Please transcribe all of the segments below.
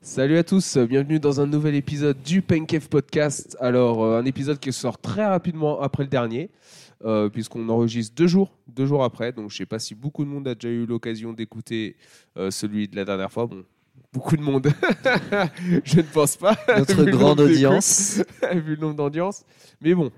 Salut à tous, euh, bienvenue dans un nouvel épisode du Pencave Podcast. Alors, euh, un épisode qui sort très rapidement après le dernier, euh, puisqu'on enregistre deux jours, deux jours après. Donc, je sais pas si beaucoup de monde a déjà eu l'occasion d'écouter euh, celui de la dernière fois. Bon, beaucoup de monde, je ne pense pas. Notre Vu le grande nombre d'écoutes. audience. vu le nombre d'audience. Mais bon,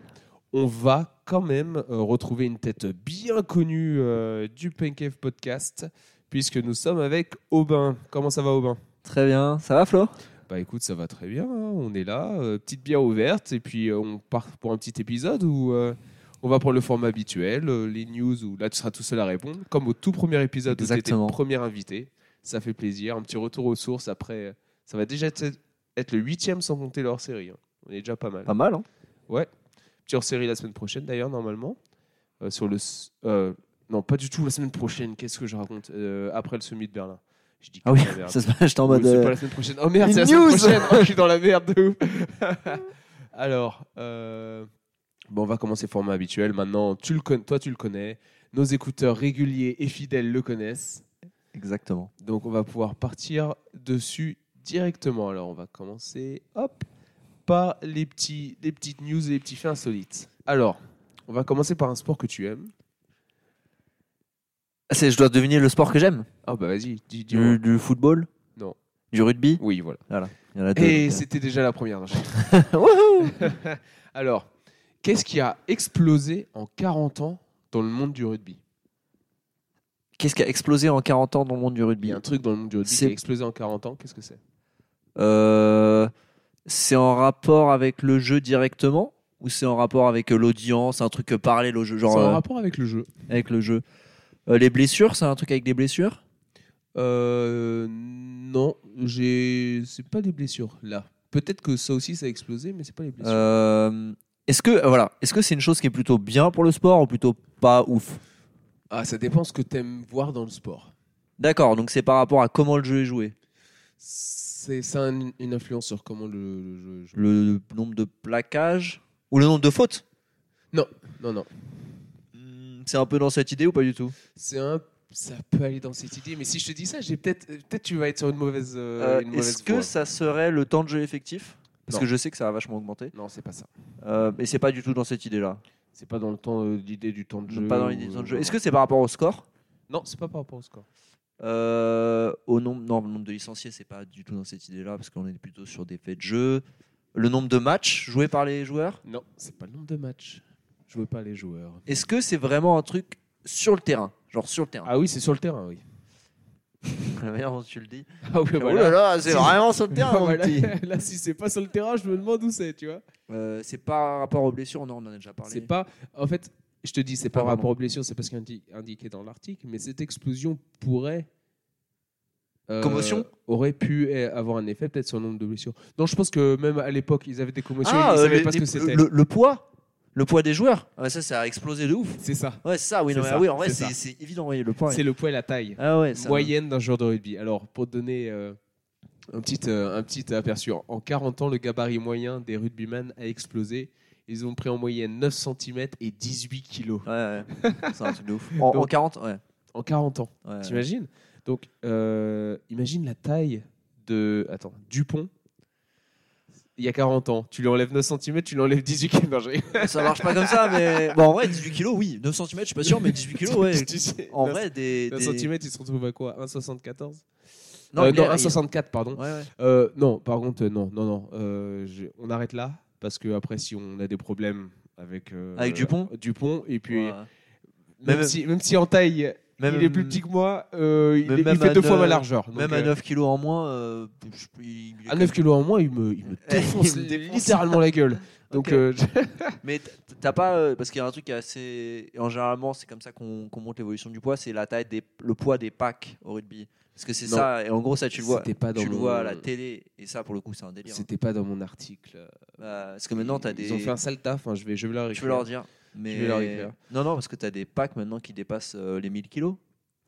on va quand même euh, retrouver une tête bien connue euh, du Pencave Podcast, puisque nous sommes avec Aubin. Comment ça va, Aubin Très bien. Ça va, Flo Bah écoute, ça va très bien, hein. on est là, euh, petite bière ouverte, et puis euh, on part pour un petit épisode où euh, on va prendre le format habituel, euh, les news, où là tu seras tout seul à répondre, comme au tout premier épisode où Exactement. tu premier invité. Ça fait plaisir, un petit retour aux sources après. euh, Ça va déjà être, être le huitième sans compter leur série. hein. On est déjà pas mal. Pas mal, hein Ouais. Petit hors-série la semaine prochaine, d'ailleurs, normalement. Euh, sur le. s- euh, non, pas du tout la semaine prochaine. Qu'est-ce que je raconte Euh, Après le semi de Berlin. Je dis que Ah oui, de la merde. ça se passe, j'étais en Oui, mode. c'est euh, pas la semaine prochaine. Oh merde, une c'est la semaine news prochaine. Oh, je suis dans la merde de ouf. Alors, euh, bon, on va commencer format habituel. Maintenant, tu le con- toi, tu le connais. Nos écouteurs réguliers et fidèles le connaissent. Exactement. Donc on va pouvoir partir dessus directement. Alors on va commencer hop, par les, petits, les petites news et les petits faits insolites. Alors, on va commencer par un sport que tu aimes. Ah, c'est- je dois deviner le sport que j'aime Ah bah vas-y, dis, dis du, du football Non. Du rugby Oui, voilà. Il y en a deux. Et donc, c'était déjà la première. non, je- euh, wouhou Alors, qu'est-ce qui a explosé en 40 ans dans le monde du rugby Qu'est-ce qui a explosé en 40 ans dans le monde du Il y rugby a un truc dans le monde du rugby qui C'est- a explosé en 40 ans, qu'est-ce que c'est Euh, C'est en rapport avec le jeu directement Ou c'est en rapport avec euh, l'audience Un truc euh, parallèle au jeu C'est Genre en euh, rapport avec le jeu avec le jeu Euh, Les blessures C'est un truc avec des blessures Euh, non, j'ai. C'est pas les blessures là. Peut-être que ça aussi ça a explosé, mais c'est pas les blessures. Euh, Est-ce que euh, voilà, est-ce que c'est une chose qui est plutôt bien pour le sport ou plutôt pas ouf Euh, Ah, ça dépend ce que t'aimes voir dans le sport. D'accord, donc c'est par rapport à comment le jeu est joué. C'est ça a une une influence sur comment le, le jeu. est joué. Le nombre de plaquages ou le nombre de fautes Non, non. Hmm, C'est un peu dans cette idée ou pas du tout C'est un. Ça peut aller dans cette idée, mais si je te dis ça, j'ai peut-être. euh, Peut-être tu vas être sur une mauvaise. euh, Euh, une mauvaise Est-ce que voie. ça serait le temps de jeu effectif Parce Non. que je sais que ça a vachement augmenté. Non, c'est pas ça. Euh, mais c'est pas du tout dans cette idée-là. C'est pas dans le temps euh, l'idée du temps de jeu. euh, Pas dans l'idée de temps de jeu. Est-ce que c'est par rapport au score Non, c'est pas par rapport au score. Euh, au nombre, non, le nombre de licenciés, c'est pas du tout dans cette idée-là, parce qu'on est plutôt sur des faits de jeu. Le nombre de matchs joués par les joueurs Non, c'est pas le nombre de matchs. Je veux pas les joueurs. Est-ce que c'est vraiment un truc sur le terrain Genre sur le terrain. Ah oui, c'est sur le terrain, oui. La manière dont tu le dis. Ah oui, voilà. là, c'est Si. vraiment sur le Ah, terrain, mon voilà. petit. Là, si c'est pas sur le terrain, je me demande où c'est, tu vois. Euh, c'est pas rapport aux blessures, non, on en a déjà parlé. C'est pas. En fait, je te dis, c'est Pas pas par rapport vraiment. aux blessures, c'est parce qu'il est indiqué dans l'article, mais cette explosion pourrait. euh, Commotion aurait pu eh, avoir un effet peut-être sur le nombre de blessures. Non, je pense que même à l'époque, ils avaient des commotions, Ah, ils euh, savaient les- pas ce les- que c'était. Le, le poids Le poids des joueurs Ah, Ça, ça a explosé de ouf. C'est ça. Ouais, c'est ça, oui, non, C'est mais ça, oui en vrai, c'est c'est c'est évident, oui, le poids. C'est le poids et la taille Ah ouais, ça- moyenne d'un joueur de rugby. Alors, pour te donner euh, un, petit, euh, un petit aperçu, en 40 ans, le gabarit moyen des rugbymen a explosé. Ils ont pris en moyenne 9 cm et 18 kg Ouais, ouais. c'est un truc de ouf. En, en Donc- 40, ouais. en 40 ans. ouais. T'imagines Donc, euh, imagine la taille de. Attends, Dupont, il y a 40 ans. Tu lui enlèves 9 cm, tu lui enlèves 18 kg. Non, je rigole. Ça marche pas comme ça, mais. Bon, en vrai, 18 kilos, oui. 9 cm, je suis pas sûr, mais 18 kilos, ouais. Tu sais, En 9 vrai, des. 9 des- cm, il se retrouve à quoi 1,74 Non, Euh, mais non il- 1,64, pardon. Ouais, ouais. Euh, non, par contre, euh, non, non, non. Euh, j'ai- on arrête là, parce que après, si on a des problèmes avec. euh, Avec Dupont Dupont, et puis. Ouais. Même, Même- si, même si en taille, il est plus petit que moi, euh, il, même- est- il même fait à deux fois neuf- ma largeur. Donc, Même euh, à 9 kilos en moins, euh, je- il- il est À quand 9 même- Ah, kilos en moins, il me, il me défonce me défonce. littéralement la gueule. Donc, Ok. euh, je- Mais t- t'as pas. euh, parce qu'il y a un truc qui est assez. En généralement, c'est comme ça qu'on qu'on monte l'évolution du poids c'est la taille des, le poids des packs au rugby. Parce que c'est Non. ça, et en gros, ça tu le vois. C'était pas dans tu le mon- vois à la télé, et ça pour le coup, c'est un délire. hein. c'était pas dans mon article. Bah, parce que maintenant, t'as Ils- des. Ils ont fait un sale taf, hein, je vais, je vais leur Tu écrire. veux leur dire. Mais... vais leur écrire. Non, non, parce que t'as des packs maintenant qui dépassent euh, les 1000 kilos.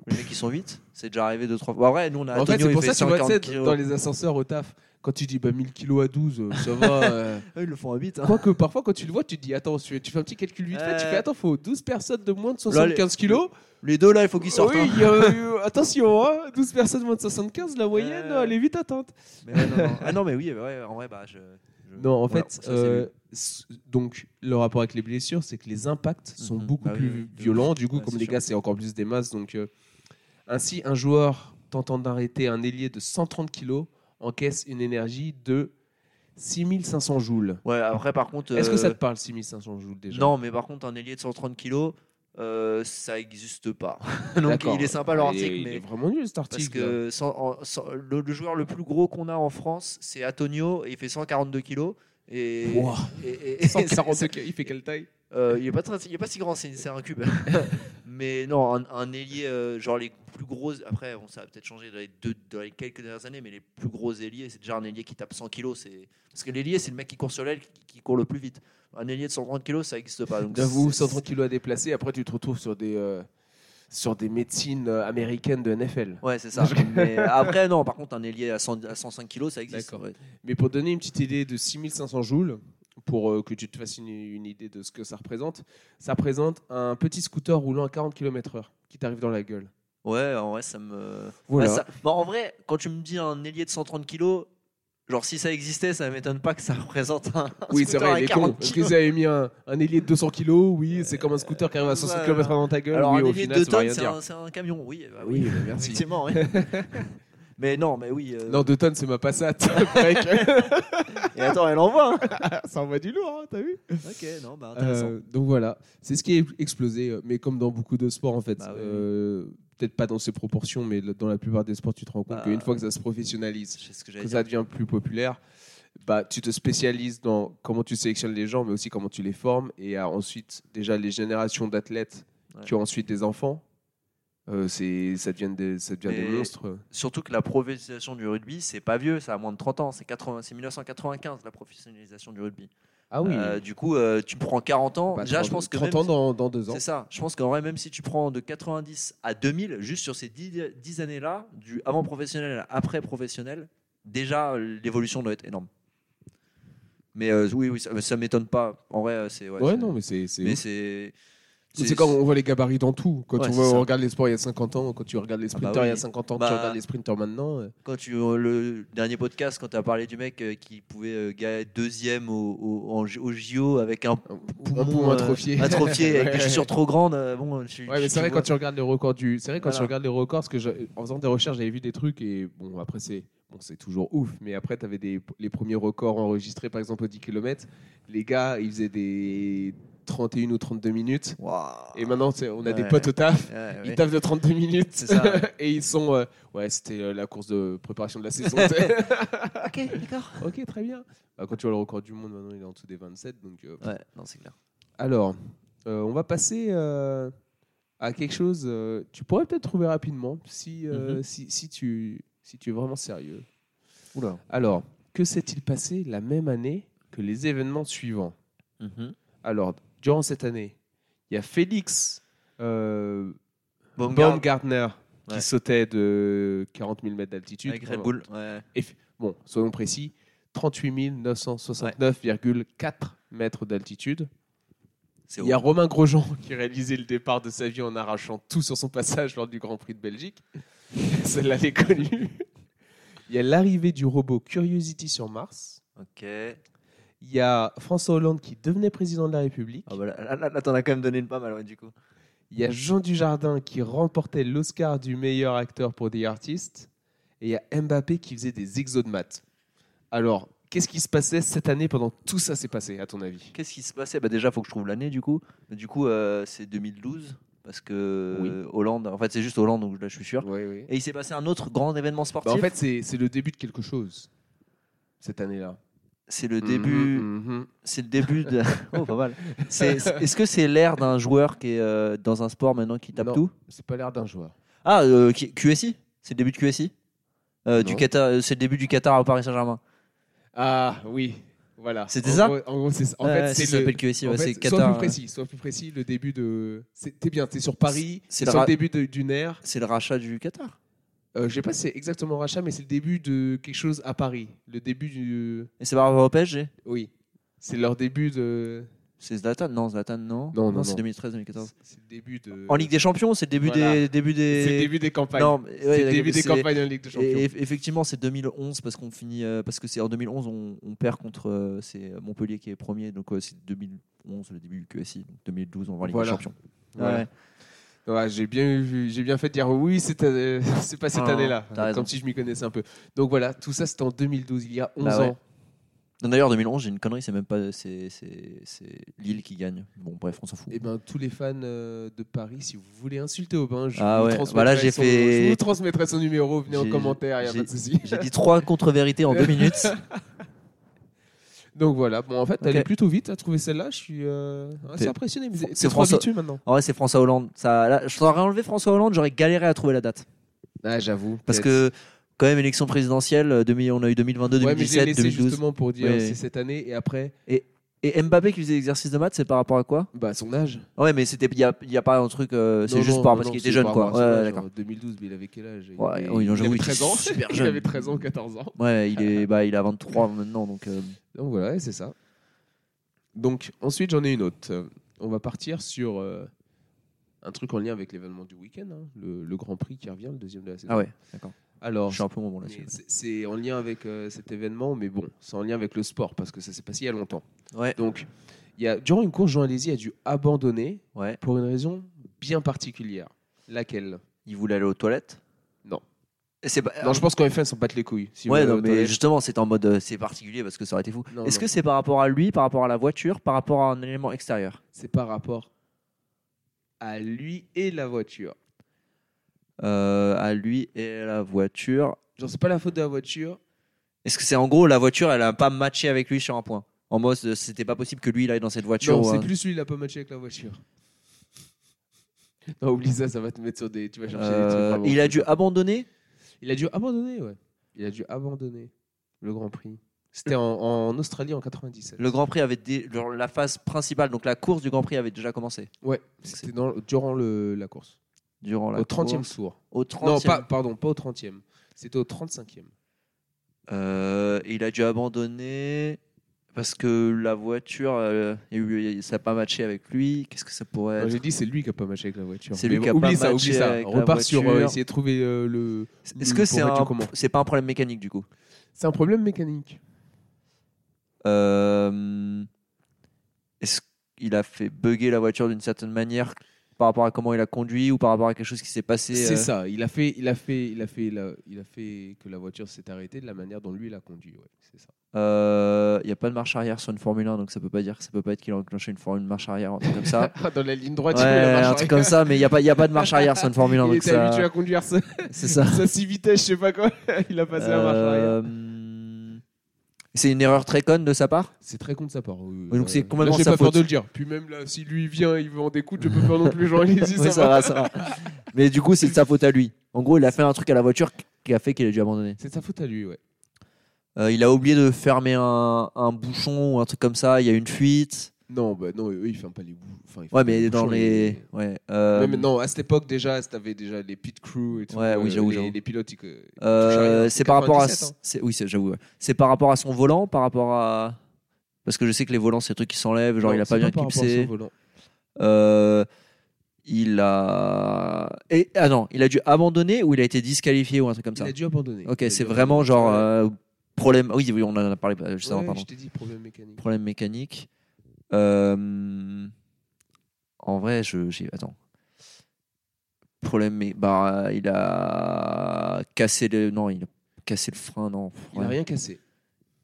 Les mecs, ils sont vite. C'est déjà arrivé 2-3 fois. Bah, ouais, nous, on a En fait, Antonio, c'est il pour fait ça que tu vois tu 140 sais, kilos. dans les ascenseurs au taf. Quand tu dis bah, 1000 kilos à 12, euh, ça va. euh. Ah, ils le font à 8. Quoique parfois, quand tu le vois, tu te dis attends, tu tu fais un petit calcul vite fait, tu Ouais. fais attends, faut 12 personnes de moins de 75 kilos. Les deux là, il faut qu'ils sortent. Oui, hein. il y a, euh, attention, hein, 12 personnes moins de 75, la moyenne, Euh. elle est vite atteinte. Mais ouais, non, non. Ah non, mais oui, ouais, ouais, en vrai, bah, je. je- Non, en voilà, fait, ça, c'est euh, lui. s- donc le rapport avec les blessures, c'est que les impacts sont Mhm. beaucoup Bah oui, plus oui, de violents. ouf. Du coup, Ouais, comme c'est les sûr. gars, c'est encore plus des masses. Donc, euh, ainsi, un joueur tentant d'arrêter un ailier de 130 kg encaisse une énergie de 6500 joules. Ouais, après, par contre. Est-ce que ça euh, te parle 6500 joules déjà Non, mais par contre, un ailier de 130 kilos, euh, ça n'existe pas. Donc, D'accord. il est sympa leur Il est- article, il mais. est vraiment hein. nul cet article. Parce que cent- en- cent- le, le joueur le plus gros qu'on a en France, c'est Antonio, et il fait 142 kilos. Et, Wow. et- et- et- 142, il fait quelle taille Euh, il est pas très- il est pas si grand, c'est c'est un cube. Mais non, un, un ailier, euh, genre les plus gros. Après, bon, ça a peut-être changé dans les, deux- dans les quelques dernières années, mais les plus gros ailiers, c'est déjà un ailier qui tape 100 kilos. c'est- Parce que l'ailier, c'est le mec qui court sur l'aile, qui, qui court le plus vite. Un ailier de 130 kilos, ça n'existe pas. Donc J'avoue, c'est- 130 kilos à déplacer, après tu te retrouves sur des, euh, sur des médecines euh, américaines de NFL. Ouais, c'est ça. Mais après, non, par contre, un ailier à, 100 à 105 kilos, ça existe. D'accord. ouais. Mais pour donner une petite idée de 6500 joules, pour euh, que tu te fasses une, une idée de ce que ça représente, ça représente un petit scooter roulant à 40 km/h qui t'arrive dans la gueule. Ouais, en vrai, ça me. Voilà. Ouais, Ah, ça- Bon, en vrai, quand tu me dis un ailier de 130 kilos, genre si ça existait, ça m'étonne pas que ça représente un. un oui, c'est scooter à vrai, il est 40 con. Parce kilos. qu'ils avaient mis un, un ailier de 200 kg, oui, c'est comme un scooter qui arrive à 60 ouais, km/h dans ta gueule. Alors, oui, un au ailier final, de 2 ça veut tonnes, rien c'est dire. un, c'est un camion, oui. bah Oui, mais merci. Effectivement, oui. mais non, mais oui. euh, Non, 2 tonnes, c'est ma passate. mec. Et attends, elle envoie. hein. ça envoie du lourd, hein, t'as vu ok, non, bah intéressant. Euh, donc voilà, c'est ce qui est explosé, euh, mais comme dans beaucoup de sports en fait. Bah oui. Euh, Peut-être pas dans ces proportions, mais dans la plupart des sports, tu te rends compte Bah. qu'une fois que ça se professionnalise, Je sais ce que que j'allais dire. ça devient plus populaire, bah, tu te spécialises dans comment tu sélectionnes les gens, mais aussi comment tu les formes. Et euh, ensuite, déjà, les générations d'athlètes Ouais. qui ont ensuite des enfants, euh, c'est- ça devient, des, ça devient des Mais- monstres. Surtout que la professionnalisation du rugby, c'est pas vieux, ça a moins de 30 ans. C'est 80 c'est 1995 la professionnalisation du rugby. Ah oui, Euh, du coup, euh, tu prends 40 ans. Bah, Déjà, 30 je pense que 30 même- ans dans, dans deux ans. C'est ça. Je pense qu'en vrai, même si tu prends de 90 à 2000, juste sur ces 10, 10 années-là, du avant professionnel à après professionnel, déjà euh, l'évolution doit être énorme. Mais euh, oui, oui, ça, ça m'étonne pas. En vrai, euh, c'est. Ouais, Ouais, c'est- non, mais c'est. c'est mais ouf. c'est. C'est comme on voit les gabarits dans tout. Quand Ouais, on, c'est voit- on ça. regarde les sports il y a 50 ans, quand tu regardes les Ah bah sprinters oui. il y a 50 ans, Bah- tu regardes les sprinters maintenant. euh, quand tu le dernier podcast quand tu as parlé du mec euh, qui pouvait euh, gagner deuxième au, au- en J- au JO avec un Un poumon, poumon euh, atrophié. atrophié avec Ouais. des chaussures trop grandes euh, bon tu- Ouais, mais tu- c'est vrai tu vois. quand tu regardes les records du. C'est vrai quand tu Voilà. regardes les records, parce que j'ai- en faisant des recherches, j'avais vu des trucs et bon, après c'est bon, c'est toujours ouf. Mais après, t'avais des les premiers records enregistrés, par exemple au 10 km, les gars, ils faisaient des 31 ou 32 minutes. Waouh. Et maintenant, c'est- on a des Ah, Ouais. Ah potes au taf. Ouais, Ils ouais. taffent de 32 minutes C'est ça, ouais. et ils sont. euh, ouais, c'était euh, la course de préparation de la saison. ok d'accord ok, très bien. Bah, quand tu vois le record du monde, maintenant il est en dessous des 27. Donc, euh, ouais non c'est clair alors, euh, on va passer euh, à quelque chose. euh, tu pourrais peut-être trouver rapidement si, euh, si, si tu, si tu es vraiment sérieux. Oula. Alors, que s'est-il passé la même année que les événements suivants Alors, durant cette année, il y a Félix euh, Baumgart- Baumgartner qui Ouais. sautait de 40 000 mètres d'altitude. avec Red Bull. euh, Ouais. Bon, soyons précis, 38 969,4 mètres d'altitude. C'est Il y a horrible. Romain Grosjean qui réalisait le départ de sa vie en arrachant tout sur son passage lors du Grand Prix de Belgique. Celle-là, elle est connue. Il y a l'arrivée du robot Curiosity sur Mars. Ok. Il y a François Hollande qui devenait président de la République. Ah bah là, là, là, là, t'en as quand même donné une pas mal, ouais, du coup. Il y a Jean Dujardin qui remportait l'Oscar du meilleur acteur pour des artistes. Et il y a Mbappé qui faisait des exos de maths. Alors, qu'est-ce qui se passait cette année pendant que tout ça s'est passé, à ton avis Qu'est-ce qui se passait bah Déjà, faut que je trouve l'année, du coup. Mais Du coup, euh, c'est 2012, parce que Oui. euh, Hollande, en fait, c'est juste Hollande, donc là, je suis sûr. Oui, oui. Et il s'est passé un autre grand événement sportif. Bah, en fait, c'est c'est le début de quelque chose, cette année-là. c'est le Mhm, début, mhm. c'est le début de. oh, pas mal. C'est- c'est- Est-ce que c'est l'ère d'un joueur qui est euh, dans un sport maintenant qui tape Non. tout C'est pas l'air d'un joueur. Ah, euh, qui- QSI C'est le début de QSI Euh, du Non. Qatar, euh, c'est le début du Qatar au Paris Saint-Germain. Ah oui, voilà. C'était En ça gros- En gros, c'est ça. En Ouais, fait, si, c'est ça le. s'appelle QSI, en ouais, fait, c'est sois plus Qatar. euh, précis, sois plus précis. Le début de. c'est- T'es bien, t'es sur Paris. C'est C'est le sur ra- le début de- d'une ère. C'est le rachat du Qatar. Euh, je sais pas si c'est exactement rachat, mais c'est le début de quelque chose à Paris. Le début du. Et c'est par rapport au PSG Oui. C'est leur début de. C'est Zlatan Non, Zlatan, non. Non, non, non. c'est 2013-2014. C'est le début de. En Ligue des Champions, c'est le début Voilà. des. Début des... C'est le début des campagnes. Non, mais- ouais, c'est le d'accord, début mais des c'est- campagnes en Ligue des Champions. Et, eff- effectivement, c'est 2011 parce qu'on finit euh, parce que c'est en 2011 on, on perd contre euh, c'est Montpellier qui est premier donc euh, c'est 2011 le début du QSI donc 2012 on va en Ligue Voilà. des Champions. Voilà. Ouais. Ouais, j'ai bien vu- j'ai bien fait de dire oui, c'est euh, c'est pas cette Ah, année-là, t'as raison. comme si je m'y connaissais un peu. Donc voilà, tout ça c'était en 2012, il y a 11 Bah ouais. ans. Non, D'ailleurs 2011 j'ai une connerie c'est même pas c'est c'est- c'est Lille qui gagne bon bref on s'en fout. Et ben tous les fans euh, de Paris, si vous voulez insulter Aubin, je Ah vous ouais, transmettrai voilà, j'ai son, fait- je vous transmettrai son numéro, venez en J'ai- commentaire, il y a j'ai- pas de souci. J'ai dit trois contre-vérités en deux minutes. Donc voilà, bon en fait, t'allais Ok. plutôt vite à trouver celle-là, je suis euh, assez C'est- impressionné, mais t'es c'est trop François- habitué maintenant. En vrai c'est François Hollande. Ça, là, je t'aurais enlevé François Hollande j'aurais galéré à trouver la date Ah, j'avoue. parce peut-être. que quand même élection présidentielle euh, 2000 on a eu 2022 Ouais, mais j'ai 2017 laissé 2012 justement pour dire Ouais. c'est cette année et après et Mbappé qui faisait l'exercice de maths c'est par rapport à quoi Ah bah son âge. Ouais, mais c'était il y a, il y a pas un truc. euh, c'est Non, juste non, par non, parce non, qu'il c'est était jeune, par quoi. rapport à son Ouais, âge, d'accord. en 2012, mais il avait quel âge il, Ouais, oh, avait, oui, non, il j'avoue, avait il était 13 ans. super il jeune. avait 13 ans, 14 ans. Ouais, il est, bah, il a 23 maintenant, donc. euh, Donc voilà, c'est ça. Donc ensuite, j'en ai une autre. Euh, On va partir sur euh, un truc en lien avec l'événement du week-end, hein, le, le Grand Prix qui revient, le deuxième de la saison. Ah ouais, d'accord. Alors, Je suis un peu bon mais là-dessus. c'est- c'est en lien avec euh, cet événement, mais bon, c'est en lien avec le sport parce que ça s'est passé il y a longtemps. Ouais, Donc, il y a, durant une course, Jean Alési a dû abandonner ouais. pour une raison bien particulière. Laquelle Il voulait aller aux toilettes. Non. Et C'est pas. Non, je pense qu'en F1, ils s'en battent les couilles. Si Euh, ouais, vous- non, euh, mais t'aurais- justement, c'est en mode, euh, c'est particulier parce que ça aurait été fou. Non, Est-ce non. que c'est par rapport à lui, par rapport à la voiture, par rapport à un élément extérieur c'est par rapport à lui et la voiture. Euh, À lui et à la voiture. Genre, c'est pas la faute de la voiture. Est-ce que c'est en gros la voiture, elle a pas matché avec lui sur un point En mode, euh, c'était pas possible que lui, il aille dans cette voiture. non, ou c'est un- plus lui, il a pas matché avec la voiture. Non, oublie ça, ça va te mettre sur des. Tu vas chercher des trucs Euh, vraiment il a dû fous. abandonner Il a dû abandonner, ouais. Il a dû abandonner le Grand Prix. C'était en, en Australie en 97. Le Grand Prix avait dé- genre, la phase principale, donc la course du Grand Prix avait déjà commencé Ouais, c'était dans- durant le- la course. durant la au 30e course. tour. Au Non, 30e. pas, pardon, pas au 30e. C'était au 35e. Euh, il a dû abandonner parce que la voiture, euh, il y a eu- ça n'a pas matché avec lui. Qu'est-ce que ça pourrait Non, être J'ai dit, c'est lui qui a pas matché avec la voiture. C'est Mais lui qui a oublie pas ça, matché oublie ça. avec la Repart sur euh, voiture. essayer de trouver euh, le. Est-ce le- que pour c'est mettre du un... comment. c'est pas un problème mécanique du coup C'est un problème mécanique. Euh, Est-ce qu'il a fait bugger la voiture d'une certaine manière par rapport à comment il a conduit ou par rapport à quelque chose qui s'est passé C'est euh, ça. Il a fait, il a fait, il a fait, la- il a fait que la voiture s'est arrêtée de la manière dont lui l'a conduit. ouais, c'est ça. euh, Il n'y a pas de marche arrière sur une Formule 1, donc ça peut pas dire, ça peut pas être qu'il a enclenché une, for- une marche arrière, un truc comme ça. Ah, Dans la ligne droite, Ouais, un truc comme ça, mais il n'y a, pas- y a pas de marche arrière sur une Formule 1. Il donc était ça- habitué à conduire sa, C'est ça. sa six vitesses, je sais pas quoi. Il a passé la marche arrière. Euh, C'est une erreur très conne de sa part C'est très con de sa part. oui, oui. Oui, donc c'est Là, complètement j'ai sa pas peur faute. de le dire. Puis même là, si lui vient, il veut en découdre, je peux pas non plus. Genre, il Oui, ça va, ça va. Mais du coup, c'est de sa faute à lui. En gros, il a fait un truc à la voiture qui a fait qu'il a dû abandonner. C'est de sa faute à lui, ouais. Euh, il a oublié de fermer un, un bouchon ou un truc comme ça. Il y a une fuite. Non, bah non, eux, ils ferment pas les bouts. Enfin, ils Ouais, ferment mais les dans bouchons, les. Ouais. euh, Ouais, mais non, à cette époque déjà, t'avais déjà les pit crew et tout. Ouais, oui, euh, j'avoue, les, j'avoue. les pilotes, ils, que- ils touchaient euh, rien. c'est par rapport à. 97, hein. c'est- Oui, c'est- j'avoue. ouais. C'est par rapport à son volant, par rapport à. Parce que je sais que les volants, c'est des trucs qui s'enlèvent. Genre, Non, il a c'est pas bien par rapport à son clipsé. volant. Euh, il a. Et, ah non, il a dû abandonner ou il a été disqualifié ou un truc comme Il ça. a dû abandonner. Ok, Il a c'est dû vraiment abandonner. genre Ouais. euh, problème. Oui, oui, on en a parlé euh, juste avant, Ouais, pardon. Je t'ai dit problème mécanique. Problème mécanique. Euh, En vrai, je. j'ai- Attends. Problème, mais bah, euh, il a cassé le. Non, il a cassé le frein. Non. Il Ouais. n'a rien cassé.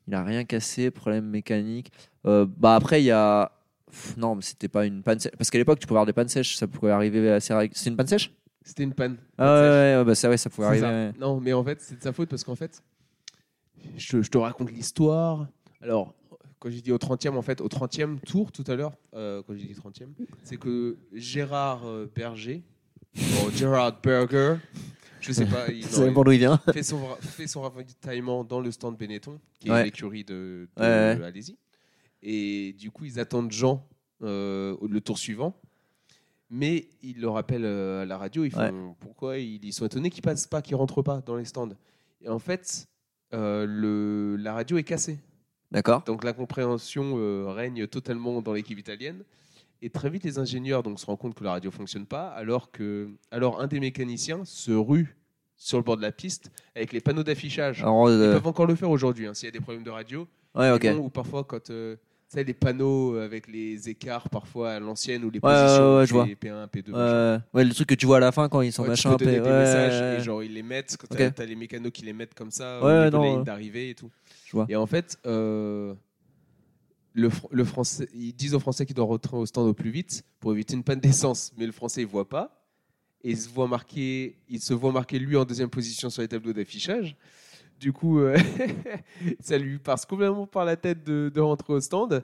Il a rien cassé, problème mécanique. Euh, bah après, il y a. Pff, Non, mais c'était pas une panne sèche. Parce qu'à l'époque, tu pouvais avoir des pannes sèches, ça pouvait arriver assez. ré- C'est une panne sèche C'était une panne. Ah ouais, ouais, ouais, bah ça, ouais, ça pouvait C'est arriver. ça. ouais. Non, mais en fait, c'est de sa faute parce qu'en fait, je, te- je te raconte l'histoire. Alors, quand j'ai dit au 30e, en fait, au 30e tour tout à l'heure, euh, quand j'ai dit 30e, c'est que Gérard euh, Berger, bon, Gerard Berger, je sais pas, il, Ça non, dépend d'où il vient. il fait, son, ra- fait son ravitaillement dans le stand Benetton, qui est Ouais. l'écurie de, de Ouais, ouais. Alési. Et du coup, ils attendent Jean euh, le tour suivant. mais ils le rappellent euh, à la radio. Ils font Ouais. pourquoi ils, ils sont étonnés qu'ils passent pas, qu'ils rentrent pas dans les stands. Et en fait, euh, le, la radio est cassée. D'accord Donc la compréhension euh, règne totalement dans l'équipe italienne. Et très vite, les ingénieurs donc, se rendent compte que la radio fonctionne pas, alors, que, alors un des mécaniciens se rue sur le bord de la piste avec les panneaux d'affichage. Alors, Ils euh, peuvent encore le faire aujourd'hui, hein, s'il y a des problèmes de radio. Ouais, ok. Ils font, Ou parfois, quand euh, tu sais, les panneaux avec les écarts parfois à l'ancienne ou les Ouais, positions ouais, ouais, je vois. P, 1 P2, machin. Ouais, Euh, ouais, le truc que tu vois à la fin quand ils sont Ouais, machin tu peux donner P- des ouais, messages ouais, et genre ils les mettent quand Ok. t'as- t'as les mécanos qui les mettent comme ça Ouais, au niveau de non, la ligne ouais. d'arrivée et tout. Je vois. Et en fait, euh, le, fr- le français, ils disent aux Français qu'ils doivent rentrer au stand au plus vite pour éviter une panne d'essence, mais le Français il voit pas. Et il se voit marquer, il se voit marquer lui en deuxième position sur les tableaux d'affichage. Du coup, euh, ça lui passe complètement par la tête de, de rentrer au stand.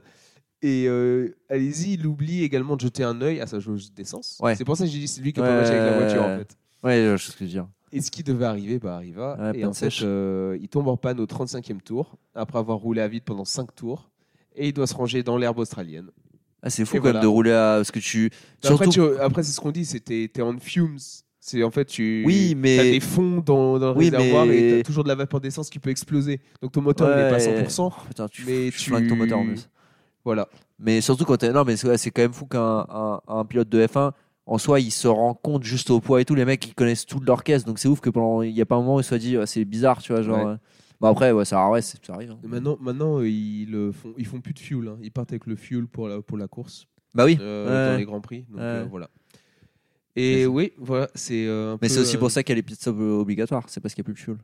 Et euh, allez-y, il oublie également de jeter un œil à sa jauge d'essence. Ouais. C'est pour ça que j'ai dit c'est lui qui est Ouais, pas matché avec la voiture ouais, en fait. ouais, je sais ce que je veux dire. Et ce qui devait arriver bah, arriva. Ouais, et panne en fait, sèche. euh, il tombe en panne au 35e tour, après avoir roulé à vide pendant 5 tours. Et il doit se ranger dans l'herbe australienne. Ah, c'est fou Et quand même voilà. de rouler à. Parce que tu. Après, Surtout. tu- après, c'est ce qu'on dit, c'était t'es en fumes. C'est en fait, tu Oui, mais- as des fonds dans, dans le Oui, réservoir mais- et t'as toujours de la vapeur d'essence qui peut exploser. Donc ton moteur n'est pas à Ouais. 100%. Putain, tu, mais tu flingues ton tu- moteur en plus. Voilà. Mais surtout quand t'es- non, mais c'est ouais, c'est quand même fou qu'un un, un pilote de F1 en soi il se rend compte juste au poids et tout. Les mecs ils connaissent tout de l'orchestre, donc c'est ouf que pendant il y a pas un moment où il se soit dit Ah, c'est bizarre, tu vois genre. Ouais. euh. Bah après ouais ça, ouais, c'est- ça arrive. hein. Et maintenant, maintenant euh, ils, euh, font, ils font plus de fuel. hein. Ils partent avec le fuel pour la, pour la course Bah oui. euh, Ouais. dans les Grands Prix. Donc Ouais. euh, voilà. Et Mais c'est- oui, voilà, c'est euh, un Mais c'est peu, aussi euh, pour ça qu'il y a les pit stops euh, obligatoires. C'est parce qu'il n'y a plus de fuel.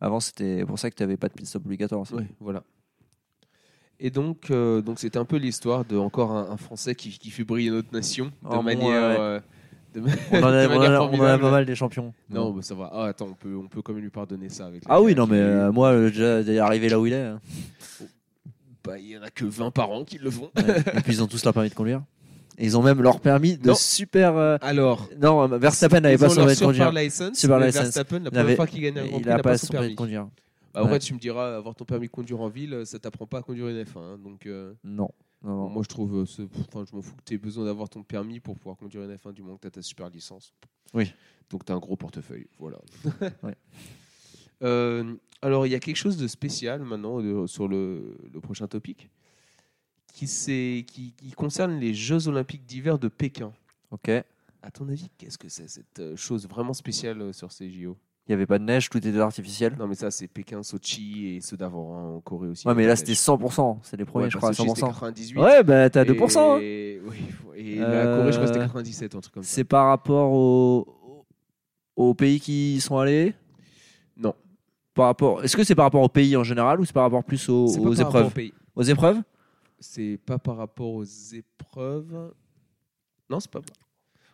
Avant c'était pour ça que t'avais pas de pit stop obligatoire. aussi. Ouais, voilà. Et donc, euh, donc c'était un peu l'histoire de encore un, un Français qui, qui fait briller notre nation de Oh, manière, ouais. euh, de, ma- On, en a, de on manière en a- on en a formidable. pas mal des champions. Non, bah, ça va. Ah, attends, on peut, on peut quand même lui pardonner ça avec. Ah les oui gars non qui- mais euh, moi euh, déjà d'arriver là où il est. hein. Bah, il y en a que 20 par an qui le font. Ouais. et puis ils ont tous leur permis de conduire. Et ils ont même leur permis de Non. super. euh, Alors, Non, Verstappen n'avait ils pas ont son leur permis de conduire. super license. Super mais license. Verstappen, la Il première avait- fois qu'il gagne un Grand Prix, il a pas son permis permis. de conduire. Bah, Après, Ouais. tu me diras, avoir ton permis de conduire en ville, euh, ça t'apprend pas à conduire une F1. hein, donc, euh, Non. non, non. moi, je trouve, euh, ce- pff, enfin, je m'en fous que tu aies besoin d'avoir ton permis pour pouvoir conduire une F1 du moment que tu as ta super licence. Oui. Donc, tu as un gros portefeuille. Voilà. Ouais. Euh, alors, il y a quelque chose de spécial maintenant de- sur le, le prochain topic qui, s'est- qui, qui concerne les Jeux Olympiques d'hiver de Pékin. Ok. Il À ton avis, qu'est-ce que c'est cette euh, chose vraiment spéciale euh, sur ces JO n'y avait pas de neige, tout était artificiel. Non, mais ça, c'est Pékin, Sochi et ceux d'avant hein, en Corée aussi. Ouais, mais là c'était Ouais, 100%. C'est les premiers, bah, je crois, à Sochi, c'était 100%. 98. Ouais, bah t'as Et- 2%. hein. oui, et la Corée, je crois que c'était Euh, 97, un truc comme ça. C'est par rapport au- aux pays qui y sont allés Non. Par rapport... Est-ce que c'est par rapport au pays en général ou c'est par rapport plus aux, C'est pas aux par rapport au épreuves pays. Aux épreuves C'est pas par rapport aux épreuves. Non, c'est pas.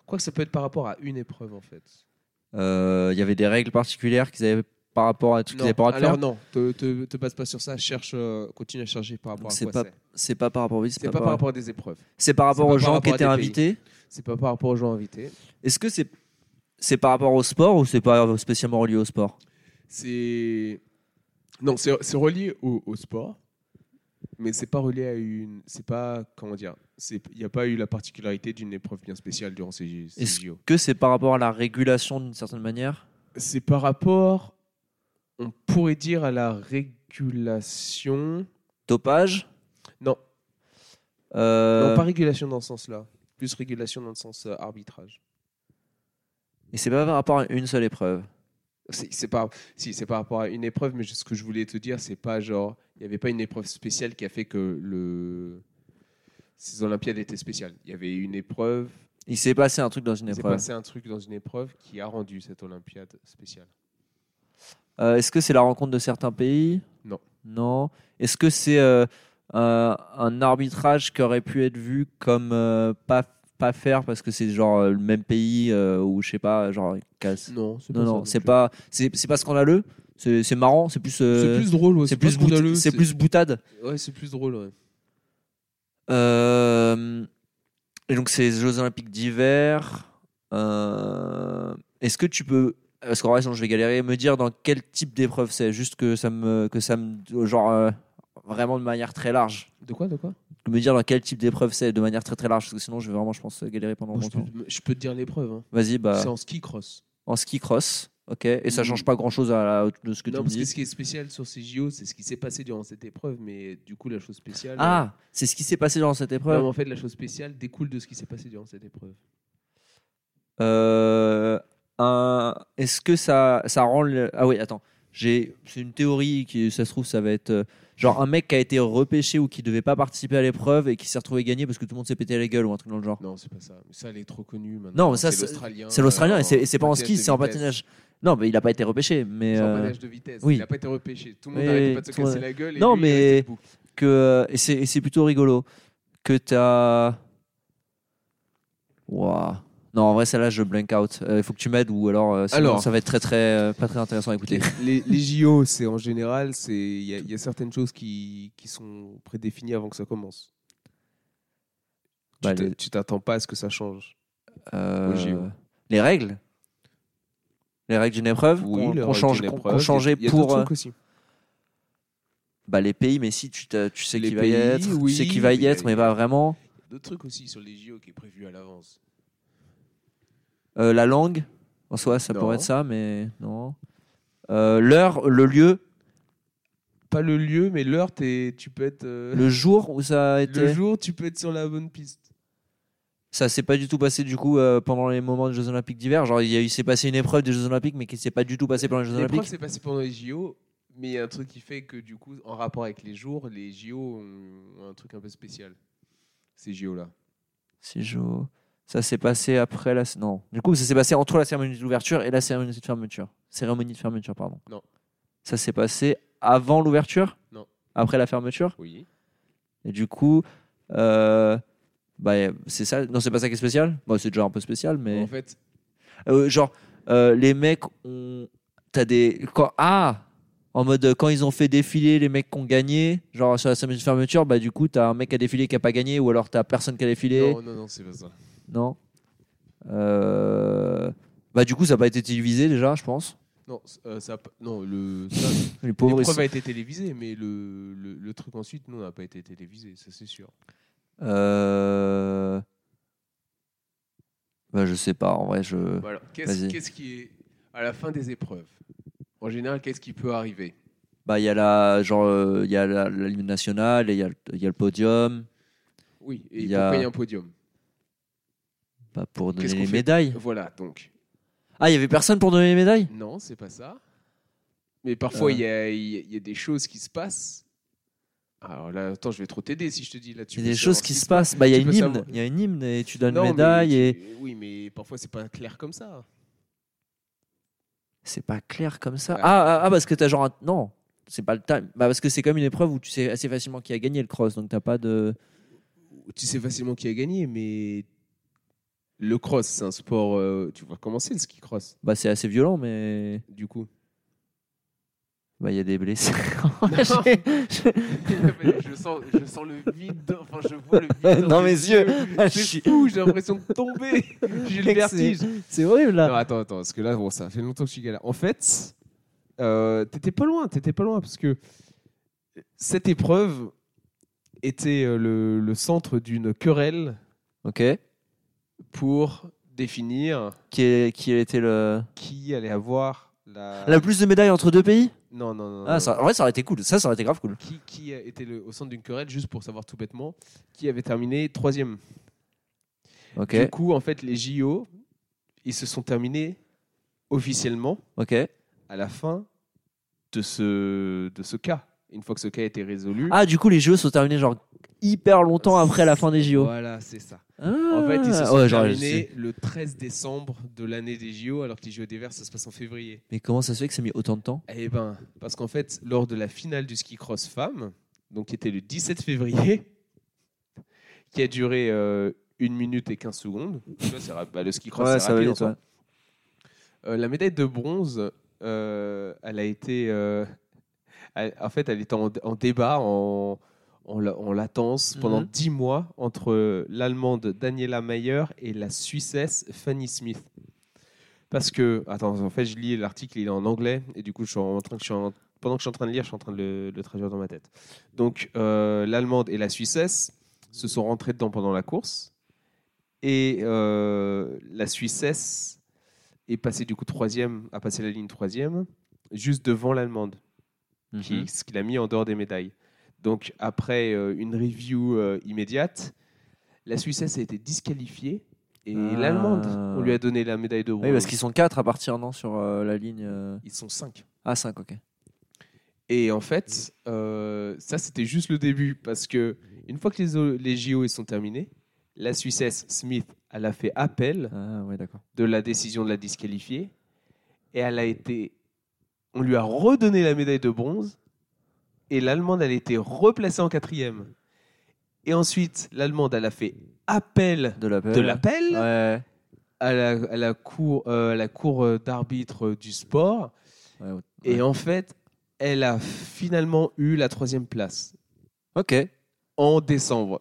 Quoi que ça peut être par rapport à une épreuve en fait. Euh, Il y avait des règles particulières qu'ils avaient par rapport à tout ce qu'ils avaient pas le droit de alors faire. non, te, te, te base pas sur ça. Cherche, euh, continue à chercher par rapport Donc, à c'est quoi pas- c'est. C'est pas par rapport au C'est pas par rapport à des épreuves. C'est par c'est rapport pas aux par gens qui rapport à étaient des pays. invités. C'est pas par rapport aux gens invités. Est-ce que c'est c'est par rapport au sport ou c'est pas spécialement relié au sport C'est non, c'est c'est relié au, au sport, mais c'est pas relié à une. C'est pas comment dire. C'est il n'y a pas eu la particularité d'une épreuve bien spéciale durant ces, ces Est-ce JO. Que c'est par rapport à la régulation d'une certaine manière c'est par rapport, on pourrait dire, à la régulation. Dopage Non. Euh, Non, pas régulation dans ce sens-là. Plus régulation dans le sens euh, arbitrage. Et c'est pas par rapport à une seule épreuve. C'est c'est pas, si, c'est par rapport à une épreuve, mais ce que je voulais te dire, c'est pas genre. Il n'y avait pas une épreuve spéciale qui a fait que le. Ces Olympiades étaient spéciales. Il y avait une épreuve. Il s'est passé un truc dans une Il s'est épreuve. passé un truc dans une épreuve qui a rendu cette Olympiade spéciale. Euh, Est-ce que c'est la rencontre de certains pays Non. Non. Est-ce que c'est euh, un, un arbitrage qui aurait pu être vu comme euh, pas pas faire parce que c'est genre euh, le même pays euh, ou je sais pas genre casse. Non, c'est Non non, c'est pas c'est c'est pas scandaleux. C'est c'est marrant, c'est plus euh, C'est plus drôle. ouais, c'est plus, pas bout- scandaleux, c'est plus boutade. Ouais, c'est plus drôle. ouais. Euh, et donc, ces Jeux Olympiques d'hiver. euh, Est-ce que tu peux. Parce qu'en vrai, sinon je vais galérer. Me dire dans quel type d'épreuve c'est. Juste que ça me. Que ça me genre. euh, vraiment de manière très large. De quoi, de quoi Me dire dans quel type d'épreuve c'est, de manière très très large, parce que sinon je vais vraiment, je pense, galérer pendant Bon, je, peux, longtemps. je peux te dire l'épreuve. hein. Vas-y, bah, C'est en ski cross. en ski cross, ok, et ça Mm. change pas grand chose à la- de ce que non, tu me parce que dis. ce qui est spécial sur ces JO, c'est ce qui s'est passé durant cette épreuve, mais du coup, la chose spéciale. euh, Ah, c'est ce qui s'est passé dans cette Non, épreuve. mais en fait, la chose spéciale découle de ce qui s'est passé durant cette épreuve. Euh, un- Est-ce que ça, ça rend le... Ah oui, attends. J'ai, c'est une théorie qui, ça se trouve, ça va être euh, genre un mec qui a été repêché ou qui devait pas participer à l'épreuve et qui s'est retrouvé gagné parce que tout le monde s'est pété la gueule ou un truc dans le genre. Non, c'est pas ça. Ça, elle est trop connue maintenant. Non, mais ça, c'est c'est- l'Australien. c'est l'Australien euh, et c'est, et c'est pas en patinage ski, de c'est en vitesse. patinage. Non, mais il a pas été repêché, mais C'est en euh, patinage de vitesse. oui. Il n'a pas été repêché. Tout le monde Oui, n'arrêtait oui, pas de se tout le monde- casser la gueule. Et Non, lui, il est mais- resté debout. que euh, et c'est, et c'est plutôt rigolo que t'as. Waouh. Non, en vrai, celle-là, je blank out. Il faut que tu m'aides ou alors, euh, sinon, Alors. ça va être très très euh, pas très intéressant à écouter. les, les JO, c'est en général, c'est il y, a- il y a certaines choses qui, qui sont prédéfinies avant que ça commence. Tu Bah, t'a- les- tu t'attends pas à ce que ça change. Euh, Au JO. les règles les règles d'une épreuve qu'on- les qu'on règles change- d'une qu'on- épreuve, qu'on changeait il y a pour d'autres euh, trucs aussi. bah, les pays mais si tu, t'as- tu sais Les qui va y pays, être oui, tu sais qui va mais il y y a- être mais pas vraiment D'autres trucs aussi sur les JO qui est prévu à l'avance. Euh, la langue en soi ça Non. pourrait être ça mais non Euh, l'heure le lieu Pas le lieu, mais l'heure, t'es- tu peux être euh, le jour où ça a le, été jour, tu peux être sur la bonne piste. ça s'est pas du tout passé du coup euh, pendant les moments des Jeux Olympiques d'hiver genre il y a eu- s'est passé une épreuve des Jeux Olympiques mais qui s'est pas du tout passé pendant les Jeux L'épreuve Olympiques s'est passée pendant les JO, mais il y a un truc qui fait que du coup, en rapport avec les jours, les JO ont un truc un peu spécial. Ces JO là. c'est chaud ça s'est passé après la non du coup ça s'est passé entre la cérémonie d'ouverture et la cérémonie de fermeture cérémonie de fermeture pardon Non. ça s'est passé avant l'ouverture Non. après la fermeture Oui. et du coup euh, bah, c'est ça non c'est pas ça qui est spécial bon, c'est déjà un peu spécial mais En fait, Euh, genre euh, les mecs ont t'as des quand ah en mode euh, quand ils ont fait défiler les mecs qui ont gagné genre sur la cérémonie de fermeture bah du coup t'as un mec qui a défilé qui a pas gagné ou alors t'as personne qui a défilé non, non, non, c'est pas ça. non. Euh, Bah, du coup, ça n'a pas été télévisé déjà, je pense. Non, c- euh, ça, a p- non, le, ça, Les pauvres, ils l'épreuve sont- a été télévisée, mais le, le, le truc ensuite, non, n'a pas été télévisé, ça c'est sûr. Euh, Bah, je sais pas, en vrai, je. Voilà. Bah, Qu'est-ce, Vas-y. qu'est-ce qui est à la fin des épreuves En général, qu'est-ce qui peut arriver Bah, il y a la. Genre, euh, il y a la, la ligne nationale, et il y, a le- il y a le podium. Oui, et Il y pourquoi a- il y a un podium Bah, pour donner Qu'est-ce qu'on les fait médailles. Voilà, donc. Ah, il y avait personne pour donner les médailles Non, c'est pas ça. Mais parfois, Euh. il y a- il y, a- il y a des choses qui se passent. Alors là, attends, je vais trop t'aider si je te dis là. tu Il y a peux des choses savoir qui ce se passent. Bah, il y a Tu une peux hymne. savoir. Il y a une hymne et tu donnes Non, mais médaille tu- et. Oui, mais parfois, c'est pas clair comme ça. C'est pas clair comme ça. Ouais. Ah, ah, ah, parce que t'as genre. un- Non, c'est pas le time. Bah, parce que c'est comme une épreuve où tu sais assez facilement qui a gagné le cross, donc t'as pas de. tu sais facilement qui a gagné, mais le cross, c'est un sport. euh, tu vois comment c'est le ski cross, Bah, c'est assez violent, mais du coup. bah, il y a des blessés. je, sens, je sens le vide. dans- Enfin, je vois le vide. Dans dans mes yeux. Ah, je C'est suis- fou, j'ai l'impression de tomber. J'ai le Mec, vertige. c'est horrible Non, là. attends, attends, parce que là, bon, ça fait longtemps que je suis galère. En fait, euh, t'étais pas loin, t'étais pas loin, parce que cette épreuve était euh, le, le centre d'une querelle Ok. pour définir Qui, est, qui était le. qui allait avoir la. La plus de médailles entre deux pays Non, non, non. non. ah, ça, En vrai, ça aurait été cool. Ça, ça aurait été grave cool. Qui, qui était le- au centre d'une querelle, juste pour savoir tout bêtement, qui avait terminé troisième. Ok. Du coup, en fait, les JO, ils se sont terminés officiellement Ok. à la fin de ce, de ce cas. Une fois que ce cas était résolu. Ah, du coup, les jeux sont terminés genre hyper longtemps après la fin des JO. Voilà, c'est ça. Ah. En fait, ils se sont Ouais, genre, je terminés sais. le 13 décembre de l'année des JO, alors que les JO d'hiver, ça se passe en février. Mais comment ça se fait que ça a mis autant de temps Eh ben, parce qu'en fait, lors de la finale du ski cross femme, donc qui était le 17 février, qui a duré euh, 1 minute et 15 secondes, tu vois, c'est ra- bah, le ski cross, c'est rapide en soi. Euh, la médaille de bronze, euh, elle a été. euh, elle- en fait, elle était en, en débat, en, en, la- en latence, pendant Mhm. 10 mois entre l'Allemande Daniela Mayer et la Suissesse Fanny Smith. Parce que. Attends, en fait, je lis l'article, il est en anglais, et du coup, je suis en train, je suis en Pendant que je suis en train de lire, je suis en train de le, le traduire dans ma tête. Donc, euh, l'Allemande et la Suissesse se sont rentrées dedans pendant la course. Et euh, la Suissesse est passée du coup troisième, a passé la ligne troisième, juste devant l'Allemande Mhm. qui, ce qu'il a mis en dehors des médailles. Donc, après euh, une review euh, immédiate, la Suissesse a été disqualifiée et Ah. l'Allemande, on lui a donné la médaille de bronze. Oui, parce qu'ils sont 4 à partir non, sur euh, la ligne euh, Ils sont cinq. A5, ok. Et en fait, euh, ça, c'était juste le début parce que une fois que les, o- les JO ils sont terminés, la Suissesse Smith, elle a fait appel Ah, ouais, d'accord. de la décision de la disqualifier et elle a été. On lui a redonné la médaille de bronze et l'Allemande, elle a été replacée en quatrième. Et ensuite, l'Allemande, elle a fait appel De l'appel. de l'appel Ouais. à, la, à la cour, euh, à la cour euh, d'arbitre euh, du sport. ouais, ouais. Et en fait, elle a finalement eu la troisième place Ok. en décembre.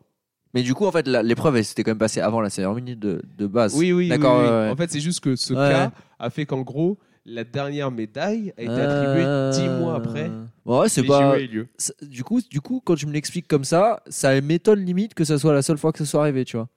Mais du coup, en fait, la- l'épreuve, elle s'était quand même passée avant la cérémonie de, de base. Oui, oui, D'accord, oui, oui. ouais, ouais. En fait, c'est juste que ce Ouais. cas a fait qu'en gros, la dernière médaille a été Ah. attribuée dix mois après. Euh, bah Ouais, c'est les pas. JO aient lieu. c'est- Du coup, du coup, quand tu me l'expliques comme ça, ça m'étonne limite que ça soit la seule fois que ça soit arrivé, tu vois.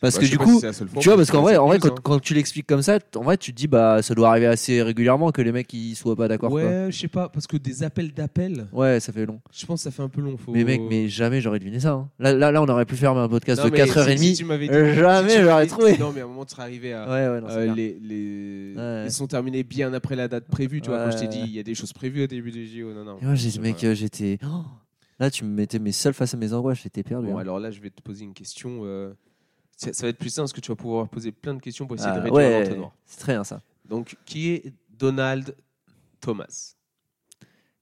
Parce Bah, que je sais du pas coup, si c'est la seule fois, tu vois, mais parce qu'en c'est vrai, en vrai, plus, quand, hein. quand tu l'expliques comme ça, t- en vrai, tu te dis, bah, ça doit arriver assez régulièrement que les mecs ils soient pas d'accord. quoi. Ouais, je sais pas, parce que des appels d'appel, Ouais, ça fait long. je pense que ça fait un peu long. Faut... Mais mec, mais jamais j'aurais deviné ça. hein. Là, là, là, on aurait pu faire un podcast Oh. Non, mais de 4h30. si- si tu m'avais dit- Euh, si tu jamais m'avais j'aurais dit- trouvé. Non, mais à un moment, tu serais arrivé à. Ouais, ouais, non, c'est Euh, clair. les, les... Ouais. Ils sont terminés bien après la date prévue. Tu vois, quand je t'ai Ouais. dit, il y a des choses prévues au début des JO. Non, non. Et moi, j'ai dit, C'est mec, vrai. euh, j'étais. Oh là, tu me mettais mes seuls face à mes angoisses, j'étais perdu. Bon, hein. alors là, je vais te poser une question. euh, Ça, ça va être plus simple parce que tu vas pouvoir poser plein de questions pour essayer Ah, de réduire ouais, l'entonnoir. c'est très bien ça. Donc, qui est Donald Thomas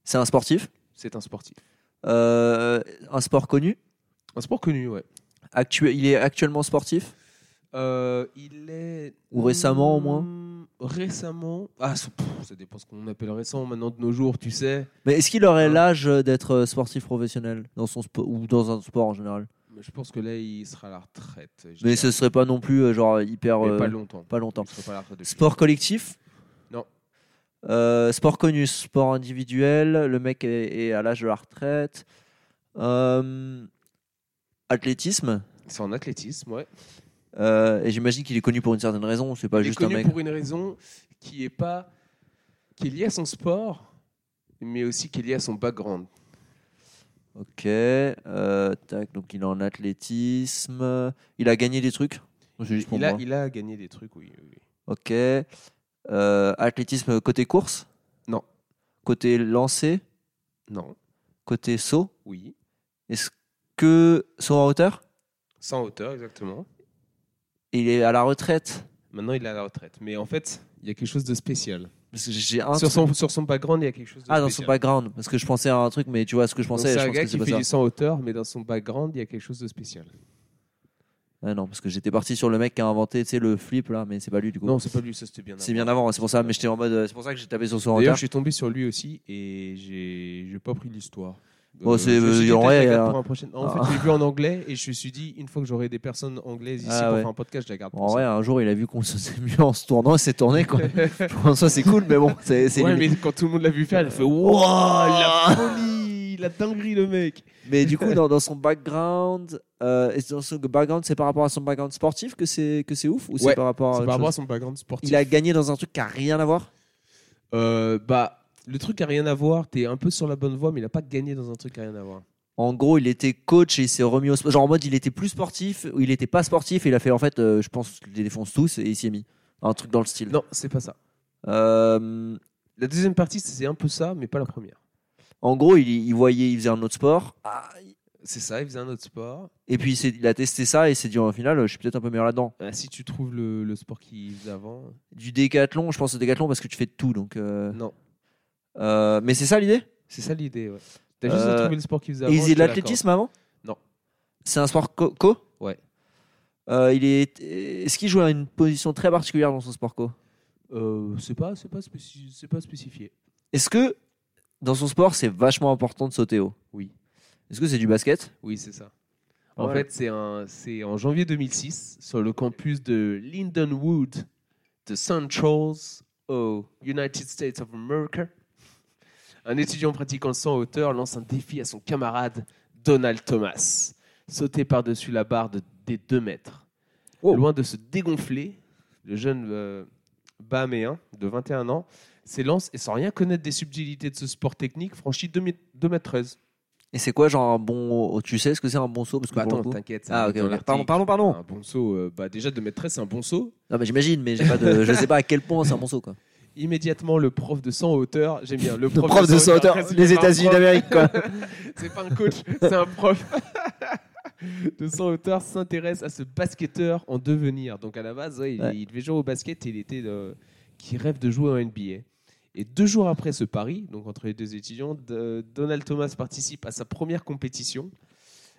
C'est un sportif, C'est un sportif. euh, un sport connu. Un sport connu, ouais. Actu- Il est actuellement sportif. Euh, il est. Ou récemment, au moins Hmm, Récemment. Ah, ça, pff, ça dépend ce qu'on appelle récent maintenant de nos jours, tu sais. Mais est-ce qu'il aurait Ouais. l'âge d'être euh, sportif professionnel dans son spo- ou dans un sport en général Mais je pense que là, il sera à la retraite. je Mais dirais. ce serait pas non plus euh, genre hyper Mais euh, pas longtemps. pas longtemps. Il sera pas à la retraite depuis. Sport collectif Non. Euh, sport connu, sport individuel, le mec est, est à l'âge de la retraite. Euh, athlétisme, C'est en athlétisme, ouais. euh, et j'imagine qu'il est connu pour une certaine raison, c'est pas il est juste un connu mec. pour une raison qui est pas qui est liée à son sport mais aussi qui est liée à son background Ok, euh, tac, donc il est en athlétisme, il a gagné des trucs C'est juste pour il a, moi. il a gagné des trucs oui, oui, oui. Ok, Euh, athlétisme côté course Non. Côté lancer non Côté saut oui Est-ce que saut en hauteur sans hauteur exactement Il est à la retraite maintenant il est à la retraite mais en fait il y a quelque chose de spécial Parce que j'ai un sur son, sur son background il y a quelque chose de Ah, dans son spécial background, parce que je pensais à un truc, mais tu vois ce que je Donc, pensais, c'est je un pense que gars c'est qui pas fait ça. du sans hauteur mais dans son background il y a quelque chose de spécial Ah non, parce que j'étais parti sur le mec qui a inventé, tu sais, le flip là, mais c'est pas lui du coup. non c'est pas lui ça c'était bien c'est avant. bien avant, c'est pour ça, mais j'étais en mode, euh, c'est pour ça que j'ai tapé sur son D'ailleurs, retard. je suis tombé sur lui aussi et j'ai j'ai pas pris l'histoire. Euh, Bon, c'est- je me suis dit, il y aurait, peut-être je la garde euh, pour un prochain- En ah. fait, j'ai vu en anglais et je me suis dit, une fois que j'aurai des personnes anglaises ici Ah pour ouais. faire un podcast, je la garde. Bon, pour en ça. vrai, un jour, il a vu qu'on se faisait mieux en se tournant, il s'est tourné quoi. en soi, c'est cool, mais bon, c'est. Oh. c'est ouais, limite. mais quand tout le monde l'a vu faire, elle a fait Wouah, la folie, la dinguerie, le mec. mais... du coup, dans, dans son background, euh, est-ce que dans son background, c'est par rapport à son background sportif que c'est que c'est ouf ou c'est Ouais, par rapport à. C'est autre par rapport à chose son background sportif. Oh, Il a gagné dans un truc qui a rien à voir. Euh, bah, le truc a rien à voir, t'es un peu sur la bonne voie, mais il a pas gagné dans un truc à rien à voir. En gros, il était coach et il s'est remis au sport. Genre en mode, il était plus sportif ou il était pas sportif et il a fait en fait, euh, je pense, je les défonce tous et il s'y est mis. Un truc dans le style. Non, c'est pas ça. Euh, La deuxième partie, c'est un peu ça, mais pas la première. en gros, il, il voyait, il faisait un autre sport. Ah, C'est ça, il faisait un autre sport. Et puis il s'est- il a testé ça et il s'est dit au final, je suis peut-être un peu meilleur là-dedans. Ah, si tu trouves le, le sport qu'il faisait avant. Du décathlon, je pense au décathlon parce que tu fais de tout. Donc, euh, Non, euh, mais c'est ça l'idée c'est ça l'idée. Ouais. T'as juste Euh, à trouver le sport qu'ils faisaient Et avant. il faisait je de te l'athlétisme avant Non. C'est un sport co, co Ouais. Euh, il est, est-ce qu'il jouait à une position très particulière dans son sport co l'accorde. Euh, c'est pas, c'est pas, spéci- c'est pas spécifié. Est-ce que dans son sport, c'est vachement important de sauter haut Oui. Est-ce que c'est du basket Oui, c'est ça. En Ouais. fait, c'est un, c'est en janvier 2006 sur le campus de Lindenwood de St. Charles au United States of America. Un étudiant pratiquant le saut en hauteur lance un défi à son camarade Donald Thomas. Sauter par-dessus la barre de- des 2 mètres. Oh. Loin de se dégonfler, le jeune euh, Bahaméen de 21 ans s'élance et sans rien connaître des subtilités de ce sport technique franchit 2 mètres 13. Et c'est quoi, genre un bon. Oh, Tu sais ce que c'est un bon saut parce que Bah pour le attends, coup- t'inquiète. ça Ah, va ok, être dans ok. pardon, l'article. pardon, pardon. Un bon saut, euh, bah déjà 2 mètres 13, c'est un bon saut. Non, mais j'imagine, mais j'ai pas de... je sais pas à quel point c'est un bon saut, quoi. Immédiatement, le prof de 100 hauteur, j'aime bien, le prof, prof de saut en 100 hauteur, parce que les c'est pas un États-Unis prof. d'Amérique, quoi. c'est pas un coach, c'est un prof. de 100 hauteur s'intéresse à ce basketteur en devenir. Donc à la base, ouais, il, Ouais. il devait jouer au basket et il était euh, qui rêve de jouer en NBA. Et deux jours après ce pari, donc entre les deux étudiants, de- Donald Thomas participe à sa première compétition.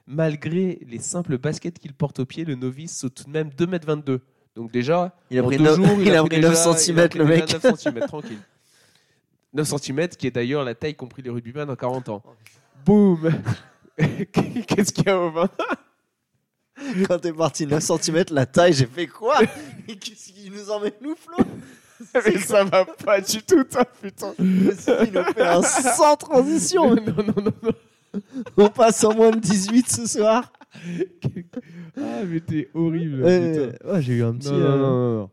Malgré les simples baskets qu'il porte au pied, le novice saute tout de même 2m22. Donc déjà, Il a en pris, deux neuf- jours, il a pris déjà- 9 il a cm, pris le déjà mec. 9 cm, tranquille. 9 cm, qui est d'ailleurs la taille qu'ont pris les rugbyman en 40 ans. Boum Qu'est-ce qu'il y a au vin Quand t'es parti 9 cm, la taille, j'ai fait quoi Mais Qu'est-ce qu'il nous emmène, nous, Flo Mais ça va pas du tout, ça, putain Il nous fait un sans transition. Non, non, non, non. On passe en moins de 18 ce soir. Ah, mais t'es horrible, Euh, putain. ouais, j'ai eu un petit. Non, non, euh, non, non, non.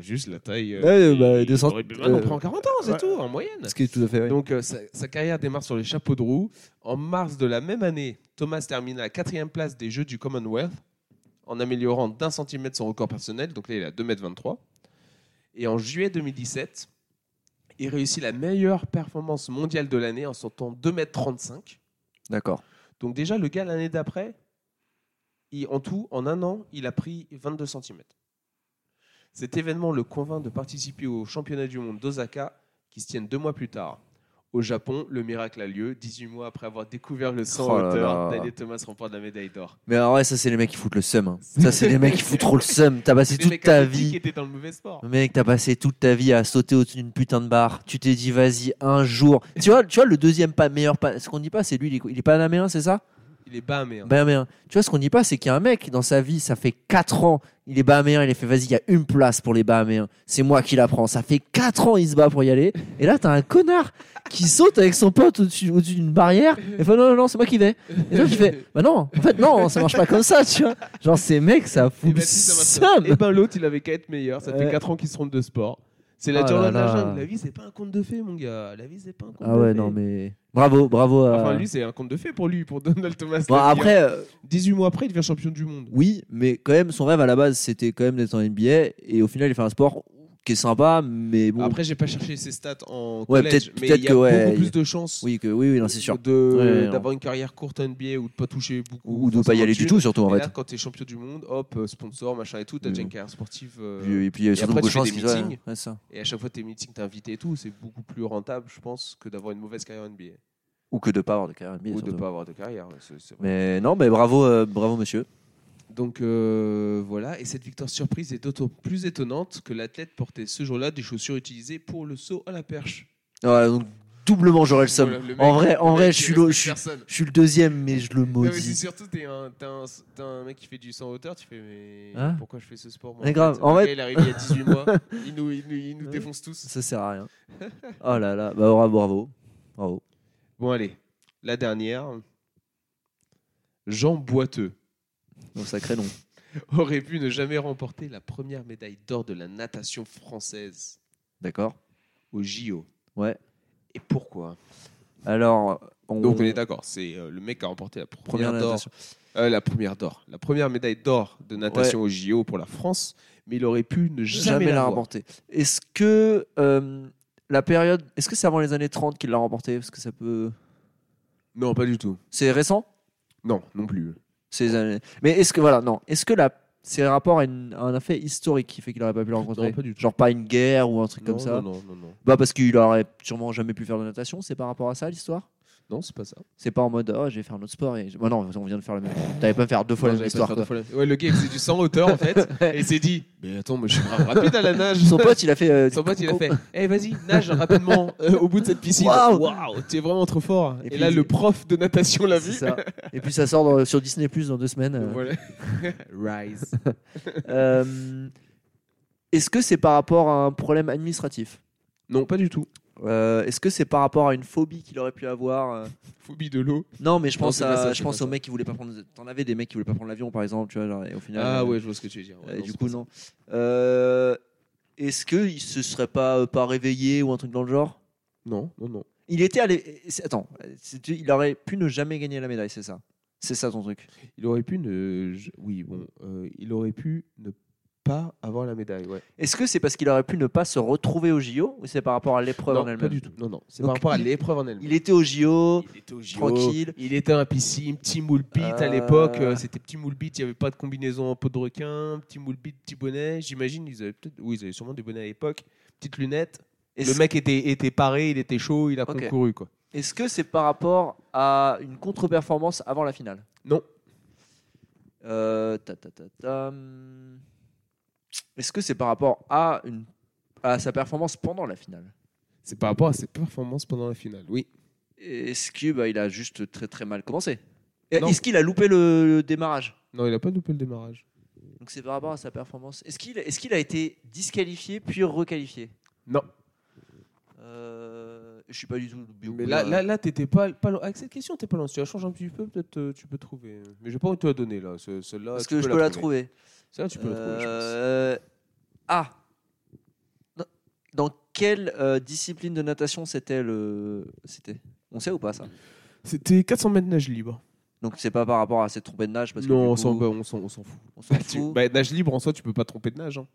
Juste la taille. Ouais, des- bah, des 200, rugbyman, on euh, prend 40 ans, c'est ouais. tout, en moyenne. Ce qui est tout à fait. ouais. Donc euh, sa, sa carrière démarre sur les chapeaux de roue. En mars de la même année, Thomas termine à la quatrième place des Jeux du Commonwealth en améliorant d'un centimètre son record personnel. Donc là, il est à 2m23. Et en juillet 2017, il réussit la meilleure performance mondiale de l'année en sortant 2m35. D'accord. Donc déjà, le gars, l'année d'après, il- en tout, en un an, il a pris 22 cm. Cet événement le convainc de participer au championnat du monde d'Osaka, qui se tiennent deux mois plus tard. Au Japon, le miracle a lieu, 18 mois après avoir découvert le sang Oh en là hauteur, là. Daniel Thomas remporte la médaille d'or. Mais alors, ouais, ça, c'est les mecs qui foutent le seum. hein. Ça, c'est les mecs qui foutent trop le seum. T'as passé Les toute mecs ta athlétiques vie. étaient dans le mauvais sport. Mec, t'as passé toute ta vie à sauter au-dessus d'une putain de barre. Tu t'es dit, vas-y, un jour. Tu vois, tu vois le deuxième pas meilleur pas. Ce qu'on dit pas, c'est lui, il est, il est panaméen, c'est ça Il est bas, mais... hein. Bahaméen. Tu vois, ce qu'on dit pas, c'est qu'il y a un mec dans sa vie, ça fait 4 ans, il est Bahaméen, il a fait, vas-y, il y a une place pour les Bahaméens. C'est moi qui la prends. Ça fait 4 ans, il se bat pour y aller. Et là, t'as un connard qui saute avec son pote au-dessus au-dessus d'une barrière et fait, non, non, non, c'est moi qui vais. Et toi, tu fais, bah non, en fait, non, ça marche pas comme ça, tu vois. Genre, ces mecs, ça Et fout ben, le si, ça marche pas. seum. Eh ben, l'autre, il avait qu'à être meilleur. Ça fait Ouais. 4 ans qu'ils se trompent de sport. C'est la Ah Jordan là de la là. jungle. La vie, c'est pas un conte de fées, mon gars. La vie, c'est pas un conte Ah de ouais, fées. non, mais. Bravo, bravo à. Enfin, lui, c'est un conte de fées pour lui, pour Donald Thomas. Bon, le meilleur. Euh, après, euh, 18 mois après, il devient champion du monde. oui, mais quand même, son rêve à la base, c'était quand même d'être en NBA. Et au final, il fait un sport qui est sympa, mais bon. Après, j'ai pas cherché ses stats en Ouais, collège, peut-être- mais peut-être il y a que, ouais, beaucoup plus il- de chances oui, que, oui, oui, non, c'est sûr. de- Ouais, non. d'avoir une carrière courte en NBA ou de pas toucher beaucoup. Ou de pas y forcément aller dessus. du tout, surtout, en Et fait. Mmh. là, quand t'es champion du monde, hop, euh, sponsor, machin et tout, t'as Oui, déjà une oui. carrière sportive. euh, Puis- et puis, il y a surtout après, beaucoup tu de fais chance des qu'ils soient- meetings. ouais, ça. Et à chaque fois tes meetings, t'es invité et tout, c'est beaucoup plus rentable, je pense, que d'avoir une mauvaise carrière NBA. Ou que de pas avoir de carrière NBA, ou de surtout. pas avoir de carrière. ouais, c'est- c'est vrai. Mais non, mais bravo, euh, bravo monsieur. Donc euh, voilà, et cette victoire surprise est d'autant plus étonnante que l'athlète portait ce jour-là des chaussures utilisées pour le saut à la perche. Ah, Voilà, donc doublement j'aurais le seum. Voilà, le mec- en vrai, en le vrai, mec je qui suis le, je respecte suis, personne. je suis le deuxième, mais je le Non, mais c'est maudis. surtout, t'es un, t'es un, t'es un mec qui fait du sang hauteur, tu fais, mais Hein pourquoi je fais ce sport moi, Mais grave, en Le fait- gars, il est arrivé il y a 18 mois, il nous, il nous, il nous Ouais. défonce tous. Ça sert à rien. Oh là là, bah, bravo, bravo, bravo. Bon, allez, la dernière. Jean Boiteux Donc sacré nom. aurait pu ne jamais remporter la première médaille d'or de la natation française D'accord. au JO. Ouais. Et pourquoi Alors, on, Donc on est d'accord, c'est euh, le mec qui a remporté la première, première d'or. natation. Euh, la première d'or, la première médaille d'or de natation au JO pour la France, mais il aurait pu ne jamais, jamais l'a l'avoir. remporté. Est-ce que euh, la période, est-ce que c'est avant les années 30 qu'il l'a remporté Parce que ça peut. Non, pas du tout. C'est récent Non, non plus. C'est les années- Mais est-ce que voilà, non, est-ce que la c'est rapport à, une- à un fait historique qui fait qu'il aurait pas pu le rencontrer Non, pas du tout. Genre pas une guerre ou un truc Non, comme ça Non, non, non, non. Bah parce qu'il aurait sûrement jamais pu faire de natation. C'est par rapport à ça l'histoire Non, c'est pas ça. C'est pas en mode oh je vais faire un autre sport et je- bah non on vient de faire le même. T'avais pas faire deux fois la Non, même j'allais pas histoire. faire Quoi. de folie. Ouais, le gars, il faisait du 100 hauteur en fait. et il s'est dit Mais attends, mais je suis grave rapide à la nage. Son pote il a fait. euh, Son pote, il a fait Eh, vas-y, nage rapidement euh, au bout de cette piscine. Waouh. t'es vraiment trop fort. Et Et, puis là, il- le prof de natation l'a C'est vu. ça. Et puis ça sort dans- sur Disney Plus dans deux semaines. euh. Voilà. Rise. Euh, Est-ce que c'est par rapport à un problème administratif Non, pas du tout. Euh, Est-ce que c'est par rapport à une phobie qu'il aurait pu avoir euh Phobie de l'eau. Non, mais je Non, pense, c'est à- pas ça, je c'est pense pas aux ça. mecs qui voulaient pas prendre. T'en avais des mecs qui voulaient pas prendre l'avion, par exemple, tu vois. genre, et au final, Ah euh, ouais, je vois ce que tu veux dire. Ouais, euh, non, du c'est coup, non. Euh, Est-ce qu'il se serait pas, euh, pas réveillé ou un truc dans le genre Non, non, non. Il était allé. c'est- Attends, c'est- il aurait pu ne jamais gagner la médaille, c'est ça C'est ça ton truc Il aurait pu ne. je- Oui, bon. euh, il aurait pu ne pas avoir la médaille. Ouais. Est-ce que c'est parce qu'il aurait pu ne pas se retrouver au JO ou c'est par rapport à l'épreuve en Non, pas elle-même du tout. Non, non. C'est Donc, par rapport à il- l'épreuve en elle-même. Il était au JO. Il était au JO, tranquille. Il était impissime. Petit moule bite à Euh. l'époque. euh, C'était petit moule bite. Il n'y avait pas de combinaison en peau de requin. Petit moule bite, petit bonnet. J'imagine, ils avaient peut-être. Oui, ils avaient sûrement des bonnets à l'époque. Petites lunettes. Est-ce Le mec était, était paré. Il était chaud. Il a Ok. concouru, quoi. est-ce que c'est par rapport à une contre-performance avant la finale Non. Euh, ta, ta, ta, ta, hum. Est-ce que c'est par rapport à, une, à sa performance pendant la finale C'est par rapport à ses performances pendant la finale. Oui. Est-ce que bah, il a juste très très mal commencé Et Non. Est-ce qu'il a loupé le, le démarrage Non, il n'a pas loupé le démarrage. Donc c'est par rapport à sa performance. Est-ce qu'il est qu'il a été disqualifié puis requalifié Non. Euh, Je suis pas du tout. Mais là, là, là t'étais pas, pas loin. Avec cette question, t'es pas loin. Si tu la changes un petit peu, peut-être euh, tu peux trouver. Mais je vais pas envie de te la donner là. Ce- Celle-là, parce tu que peux je peux la trouver. Celle-là, tu peux la trouver. je pense. Euh, ah Dans- Dans quelle euh, discipline de natation c'était le. C'était On sait ou pas ça C'était 400 mètres nage libre. Donc c'est pas par rapport à cette trompée de nage parce que non, du on coup, s'en bah, on s'en- on s'en fout. on s'en Tu- fout. bah, nage libre en soi, tu peux pas tromper de nage. hein.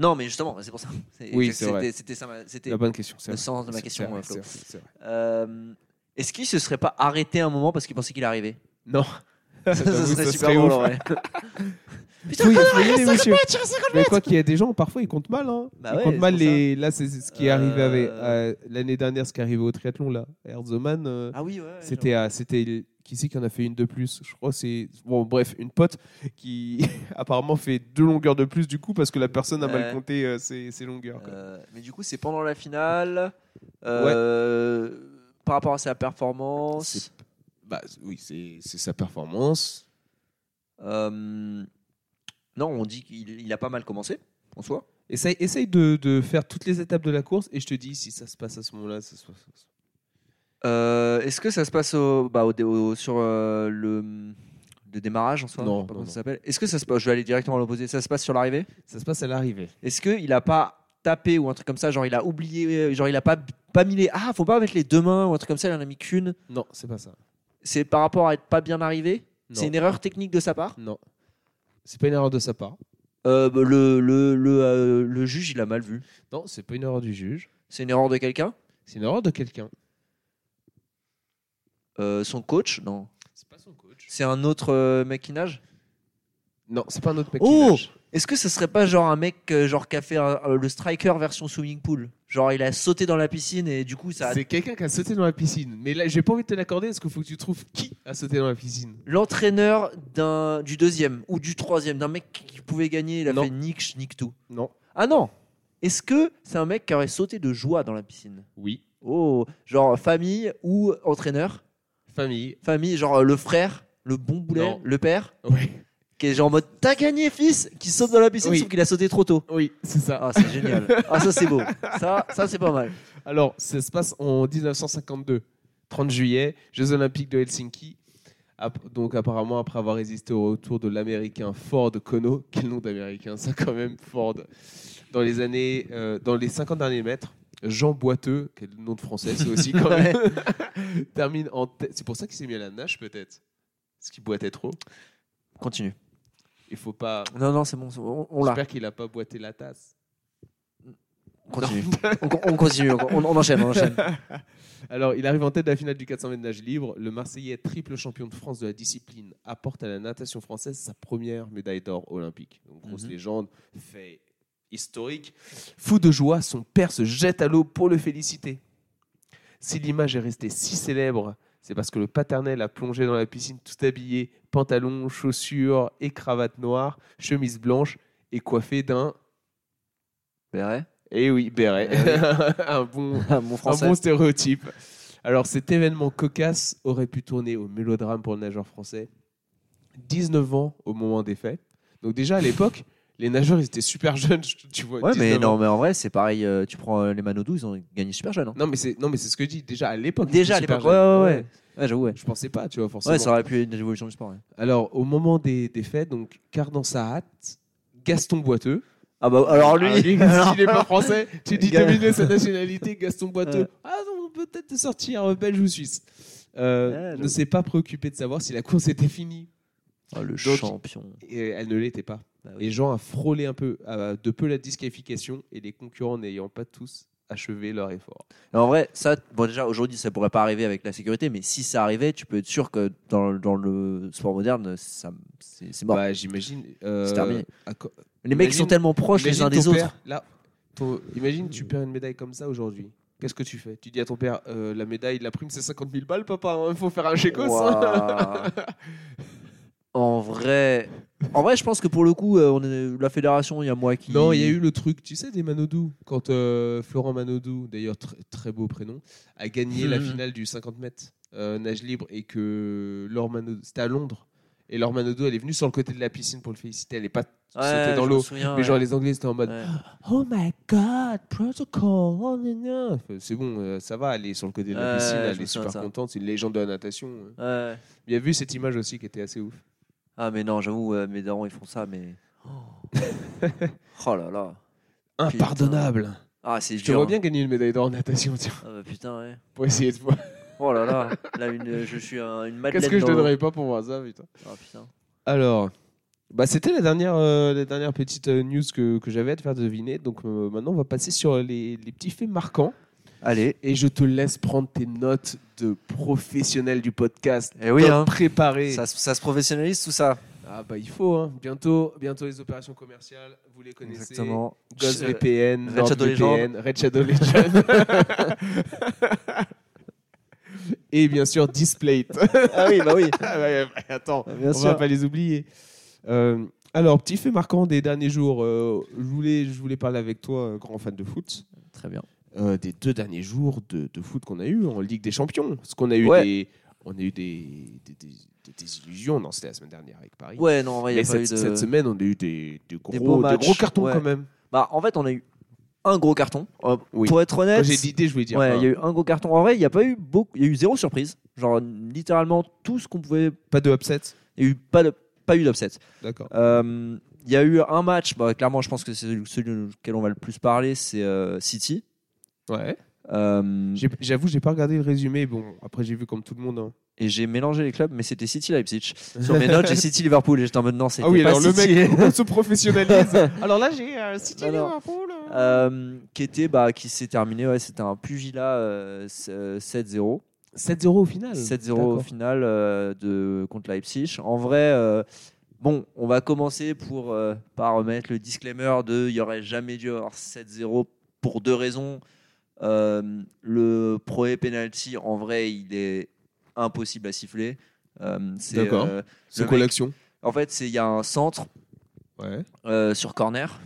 Non, mais justement, c'est pour ça. C'est- Oui, que c'est vrai. c'était- C'était ça ma- c'était La bonne question. c'est le vrai. sens de ma C'est- question. c'est vrai, euh, Flo. c'est vrai, c'est vrai. Euh, Est-ce qu'il se serait pas arrêté un moment parce qu'il pensait qu'il arrivait Non. Ça, J'avoue, serait Ah, bah ça super serait drôle, ouf. en vrai. Faut y- faut y aller, monsieur. Mais quoi qu'il y a des gens, parfois ils comptent mal. Hein. Bah ils ouais, comptent c'est mal pour ça. les. Là, c'est c'est ce qui est arrivé Euh. avec euh, l'année dernière, ce qui est arrivé au triathlon là. Herzeman. euh, Ah oui, ouais, ouais, C'était à- c'était qui c'est qui en a fait une de plus Je crois que c'est bon bref une pote qui apparemment fait deux longueurs de plus du coup parce que la personne a mal Ouais. compté euh, ses, ses longueurs. quoi. Euh, mais du coup, c'est pendant la finale. euh, Par rapport à sa performance. C'est- Bah oui c'est c'est sa performance. euh, non, on dit qu'il il a pas mal commencé, en soi. Essaye, essaye de, de faire toutes les étapes de la course et je te dis si ça se passe à ce moment-là. ça se passe à ce- Euh, Est-ce que ça se passe au, bah, au dé- au- sur euh, le, le démarrage en soi Non, Je non, sais pas comment ça non. s'appelle. Est-ce que ça se passe Je vais aller directement à l'opposé. Ça se passe sur l'arrivée Ça se passe à l'arrivée. Est-ce qu'il a pas tapé ou un truc comme ça Genre il a oublié, euh, genre il a pas, pas mis les. Ah, faut pas mettre les deux mains ou un truc comme ça, il en a mis qu'une. Non c'est pas ça. C'est par rapport à être pas bien arrivé Non. C'est une erreur technique de sa part Non c'est pas une erreur de sa part. Euh, bah, le, le, le, euh, le juge, il a mal vu. Non c'est pas une erreur du juge. C'est une erreur de quelqu'un C'est une erreur de quelqu'un. Euh, Son coach Non. C'est pas son coach. C'est un autre euh, mec qui nage Non c'est pas un autre mec. Oh qui nage. Est-ce que ce serait pas genre un mec euh, genre qui a fait un- euh, le striker version swimming pool Genre il a sauté dans la piscine et du coup ça a... C'est quelqu'un qui a sauté dans la piscine. Mais là, j'ai pas envie de te l'accorder parce qu'il faut que tu trouves qui a sauté dans la piscine. L'entraîneur d'un- du deuxième ou du troisième, d'un mec qui pouvait gagner, il a Non. fait nique, je nique tout. Non. Ah non Est-ce que c'est un mec qui aurait sauté de joie dans la piscine Oui. Oh, genre famille ou entraîneur Famille. Famille, genre euh, le frère, le bon boulet, Non. le père Oui. qui est genre en mode t'as gagné fils qui saute dans la piscine Oui. sauf qu'il a sauté trop tôt Oui, c'est ça. ah c'est génial ah ça c'est beau ça ça c'est pas mal Alors, ça se passe en 1952, 30 juillet, Jeux Olympiques de Helsinki. Ap- Donc, apparemment, après avoir résisté au retour de l'américain Ford Kono, quel nom d'américain, ça quand même, Ford, dans les années, euh, dans les 50 derniers mètres, Jean Boiteux, quel nom de français, c'est aussi quand même, termine en tête. C'est pour ça qu'il s'est mis à la nage, peut-être. Parce qu'il boitait trop. continue Il faut pas. non non c'est bon c'est bon, on, on l'a J'espère qu'il a pas boité la tasse. on continue on, on continue on, on enchaîne on enchaîne Alors, il arrive en tête de la finale du 400 mètres nage libre. Le Marseillais, triple champion de France de la discipline, apporte à la natation française sa première médaille d'or olympique. Donc, grosse Mhm. légende, fait historique. Fou de joie, son père se jette à l'eau pour le féliciter. Si l'image est restée si célèbre, c'est parce que le paternel a plongé dans la piscine tout habillé, pantalon, chaussures et cravate noire, chemise blanche et coiffé d'un. Béret Eh oui, béret. un bon Ah, mon un français bon stéréotype. Alors cet événement cocasse aurait pu tourner au mélodrame pour le nageur français. 19 ans au moment des faits. Donc déjà à l'époque, les nageurs, ils étaient super jeunes, je- tu vois. Ouais, mais 19 ans. non, mais en vrai, c'est pareil. euh, tu prends euh, les Manodou, ils ont gagné super jeune. hein. Non, mais c'est non, mais c'est ce que je dis. Déjà à l'époque. Déjà à c'était l'époque. Oh, super Ouais, ouais, jeune. ouais. Ouais, j'avoue, ouais. Je pensais pas, tu vois, forcément. Ouais, ça aurait pu être une évolution du sport. ouais. Alors, au moment des, des faits, donc, Cardan Sahat, Gaston Boiteux. Ah bah alors lui. Ah, alors- s'il est pas français, tu dis Ga- deviner sa nationalité, Gaston Boiteux. Ouais. Ah non, peut-être sortir euh, belge ou suisse. Euh, Ouais, ne j'avoue. s'est pas préoccupé de savoir si la course était finie. Ah, le Donc- champion. Et elle ne l'était pas. Bah oui. Les gens a frôlé un peu, euh, de peu la disqualification et les concurrents n'ayant pas tous achevé leur effort. En vrai, ça, bon, déjà aujourd'hui, ça pourrait pas arriver avec la sécurité, mais si ça arrivait, tu peux être sûr que dans, dans le sport moderne, ça, c'est c'est mort. Bah, j'imagine. euh, C'est terminé. à co- les mecs imagine- sont tellement proches les Imagine uns des ton autres. père, là, ton- imagine, tu perds une médaille comme ça aujourd'hui. Qu'est-ce que tu fais Tu dis à ton père, euh, la médaille, la prime, c'est 50 000 balles, papa, il faut faire un chécos. Ouah. en vrai, en vrai, je pense que pour le coup, euh, on est- la fédération, il y a moi qui. Non, il y a eu le truc, tu sais, des Manodou. Quand euh, Florent Manodou, d'ailleurs tr- très beau prénom, a gagné la Mhm. finale du 50 mètres euh, nage libre et que Laure Manodou, c'était à Londres, et Laure Manodou, elle est venue sur le côté de la piscine pour le féliciter. Elle est pas Ouais, sautée dans je me l'eau. souviens, Mais genre, ouais. les Anglais, c'était en mode Ouais. Oh my god, protocol, oh gna gna. Enfin, C'est bon, euh, ça va, elle est sur le côté de la Ouais, piscine, je elle me est souviens super de ça. contente, c'est une légende de la natation. ouais. Ouais. Il y a vu cette image aussi qui était assez ouf. Ah mais non, j'avoue, euh, mes darons ils font ça, mais. Oh, là là. Impardonnable. Ah c'est Je te dur. vois hein. bien gagner une médaille d'or en natation, tiens, Ah bah putain ouais. pour essayer de voir. Oh là là. Là une, euh, je suis un- une madeleine. Qu'est-ce que je dans l'eau. donnerais pas pour voir ça, putain. Ah putain. Alors, bah, c'était la dernière, euh, la dernière petite euh, news que, que j'avais à te faire deviner. Donc euh, maintenant, on va passer sur les, les petits faits marquants. Allez. Et je te laisse prendre tes notes de professionnel du podcast. Eh oui, Top hein. préparé. Ça, se- ça se professionnalise tout ça. Ah bah il faut, hein. bientôt, bientôt les opérations commerciales, vous les connaissez. Exactement. Ghost Je- VPN, Red Nord Shadow VPN, Red Shadow Legend. Et bien sûr Displate. Ah oui, bah oui. Ah ouais, ouais, Attends, Bien on va sûr. pas les oublier. Euh, alors, petit fait marquant des derniers jours, euh, je, voulais, je voulais parler avec toi, euh, grand fan de foot, Très bien. euh, des deux derniers jours de, de foot qu'on a eu en Ligue des Champions. Parce qu'on a eu Ouais. des... On a eu des, des, des- des désillusions, non, c'était la semaine dernière avec Paris. Ouais, non, en vrai, il y Mais a pas cette, eu de. cette semaine, on a eu des, des gros, beaux des matchs, gros cartons ouais. quand même. Bah en fait, on a eu un gros carton. Euh, Oui. Pour être honnête. Quand j'ai d'idées, je voulais dire. hein. un. Ouais, il y a eu un gros carton. En vrai, il n'y a pas eu beaucoup. Il y a eu zéro surprise. Genre littéralement tout ce qu'on pouvait. Pas de upset. Il n'y a eu pas de pas eu d'upset. D'accord. Euh, Il y a eu un match, bah, clairement, je pense que c'est celui auquel on va le plus parler, c'est euh, City. Ouais. Euh, J'ai- J'avoue, j'ai pas regardé le résumé. Bon, après, j'ai vu comme tout le monde. hein. et j'ai mélangé les clubs, mais c'était City Leipzig. Sur mes notes, j'ai City Liverpool et j'étais en mode non, c'était Ah oui, pas alors le City. mec on se professionnalise. alors là, j'ai euh, City Alors, Liverpool. Euh, qui était bah, qui s'est terminé ouais, c'était un pugilat euh, s- euh, 7-0 7-0 au final. 7-0 au final euh, de contre Leipzig en vrai euh, bon on va commencer pour euh, par remettre le disclaimer de il y aurait jamais dû avoir 7-0 pour deux raisons Euh, le premier penalty en vrai il est impossible à siffler Euh, c'est, D'accord. euh, C'est Le quoi mec- l'action en fait c'est il y a un centre Ouais. euh, sur corner.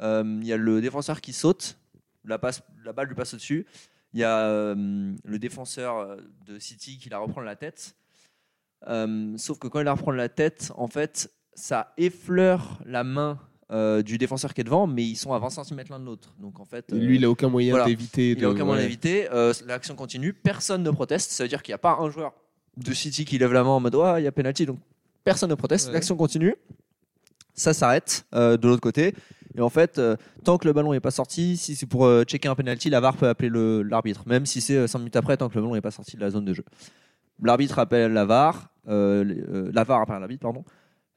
Euh, Il y a le défenseur qui saute, la, passe, la balle lui passe au-dessus. Il y a euh, le défenseur euh, de City qui la reprend la tête. Euh, sauf que quand il la reprend la tête, en fait, ça effleure la main euh, du défenseur qui est devant, mais ils sont à 20 cm l'un de l'autre. Donc en fait, euh, Lui, il a aucun moyen voilà. d'éviter. il n'a de- aucun moyen ouais. d'éviter. Euh, L'action continue, personne ne proteste. Ça veut dire qu'il n'y a pas un joueur de City qui lève la main en mode ouais, il y a penalty. Donc personne ne proteste. Ouais. L'action continue. Ça s'arrête euh, de l'autre côté. Et en fait, euh, tant que le ballon n'est pas sorti, si c'est pour euh, checker un penalty, la VAR peut appeler le- l'arbitre. Même si c'est 5 minutes après, tant que le ballon n'est pas sorti de la zone de jeu. L'arbitre appelle la VAR. euh, les- euh, la VAR appelle l'arbitre, pardon.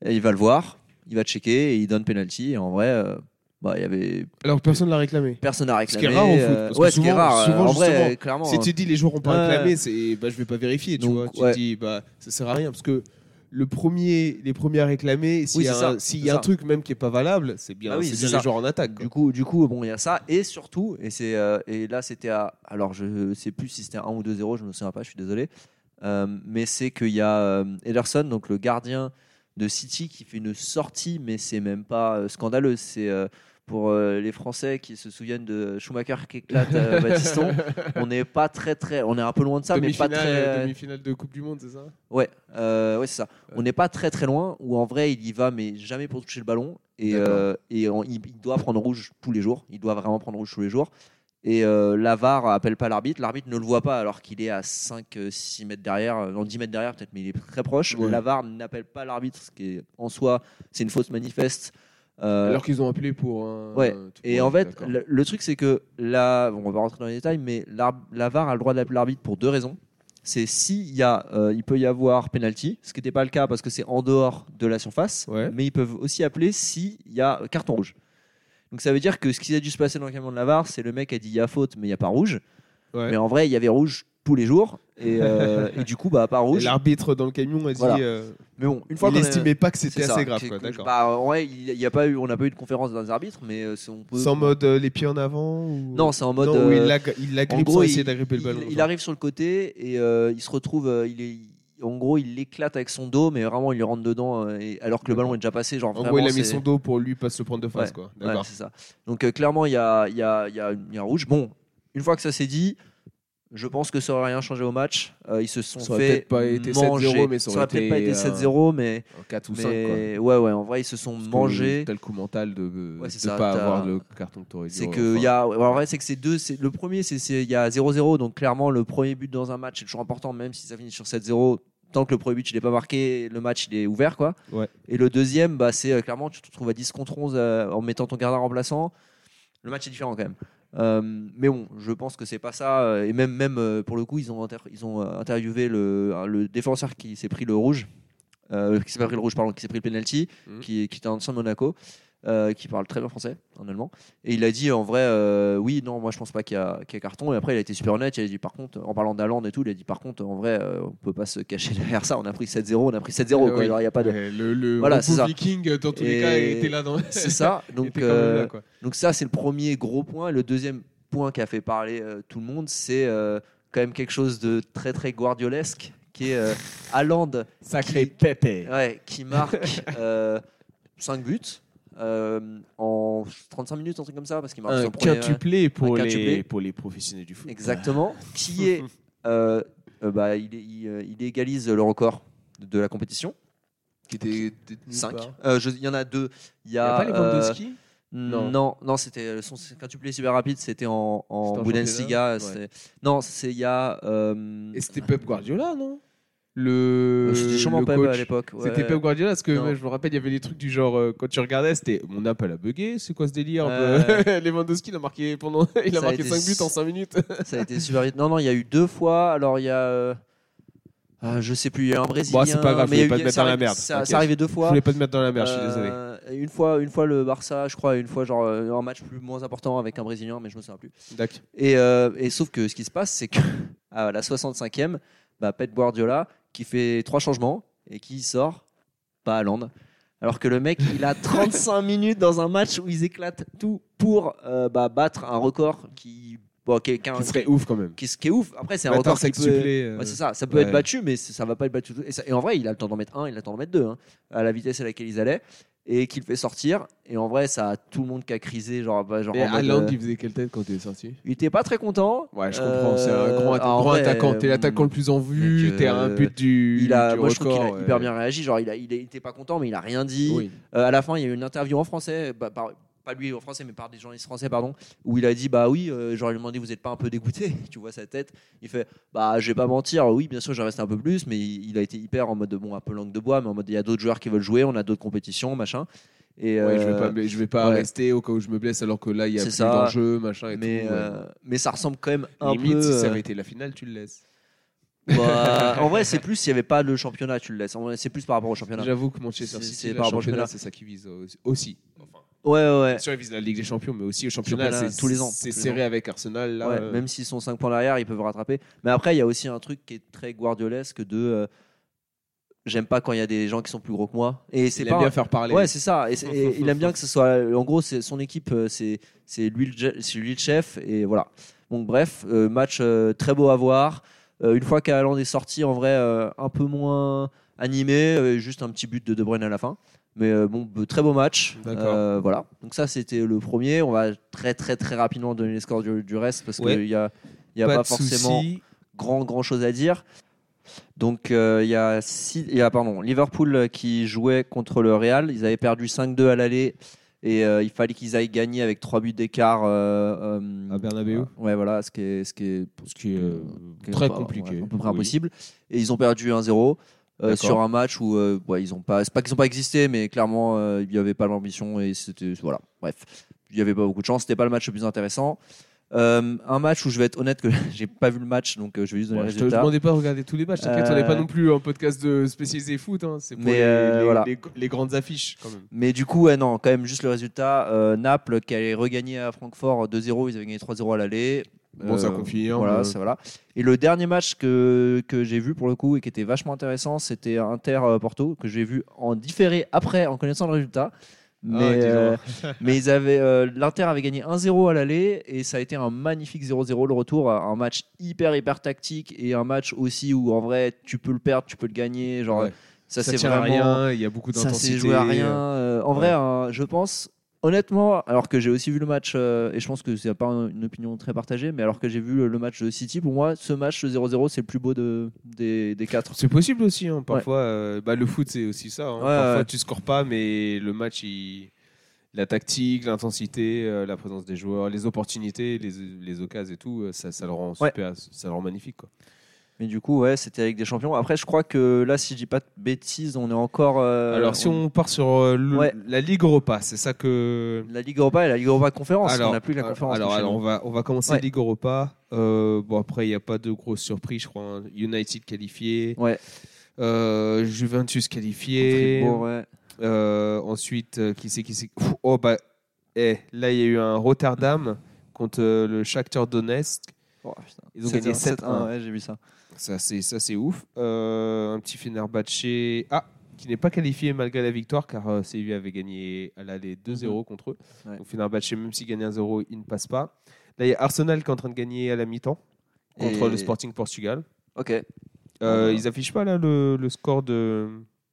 Et il va le voir. Il va checker et il donne penalty. Et en vrai, euh, bah, il y avait Alors, personne l'a réclamé. personne n'a réclamé. qui est rare au foot, euh, parce que ouais, ce qui est souvent- rare. euh, souvent, en vrai, justement, euh, clairement. Si tu dis les joueurs ont pas Ouais. réclamé, c'est bah je vais pas vérifier, tu Donc, vois. Tu ouais. te dis bah ça sert à rien parce que le premier, les premiers à réclamer, s'il Oui, y c'est a, un, ça, s'il c'est y a un ça. truc même qui est pas valable, c'est bien, Bah oui, c'est c'est bien ça. les joueurs en attaque. quoi. Du coup, du coup, bon, il y a ça. Et surtout, et c'est euh, et là, c'était à. Alors, je sais plus si c'était 1 ou 2-0, je me souviens pas, je suis désolé. Euh, mais c'est qu'il y a euh, Ederson, donc le gardien de City, qui fait une sortie, mais c'est même pas euh, scandaleux. C'est euh, Pour euh, les Français qui se souviennent de Schumacher qui éclate euh, Batiston, on n'est pas très très, on est un peu loin de ça, mais pas Demi-finale, très. euh, demi-finale de Coupe du Monde, c'est ça Ouais, euh, ouais c'est ça. On n'est pas très très loin où en vrai il y va mais jamais pour toucher le ballon et, D'accord. euh, et en- il, il doit prendre rouge tous les jours. Il doit vraiment prendre rouge tous les jours. Et euh, la VAR appelle pas l'arbitre, l'arbitre ne le voit pas alors qu'il est à 5-6 mètres derrière, euh, non 10 mètres derrière peut-être, mais il est très proche. Ouais. La VAR n'appelle pas l'arbitre, ce qui est en soi c'est une faute manifeste. Euh, Alors qu'ils ont appelé pour un. ouais. tout et pour en un, fait, d'accord. le, le truc, c'est que là, bon, on va rentrer dans les détails, mais l'ar- la VAR a le droit d'appeler l'arbitre pour deux raisons. C'est s'il y a, euh, il peut y avoir penalty, ce qui n'était pas le cas parce que c'est en dehors de la surface, Ouais. mais ils peuvent aussi appeler s'il y a carton rouge. Donc ça veut dire que ce qui a dû se passer dans le camion de la VAR, c'est le mec a dit il y a faute, mais il n'y a pas rouge. Ouais. Mais en vrai, il y avait rouge tous les jours, et, euh, et du coup, bah, pas Et rouge. L'arbitre dans le camion a dit. Voilà. euh, Mais bon, une fois Il qu'on a- estimait pas que c'est c'était ça, assez grave, c'est quoi, que- D'accord. bah, ouais, il y a pas eu, on n'a pas eu de conférence dans les arbitres, mais euh, c'est- on peut. Sans mode euh, les pieds en avant ou... Non, c'est en mode. Non, où euh, il la, il la en grippe gros, sans il- essayer d'agripper le ballon. il, il genre. arrive sur le côté et euh, il se retrouve. euh, il est, en gros, il l'éclate avec son dos, mais vraiment, il lui rentre dedans euh, et- alors que le ballon est déjà passé. Genre, en gros, vraiment, il a mis c'est- son dos pour lui pas se prendre de face, quoi. Ouais, D'accord. c'est ça. Donc, euh, clairement, il y a, il y, a, il y, a, une- il y a un rouge. Bon, une fois que ça s'est dit, je pense que ça n'aurait rien changé au match. Euh, ils se sont Ça aurait fait. peut-être pas été manger. 7-0, mais ça aurait peut-être pas été, été euh, 7-0, mais. 4 ou 5, quoi. mais ouais, ouais, en vrai, ils se sont Parce que mangés. T'as le coup mental de ne Ouais, c'est ça, pas t'as- avoir le carton que t'aurais dû. C'est avoir. que y a, ouais, en vrai, c'est que c'est deux. c'est- Le premier, c'est c'est- il y a 0-0, donc clairement le premier but dans un match est toujours important, même si ça finit sur 7-0. Tant que le premier but il n'est pas marqué, le match il est ouvert quoi. Ouais. Et le deuxième, bah, c'est euh, clairement tu te retrouves à 10 contre 11 euh, en mettant ton gardien remplaçant. Le match est différent quand même. Euh, mais bon, je pense que c'est pas ça. euh, Et même, même euh, pour le coup, ils ont, inter- ils ont euh, interviewé le, le défenseur qui s'est pris le rouge, euh, qui s'est pas pris le rouge, pardon, qui s'est pris le penalty, Mhm. qui, qui était un ancien de Monaco, euh, qui parle très bien français, en allemand. Et il a dit en vrai, euh, oui, non, moi je pense pas qu'il y, a- qu'il y a carton. Et après, il a été super honnête. Il a dit par contre, en parlant d'Aland et tout, il a dit par contre, en vrai, euh, on peut pas se cacher derrière ça. On a pris 7-0, on a pris 7-0. Euh, quoi. oui. Alors, il y a pas de. Ouais, Le, le Voilà, Robo c'est ça. Viking, euh, dans tous les Et- cas, était là. Dans... C'est ça. Il Donc, était quand même euh, là, quoi. donc ça, c'est le premier gros point. Et le deuxième point qui a fait parler euh, tout le monde, c'est euh, quand même quelque chose de très très guardiolesque, qui est euh, Haaland, Sacré pépé. ouais, qui marque 5 buts euh, en 35 minutes, un truc comme ça, parce qu'il marque Un son premier- quintuplé pour les un quintuplé. pour les professionnels du foot. Exactement. Qui est, euh, euh, bah, il, est- il, euh, il égalise le record de- de la compétition. Qui était détenu 5. par- il y en a deux. Il y Il y a, a pas les bandes de euh, ski Non. Non, non, c'était euh, son quintuplé super rapide, c'était en, en C'était en Bundesliga. championnat, c'est- Non, c'est il y a. euh, Et c'était Pep Guardiola, non Le. C'était sûrement le Pep coach. à l'époque. ouais. C'était Pep Guardiola parce que Non. ouais, je me rappelle, il y avait des trucs du genre euh, quand tu regardais, c'était mon appel a bugué, c'est quoi ce délire Euh. Lewandowski il a marqué pendant il a Ça a marqué été 5 buts en 5 minutes. Ça a été super vite. Non, non, il y a eu deux fois. Alors il y a. euh, ah, je sais plus, il y a eu un Brésilien. Bah, c'est pas grave, je mais il y a voulais pas eu- te mettre ça dans la arrive- merde. Ça, Ok, ça arrivait deux fois. je voulais pas te mettre dans la merde, je suis désolé. Euh, une fois, une fois le Barça, je crois, une fois genre euh, un match plus moins important avec un Brésilien, mais je me souviens plus. D'accord. Et, euh, et sauf que ce qui se passe, c'est que à la 65e, bah, Pep Guardiola qui fait trois changements et qui sort pas Haaland. Alors que le mec, il a 35 minutes dans un match où ils éclatent tout pour euh, bah, battre un record qui, bon, quelqu'un Ce serait ouf quand même. qui, qui est ouf. Après, c'est un Attends, record qui c'est que peut, supplé, euh, Ouais, c'est ça, ça peut ouais. être battu, mais c- ça va pas être battu. Et, ça- et en vrai, il a le temps d'en mettre un, il a le temps d'en mettre deux, hein, à la vitesse à laquelle ils allaient, et qu'il fait sortir. Et en vrai, ça a tout le monde qui a crisé, genre, bah, genre Et en mode, Haaland, euh, il faisait quelle tête quand il est sorti il était pas très content. Ouais, je Euh, comprends. c'est un grand, ah, en grand vrai, attaquant. T'es euh, l'attaquant le plus en vue. mec, euh, T'es à un but du. Il a, du moi, je trouve record, qu'il a ouais. hyper bien réagi. Genre, il, a, il était pas content, mais il a rien dit. euh. Oui. Euh, à la fin, il y a eu une interview en français, bah, par- pas lui en français, mais par des journalistes français, pardon, où il a dit Bah oui, euh, genre, il lui demandé Vous n'êtes pas un peu dégoûté Tu vois sa tête. Il fait Bah, je vais pas mentir, oui, bien sûr, j'ai resté un peu plus, mais il, il a été hyper en mode Bon, un peu langue de bois, mais en mode Il y a d'autres joueurs qui veulent jouer, on a d'autres compétitions, machin. Et, Ouais, je vais euh, pas, mais je vais pas ouais. rester au cas où je me blesse alors que là il y a C'est plus ça. d'enjeu, machin et mais, tout. ouais. euh, mais ça ressemble quand même un Limite, peu. si ça euh, avait été la finale, tu le laisses. bah, en vrai, c'est plus s'il n'y avait pas le championnat, tu le laisses. En vrai, C'est plus par rapport au championnat. J'avoue que Manchester C'est- City, c'est le par rapport au championnat, championnat. c'est ça qui vise aussi. aussi. Enfin, Ouais, ouais, ouais. bien sûr, ils visent la Ligue des Champions, mais aussi le championnat, Championnat, c'est tous les ans, C'est tous les serré avec Arsenal là. Ouais, euh, Même s'ils sont 5 points derrière, ils peuvent rattraper. Mais après, il y a aussi un truc qui est très guardiolesque de. euh, J'aime pas quand il y a des gens qui sont plus gros que moi. Et c'est il pas. aime bien faire parler. Ouais, c'est ça. Et, c'est- et il aime bien que ce soit. En gros, c'est son équipe, euh, c'est c'est lui, le je- c'est lui le chef. Et voilà. Donc, bref, euh, match euh, très beau à voir. Euh, une fois qu'Aland est sorti, en vrai, euh, un peu moins animé, euh, juste un petit but de De Bruyne à la fin. Mais euh, bon, be- très beau match. D'accord. Euh, voilà. Donc ça, c'était le premier. On va très très très rapidement donner les scores du, du reste parce Ouais. qu'il n'y a, il y a pas, de forcément soucis. grand grand chose à dire. Donc euh, il y a six- il y a pardon, Liverpool euh, qui jouait contre le Real, ils avaient perdu 5-2 à l'aller et euh, il fallait qu'ils aillent gagner avec 3 buts d'écart euh, euh, À Bernabéu. Ouais voilà, ce qui est ce qui est Ce qui est euh, qui est très pas- compliqué. ouais, à peu près Oui. impossible et ils ont perdu 1-0. euh, D'accord. sur un match où euh, ouais, ils ont pas c'est pas qu'ils ont pas existé mais clairement euh, il n'y avait pas l'ambition et c'était voilà bref il n'y avait pas beaucoup de chance c'était pas le match le plus intéressant Euh, un match où je vais être honnête que j'ai pas vu le match donc euh, je vais juste donner Ouais, les je te résultats demandais pas de regarder tous les matchs, t'inquiète, on n'est pas Euh, non plus un podcast de spécialisé foot, hein, c'est pour Mais, les, euh, les- voilà. les- les grandes affiches quand même. Mais du coup, ouais, non, quand même, juste le résultat. euh, Naples qui allait regagner à Francfort 2-0, ils avaient gagné 3-0 à l'aller. Bon, ça confirme, hein, Euh, Voilà, mais- ça, voilà. Et le dernier match que, que j'ai vu pour le coup et qui était vachement intéressant, c'était Inter-Porto, que j'ai vu en différé après, en connaissant le résultat. Mais, Ah, dis donc. euh, mais ils avaient euh, l'Inter avait gagné 1-0 à l'aller et ça a été un magnifique 0-0 le retour, un match hyper hyper tactique et un match aussi où en vrai tu peux le perdre, tu peux le gagner, genre Ouais. ça, ça c'est tient vraiment à rien, il y a beaucoup ça d'intensité. s'est joué à rien. Euh, en vrai, ouais. hein, je pense, honnêtement, alors que j'ai aussi vu le match, euh, et je pense que c'est pas un- une opinion très partagée, mais alors que j'ai vu le match de City, pour moi, ce match le 0-0, c'est le plus beau de, des, des quatre. C'est possible aussi, hein, parfois. euh, bah, le foot, c'est aussi ça. hein. Ouais, parfois, ouais. tu scores pas, mais le match, il- la tactique, l'intensité, euh, la présence des joueurs, les opportunités, les, les occasions et tout, euh, ça, ça le rend Ouais. super, ça le rend magnifique. Quoi. Mais du coup, ouais, c'était avec des champions. Après, je crois que là, si je dis pas de bêtises, on est encore. euh, Alors, si on part sur euh, le- Ouais. la Ligue Europa, c'est ça que. La Ligue Europa et la Ligue Europa Conférence, on n'a plus que la euh, conférence. Alors, nous, chez alors, nous. on, va, on va commencer Ouais. Ligue Europa. Euh, bon, après, il n'y a pas de grosse surprise, je crois. hein. United qualifié, Ouais, euh, Juventus qualifié. Fribourg, ouais. Euh, ensuite, euh, qui c'est qui c'est Ouh, Oh bah, eh, là il y a eu un Rotterdam contre euh, le Shakhtar Donetsk. Oh, putain. Ils ont gagné 7-1, 7-1. Ouais, j'ai vu ça. Ça c'est ça c'est ouf. Euh, un petit Fenerbahce. Ah. Qui n'est pas qualifié malgré la victoire car euh, Séville avait gagné à l'aller 2-0 contre eux. Mhm. Ouais. Donc Fenerbahce, même s'il gagnait 1-0, il ne passe pas. Là, il y a Arsenal qui est en train de gagner à la mi-temps contre Et- Ah, le Sporting Portugal. Ok. Euh, Ouais. Ils affichent pas là le, le score de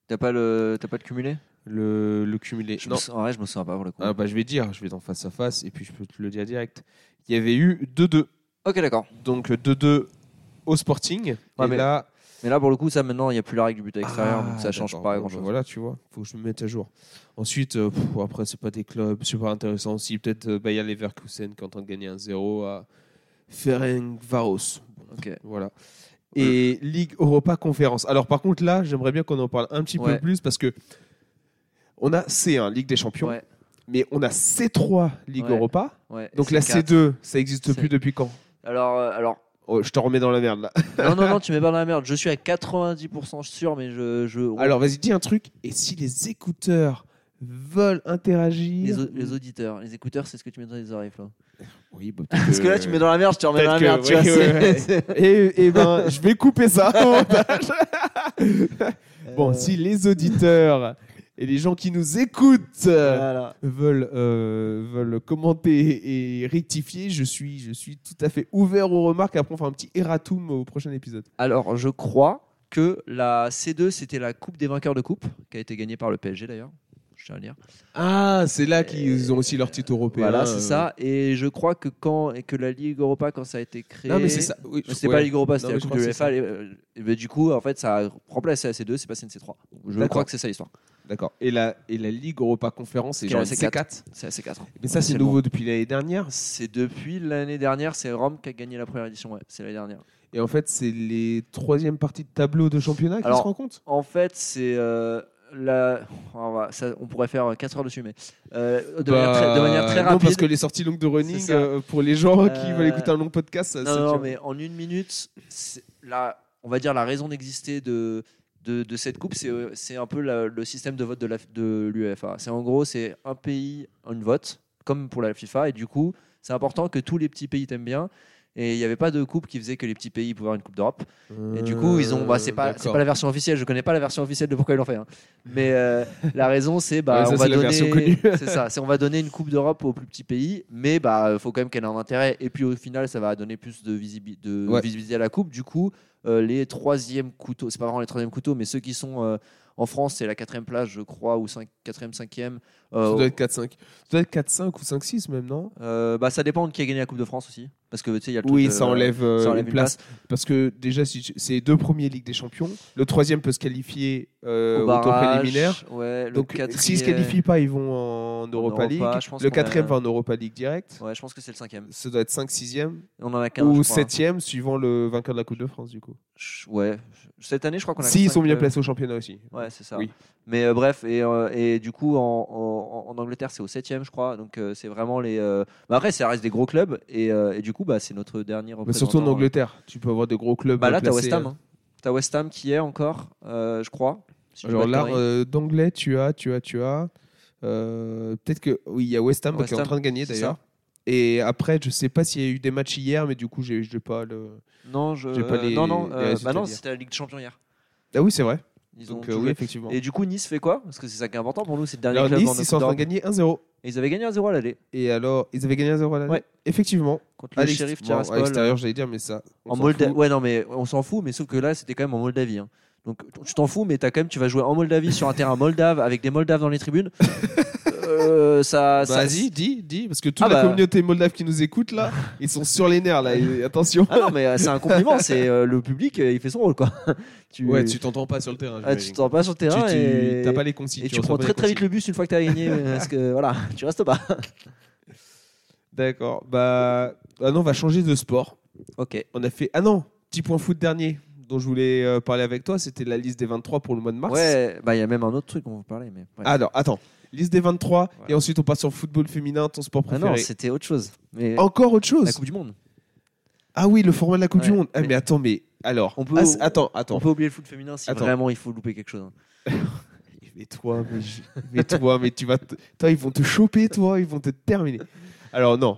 T'as pas le, t'as pas le cumulé le, le cumulé. je me Non, sou- En vrai, je me souviens pas pour le coup. Ah bah, je vais dire, je vais dans face à face et puis je peux te le dire direct. Il y avait eu 2-2. Ok, d'accord. Donc 2-2 au Sporting. Ouais, et mais là, Mais là, pour le coup, ça maintenant, il n'y a plus la règle du but à l'extérieur, Ah, donc ça change d'accord. pas Bon, grand bah, chose. Voilà, tu vois, faut que je me mette à jour. Ensuite, euh, pff, après, c'est pas des clubs super intéressants aussi. Peut-être euh, Bayer Leverkusen qui est en train de gagner 1-0 à Ferencvaros. Ok. Voilà. Et Ligue Europa Conférence. Alors par contre là, j'aimerais bien qu'on en parle un petit Ouais. peu plus parce que on a C1 Ligue des Champions, Ouais. mais on a C3 Ligue Ouais. Europa. Ouais, et Donc c'est la quatre. C2, ça existe C'est- plus depuis quand Alors, euh, alors, Oh, Je te remets dans la merde là. non, non, non, tu mets pas dans la merde. Je suis à 90% sûr, mais je, je on- Alors vas-y, dis un truc. Et si les écouteurs veulent les, interagir au- les auditeurs, les écouteurs, c'est ce que tu mets dans les oreilles, Flo. Oui, bah, Parce que là, tu mets dans la merde, je te remets dans la peut-être merde. que- tu vois, oui, c'est- ouais, ouais. c'est- Et, ben, je vais couper ça. au montage. bon, Euh, si les auditeurs et les gens qui nous écoutent euh, voilà. veulent euh, veulent commenter et rectifier, je suis je suis tout à fait ouvert aux remarques. Après, on fera un petit erratum au prochain épisode. Alors, je crois que la C2, c'était la Coupe des vainqueurs de Coupe, qui a été gagnée par le PSG d'ailleurs. Je tiens à le dire. Ah, c'est là qu'ils ont aussi leur titre européen. voilà, c'est ça. Et je crois que quand et que la Ligue Europa, quand ça a été créée, Non, mais c'est ça. Oui, Mais C'était ouais. pas la Ligue Europa, c'était mais la je Coupe crois que de c'est l'UEFA. et, euh, et ben, du coup, en fait, ça a remplacé la C2, E c'est passé une C3. Je D'accord. crois que c'est ça l'histoire. D'accord. Et la, et la Ligue Europa Conférence, c'est Qui est genre la une C4. C4. C'est la C4. Mais ça, c'est Absolument. nouveau depuis l'année dernière. C'est depuis l'année dernière, c'est Rome qui a gagné la première édition, ouais, c'est l'année dernière. Et en fait, c'est les troisième parties de tableau de championnat qui Alors- se rencontrent. En fait, c'est euh, la. on va- ça- on pourrait faire 4 heures dessus, mais euh, de, manière très, de manière très Bah, non, rapide. parce que les sorties longues de running, C'est ça. euh, pour les gens qui Euh, veulent écouter un long podcast, ça, Non, c'est non, dur. mais en une minute, c'est la, on va dire la raison d'exister de, de, de cette coupe, c'est, euh, c'est un peu la- le système de vote de, la, de l'UEFA. C'est en gros, c'est un pays, une vote, comme pour la FIFA, et du coup, c'est important que tous les petits pays t'aiment bien. Et il n'y avait pas de coupe qui faisait que les petits pays pouvaient avoir une coupe d'Europe. Et du coup, ils ont. Bah, c'est pas, c'est Euh, D'accord. pas la version officielle. Je connais pas la version officielle de pourquoi ils l'ont fait. hein. Mais euh, la raison, c'est bah Ouais, ça, on va c'est la donner. version connue. c'est ça. C'est on va donner une coupe d'Europe aux plus petits pays. Mais bah faut quand même qu'elle ait un intérêt. Et puis au final, ça va donner plus de, visibi- de Ouais. visibilité à la coupe. Du coup, euh, les troisièmes couteaux. C'est pas vraiment les troisièmes couteaux, mais ceux qui sont euh, En France, c'est la quatrième place, je crois, ou 4 quatrième, cinquième. Ça Euh, Oh. doit être 4-5. Ça doit être 4-5 ou 5-6 même, non Euh, bah, ça dépend de qui a gagné la Coupe de France aussi. Parce que tu sais, il y a le truc Oui, de- ça enlève, euh, ça enlève une place. Parce que déjà, si tu- c'est les deux premiers Ligue des Champions. Le troisième peut se qualifier euh, Au au, tour barrage, préliminaire. Ouais, le Donc, euh, quatrième- s'ils se qualifient pas, ils vont en Europa Europa, League. je pense le qu'on a- quatrième va en Europa League direct. Ouais, je pense que c'est le cinquième. Ça doit être 5-6e On en a qu'un. ou je crois. hein. 7e, suivant le vainqueur de la Coupe de France, du coup. Ch- Ouais. Cette année, je crois qu'on a. S'ils cinq, sont bien euh, placés au championnat aussi. Ouais, c'est ça. Oui. Mais euh, bref, et, euh, et du coup, en, en- en Angleterre, c'est au 7 je crois. Donc, euh, c'est vraiment les. euh, bah, après, ça reste des gros clubs. Et, euh, et du coup, bah, c'est notre dernier Mais surtout en Angleterre, tu peux avoir des gros clubs. Bah, là, t'as placés, euh, West Ham. hein. T'as West Ham qui est encore, euh, je crois. si je dis Alors pas de là, conneries. euh, d'anglais, tu as, tu as, tu as. euh, Peut-être que oui, il y a West Ham West qui est en Ham, train de gagner c'est d'ailleurs. Et après, je sais pas s'il y a eu des matchs hier, mais du coup, j'ai j'ai pas le. non, je, euh, j'ai pas les- non, non, les euh, résultats bah non, à dire. c'était la Ligue des Champions hier. Ah oui, c'est vrai. Ils ont Donc euh, joué. oui, effectivement. Et du coup, Nice fait quoi Parce que c'est ça qui est important pour nous, c'est le dernier Alors club Nice, en ils sont en train de Europe. gagner 1-0. Et Ils avaient gagné 1-0 à l'aller Et alors, ils avaient gagné 1-0 à l'année. Ouais. Effectivement. contre À le l'ex- Sheriff bon, Tiraspol. euh, à l'extérieur, j'allais dire, mais ça. on En s'en Molda- fout. Ouais, non, mais on s'en fout, mais sauf que là, c'était quand même en Moldavie. hein. Donc, t- tu t'en fous, mais t'as quand même, tu vas jouer en Moldavie sur un terrain moldave avec des moldaves dans les tribunes. Euh, ça, ça- Bah, Vas-y, dis, dis, parce que toute Ah la bah. communauté moldave qui nous écoute là, ils sont sur les nerfs là. et- attention. Ah non, mais euh, c'est un compliment. C'est euh, le public, euh, il fait son rôle, quoi. Tu, t'entends pas sur le terrain. ah, tu t'en vas sur le terrain et t'as pas les consignes. et tu reçois prends pas les très très vite consignes. le bus une fois que t'as gagné, euh, parce que voilà, tu restes pas. D'accord. Bah, ah non, on va changer de sport. Ok. On a fait. Ah non, petit point foot dernier dont je voulais euh, parler avec toi, c'était la liste des 23 pour le mois de mars. Ouais, bah il y a même un autre truc on vous parlait, mais. bref. Ah non, attends. Liste des 23 Voilà. et ensuite on passe sur le football féminin, ton sport Ah préféré. Oh, non, c'était autre chose. Mais Encore autre chose. la Coupe du Monde. Ah oui, le format de la Coupe du Ouais, Monde. Ah mais- mais, attends, mais alors. On peut- Ah, c'est- attends, attends. On peut oublier le foot féminin si Attends. vraiment il faut louper quelque chose. hein. Mais toi, mais, je- mais toi, mais tu vas. te- Toi, ils vont te choper, toi, ils vont te terminer. Alors non.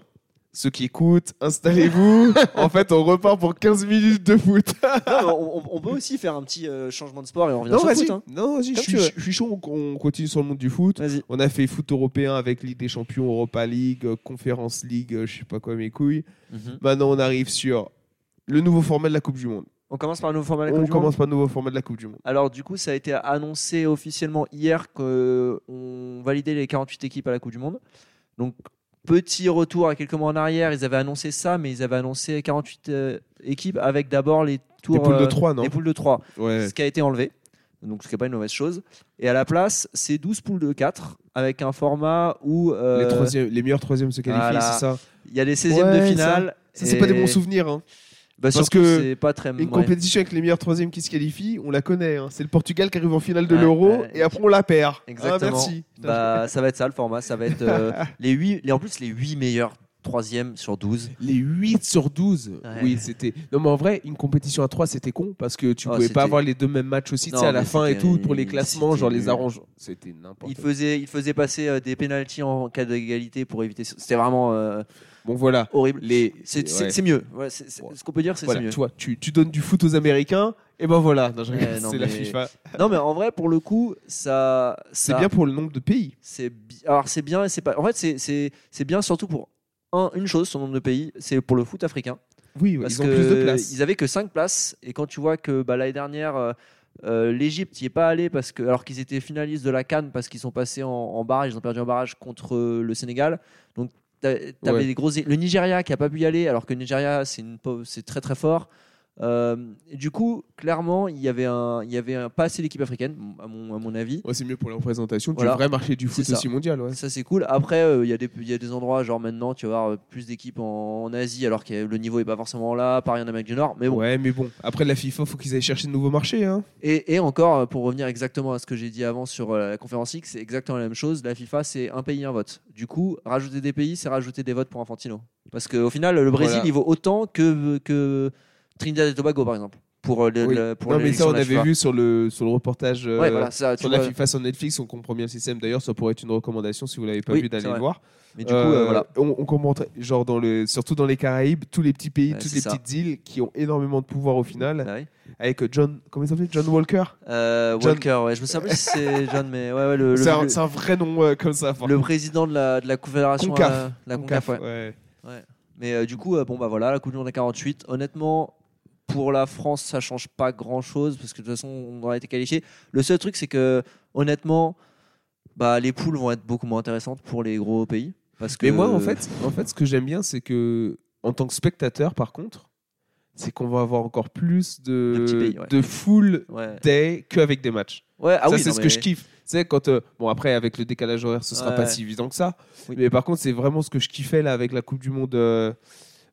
Ceux qui écoutent, installez-vous. en fait, on repart pour 15 minutes de foot. Non, mais on, on- on peut aussi faire un petit euh, changement de sport et on revient Non, sur le vas-y. foot. hein. Non, vas-y, je Comme suis- tu veux. je suis chaud qu'on continue sur le monde du foot. Vas-y. On a fait foot européen avec Ligue des Champions, Europa League, euh, Conference League, euh, je sais pas quoi, mes couilles. Maintenant, on arrive sur le nouveau format de la Coupe du Monde. On commence par le nouveau format de On la Coupe du Monde. commence par le nouveau format de la Coupe du Monde. Alors du coup, ça a été annoncé officiellement hier qu'on validait les 48 équipes à la Coupe du Monde. Donc petit retour à quelques mois en arrière, ils avaient annoncé ça, mais ils avaient annoncé 48 euh, équipes avec d'abord les tours Des poules de euh, 3, les non poules de 3 Ouais. ce qui a été enlevé. Donc ce qui n'est pas une mauvaise chose. Et à la place, c'est 12 poules de 4 avec un format où euh, Les, troisièmes- les meilleurs troisièmes se qualifient, voilà. c'est ça. il y a les 16e de Ouais, finale. Ça, c'est pas des Et- bons souvenirs. hein. Bah, Parce surtout, que c'est pas très Une ouais. compétition avec les meilleurs troisièmes qui se qualifient, on la connaît. hein. C'est le Portugal qui arrive en finale de Ouais, l'Euro ouais. et après on la perd. Ah, Exactement. merci. Bah, ça va être ça le format. Ça va être euh, les 8, les, en plus les 8 meilleurs 3 sur 12. Les 8 sur 12. Ouais. Oui, c'était. Non, mais en vrai, une compétition à 3, c'était con parce que tu Oh, pouvais c'était- pas avoir les deux mêmes matchs aussi, tu Non, sais, à la mais fin et c'était- tout, pour les classements, c'était genre les nul. arrange. C'était n'importe Il quoi. faisait, il faisait passer euh, des pénalties en cas d'égalité pour éviter. C'était vraiment euh, Bon, voilà. horrible. Les... C'est c'est- ouais. c'est mieux. Voilà, c'est- c'est- Ouais. Ce qu'on peut dire, c'est Voilà, c'est mieux. tu vois, tu, tu donnes du foot aux Américains, et ben voilà. Non, je Ouais, rigole, non, c'est la mais- FIFA. Non, mais en vrai, pour le coup, ça. C'est ça- bien pour le nombre de pays. C'est bi- alors c'est bien et c'est pas. En fait, c'est- c'est c'est bien surtout pour un- une chose, son nombre de pays, c'est pour le foot africain. Oui, Parce ils ont que plus de place. Ils avaient que 5 places. Et quand tu vois que bah, l'année dernière, euh, euh, l'Égypte n'y est pas allée parce que, alors qu'ils étaient finalistes de la Cannes parce qu'ils sont passés en, en barrage, ils ont perdu en barrage contre euh, le Sénégal. Donc, t'a- t'avais Ouais. des grosses. Le Nigeria qui n'a pas pu y aller, alors que le Nigeria, c'est une pau- c'est très très fort. Euh, et du coup, clairement, il y avait, un, il y avait un, pas assez d'équipe africaine, à mon, à mon avis. Ouais, c'est mieux pour la représentation du Voilà. vrai marché du foot C'est ça. aussi mondial. Ouais. Ça c'est cool. Après, euh, il y, a des- il y a des endroits, genre maintenant, tu vas avoir euh, plus d'équipes en, en Asie, alors que le niveau n'est pas forcément là, Paris en Amérique du Nord. Mais bon, ouais, mais bon, après la FIFA, faut qu'ils aillent chercher de nouveaux marchés. Hein. Et, et encore, euh, pour revenir exactement à ce que j'ai dit avant sur euh, la conférence X, c'est exactement la même chose. La FIFA, c'est un pays, un vote. Du coup, rajouter des pays, c'est rajouter des votes pour Infantino. Parce qu'au final, le Brésil, Voilà. il vaut autant que, que Trinidad et Tobago, par exemple. Pour, euh, le, Oui. le- pour non, mais ça, l'élection on de la avait FIFA. vu sur le, sur le reportage euh, Ouais, voilà, ça, tu sur la vois. FIFA sur Netflix. On comprend bien le système. D'ailleurs, ça pourrait être une recommandation si vous l'avez pas Oui, vu d'aller c'est le vrai. voir. Mais du coup, euh, Euh, voilà. On, on commente, genre dans le, surtout dans les Caraïbes, tous les petits pays, Ouais, toutes c'est les ça. petites îles qui ont énormément de pouvoir au final. Bah oui. Avec John, comment il s'appelait John Walker. Euh, John- Walker, ouais, je me souviens plus si c'est John, mais ouais, ouais, Euh, le, le, C'est un, le- c'est un vrai nom euh, comme ça. enfin, le président de la, de la confédération. Concaf. euh, la Concaf, Concaf, ouais. ouais. Mais euh, du coup, euh, bon bah voilà, la Coupe du Monde à 48. Honnêtement, Pour la France, ça change pas grand chose parce que de toute façon, on aurait été qualifié. Le seul truc, c'est que honnêtement, bah, les poules vont être beaucoup moins intéressantes pour les gros pays. Parce que Mais moi, en fait, en fait, ce que j'aime bien, c'est que, en tant que spectateur, par contre, c'est qu'on va avoir encore plus de, De petits pays, ouais. de full ouais. day qu'avec des matchs. Ouais, ah ça, oui, c'est non, ce que mais- je kiffe. Tu sais, quand. euh, bon, après, avec le décalage horaire, ce sera Ouais. pas si évident que ça. Oui. Mais par contre, c'est vraiment ce que je kiffais là avec la Coupe du Monde euh,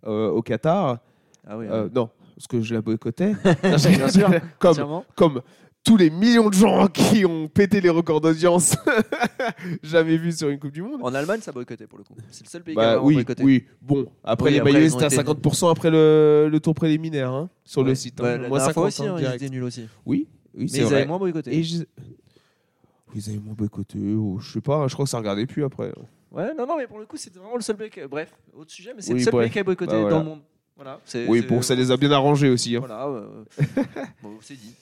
euh, au Qatar. Ah oui, Euh, non, parce que je la boycottais. Bien sûr. comme, Entièrement. comme tous les millions de gens qui ont pété les records d'audience jamais vus sur une Coupe du Monde. En Allemagne, ça boycottait pour le coup. C'est le seul pays qui a Bah, vraiment oui, boycotté. oui, bon. Après, Oui, les après, maillots, ils ont c'était à été- 50% après le, le tour préliminaire hein, sur le Ouais. site. hein. Ouais, la Moi, dernière 50 fois aussi, en hein, ils direct. étaient nuls aussi. Oui, oui Mais c'est ils vrai. avaient moins boycotté. Et je- Ils avaient moins boycotté, ou je sais pas, je crois que ça regardait plus après. Ouais, non, non, mais pour le coup, c'était vraiment le seul pays. qui- Bref, autre sujet, mais c'est Oui, le seul bref. pays qui a boycotté Bah, dans voilà. le monde. Voilà. C'est- Oui, c'est- bon, ça les a bien arrangés aussi. hein. Voilà. euh, bon, c'est dit.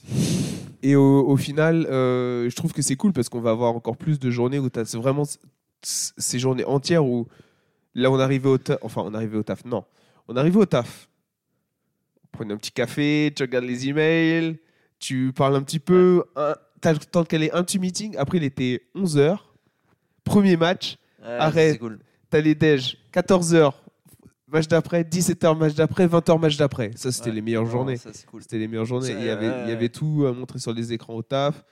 Et au, au final, euh, je trouve que c'est cool parce qu'on va avoir encore plus de journées où tu as vraiment c- c- ces journées entières où là, on arrivait au taf. Enfin, on arrivait au taf, non. On arrivait au taf. On prenait un petit café, tu regardes les emails, tu parles un petit peu. un- T'as le temps de caler un petit meeting. Après, il était 11h. Premier match. Ouais, Arrête. C'est cool. T'as les déj, 14h, match d'après, 17h, match d'après, 20h, match d'après. Ça, c'était Ouais. les meilleures Non, journées. Ça, c'est cool. C'était les meilleures journées. Ça, Il y avait, ouais, il y ouais. avait tout à montrer sur les écrans au taf.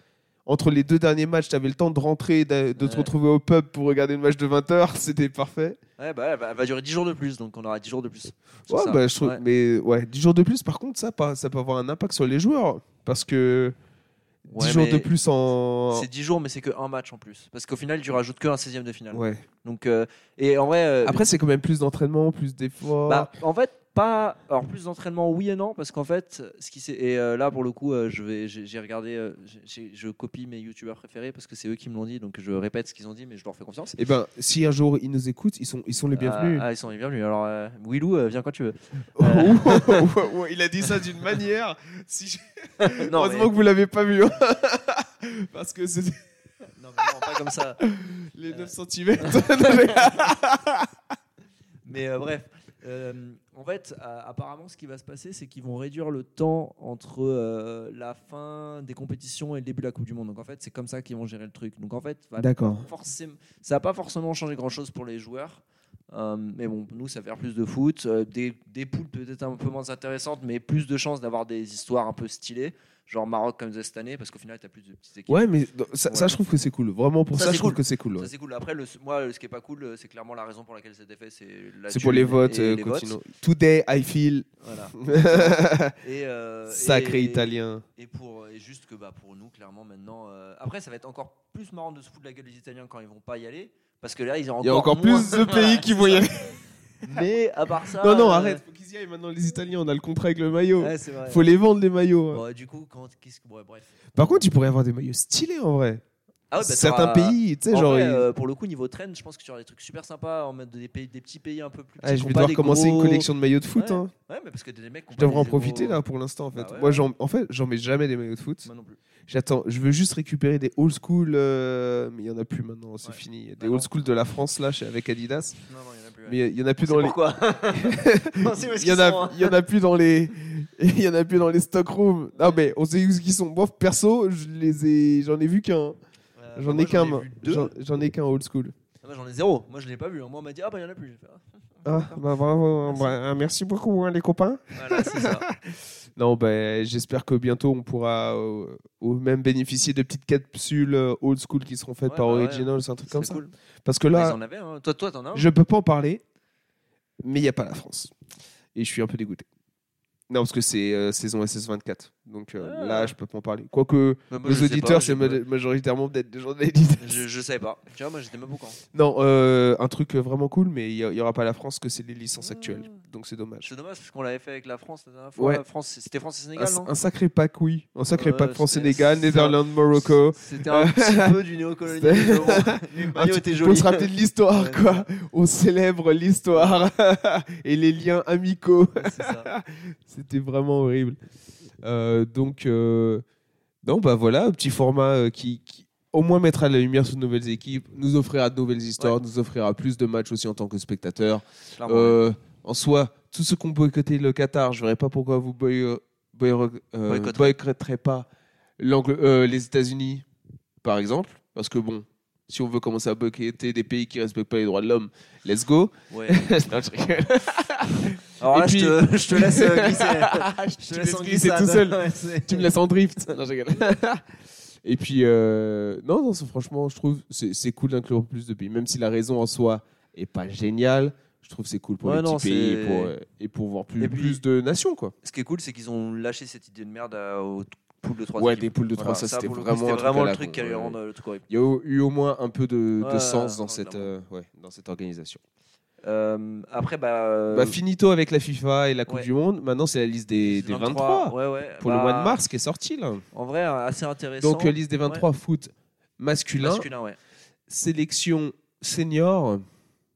Entre les deux derniers matchs, t'avais le temps de rentrer, d'a- de te Ouais. retrouver au pub pour regarder le match de 20h. C'était parfait. Ouais, bah, elle va- elle va durer 10 jours de plus, donc on aura 10 jours de plus. sur Ouais, ça. bah, je trouve, Ouais. mais ouais, 10 jours de plus, par contre, ça, pas- ça peut avoir un impact sur les joueurs. Parce que 10 Ouais, jours mais de plus hein. en. C'est 10 jours, mais c'est que un match en plus. Parce qu'au final, tu rajoutes que un 16 e de finale. Ouais. Donc, euh, et en vrai. euh, Après, c'est quand même plus d'entraînement, plus d'efforts. Bah, en fait, pas. Alors, plus d'entraînement, oui et non, parce qu'en fait, ce qui s'est. Et euh, là, pour le coup, euh, je vais, j'ai j'ai regardé. euh, j'ai- je copie mes youtubeurs préférés parce que c'est eux qui me l'ont dit, donc je répète ce qu'ils ont dit, mais je leur fais confiance. Et ben, si un jour ils nous écoutent, ils sont, ils sont les bienvenus. Ah, ah, ils sont les bienvenus. Alors, euh, Willou, euh, viens quand tu veux. Ouh, ouh, ouh, ouh, il a dit ça d'une manière. Si je- non, mais, Heureusement que vous l'avez pas vu. Parce que c'est non, mais non, pas comme ça. les Euh. 9 cm. Mais euh, bref, euh, en fait, euh, apparemment, ce qui va se passer, c'est qu'ils vont réduire le temps entre euh, la fin des compétitions et le début de la Coupe du Monde. Donc en fait, c'est comme ça qu'ils vont gérer le truc. Donc en fait, va D'accord. forcément, ça n'a pas forcément changé grand-chose pour les joueurs. Euh, mais bon, nous, ça va faire plus de foot, euh, des, des poules peut-être un peu moins intéressantes, mais plus de chances d'avoir des histoires un peu stylées, genre Maroc comme cette année, parce qu'au final, tu as plus de petites équipes. Ouais, mais non, ça, ça, Ouais. je trouve que c'est cool. Vraiment, pour Ça, ça, c'est je trouve cool. que c'est cool. ouais. Ça c'est cool. Après, le, moi, ce qui est pas cool, euh, c'est clairement la raison pour laquelle c'est fait, c'est la C'est pour thune les et votes. euh, les votes. continuons. Today, I feel. Voilà. Et, euh, Sacré et- italien. Et pour et juste que bah pour nous clairement maintenant. euh, après ça va être encore plus marrant de se foutre de la gueule des Italiens quand ils vont pas y aller parce que là ils ont encore. Il y a encore moins- plus de pays qui Voilà, vont y aller. c'est ça. Mais à part ça. Non, non, euh, arrête. Faut qu'ils y aillent maintenant, les Italiens. On a le contrat avec le maillot. ouais, c'est vrai. Faut les vendre, les maillots. hein. Bon, du coup quand qu'est-ce que ouais, bref. Par contre, il pourrait y avoir des maillots stylés en vrai. Ah ouais, bah, Certains t'auras- pays, tu sais, en genre. vrai, ils- euh, pour le coup niveau trend je pense que tu auras des trucs super sympas en mode des pays des petits pays un peu plus. Petits, Ah, qui je ont vais pas devoir des commencer gros- une collection de maillots de foot. hein. Ouais mais parce que des mecs. qui ont Je pas devrais en des gros- profiter là pour l'instant en fait. Bah ouais, Moi ouais. j'en en fait, j'en mets jamais des maillots de foot. Moi non plus. J'attends, je veux juste récupérer des old school euh, mais il y en a plus maintenant, c'est Ouais. fini. Des Bah non. old school de la France là chez avec Adidas, Non non il y en a plus. ouais. mais il y en a plus C'est dans les pourquoi Non, c'est parce il y en qu'ils sont, a hein. il y en a plus dans les il y en a plus dans les stockrooms. Non mais on sait où ils sont. Moi perso, je les ai j'en ai vu qu'un. Euh, bah, J'en moi, ai qu'un. vu deux. J'en j'en ai qu'un old school. Ah, moi, j'en ai zéro. Moi, je l'ai pas vu. hein. Moi, on m'a dit, ah bah, il y en a plus. J'ai fait, ah. Ah bah bravo, Merci. bah, merci beaucoup hein, les copains. Voilà, c'est ça. Non, ben, j'espère que bientôt on pourra euh, au même bénéficier de petites capsules euh, old school qui seront faites Ouais, par bah ouais. Originals, un truc C'est comme ça. cool. Parce que Là, ils là, en avaient. hein. Toi, toi, t'en as un. je peux pas en parler, mais il n'y a pas la France. Et je suis un peu dégoûté. Non, parce que c'est euh, saison SS24. Donc euh, Ah. là, je peux pas en parler. Quoique, Bah, moi, les je sais auditeurs, pas, c'est j'ai pas- ma- majoritairement peut-être des gens de l'élite. Je, je savais pas. Tu vois, moi, j'étais même au camp. Non, euh, un truc vraiment cool, mais il n'y aura pas la France, que c'est les Ah. licences actuelles. Donc c'est dommage. C'est dommage parce qu'on l'avait fait avec la France la dernière fois. Ouais. La France, c'était France et Un, Sénégal, non un sacré pack, oui. Un sacré Ouais, pack France-Sénégal, c'était- Netherlands, Morocco. C'était un petit peu du néocolonialisme. Les Ah, maillots tu- étaient Faut jolis. se rappeler de l'histoire, Ouais, quoi. On célèbre l'histoire et les liens amicaux. Ouais, c'est ça. C'était vraiment horrible. Euh, donc, euh, non, bah voilà, un petit format euh, qui, qui au moins mettra la lumière sur de nouvelles équipes, nous offrira de nouvelles histoires, nous offrira plus de matchs aussi en tant que spectateur. Clairement. Euh, en soi, tous ceux qui ont boycotté le Qatar, je verrais pas pourquoi vous boy- boyro- euh, Boycotterait. boycotterait pas l'Angle- euh, les États-Unis, par exemple, parce que bon, si on veut commencer à boycotter des pays qui respectent pas les droits de l'homme, let's go. Ouais. Non, je rigole. Alors Et là, puis- je, te, je te laisse euh, glisser. Tu me laisses Je te laisse en glisser glissade. tout seul. Ouais, c'est- tu me laisses en drift. Non, je rigole. Et puis, euh, non, non, c'est- franchement, je trouve c'est c'est cool d'inclure plus de pays, même si la raison en soi est pas géniale. Je trouve c'est cool pour Ouais, les non, petits pays et c'est- pour, euh, et pour voir plus, Et puis- plus de nations, quoi. Ce qui est cool, c'est qu'ils ont lâché cette idée de merde à, aux t- poules de 3. Ouais, des poules de trois, ça, c'était vraiment, un truc à la le truc con, qui allait ouais. rendre euh, le truc horrible. Il y a eu- eu au moins un peu de, de Ouais, sens dans non, cette, euh, ouais, dans cette organisation. Euh, après, bah. euh, Bah, finito avec la FIFA et la Coupe ouais. du Monde. Maintenant, c'est la liste des, des 23, ouais, ouais, pour le bah, mois de mars qui est sorti. Là. En vrai, euh, assez intéressant. Donc, euh, liste des 23 foot masculin, masculin, ouais. sélection senior.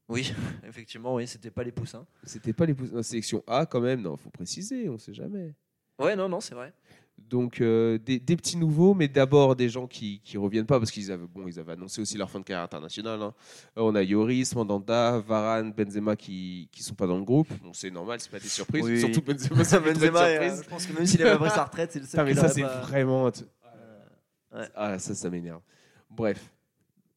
Oui, effectivement, oui, c'était pas les poussins. C'était pas les pouces- la sélection A quand même, non, faut préciser, on sait jamais. Ouais, non, non, c'est vrai. Donc euh, des, des petits nouveaux, mais d'abord des gens qui qui reviennent pas parce qu'ils avaient bon, ils avaient annoncé aussi leur fin de carrière internationale. hein. Euh, on a Yoris, Mandanda, Varane, Benzema qui qui sont pas dans le groupe. Bon, c'est normal, c'est pas des surprises. Oui. Surtout Benzema, c'est Benzema, une euh, surprise. je pense que même s'il avait pris sa retraite, c'est le seul. Putain, mais qui ça l'aurait c'est pas- vraiment. un truc- Ouais. Ah ça ça m'énerve. Bref,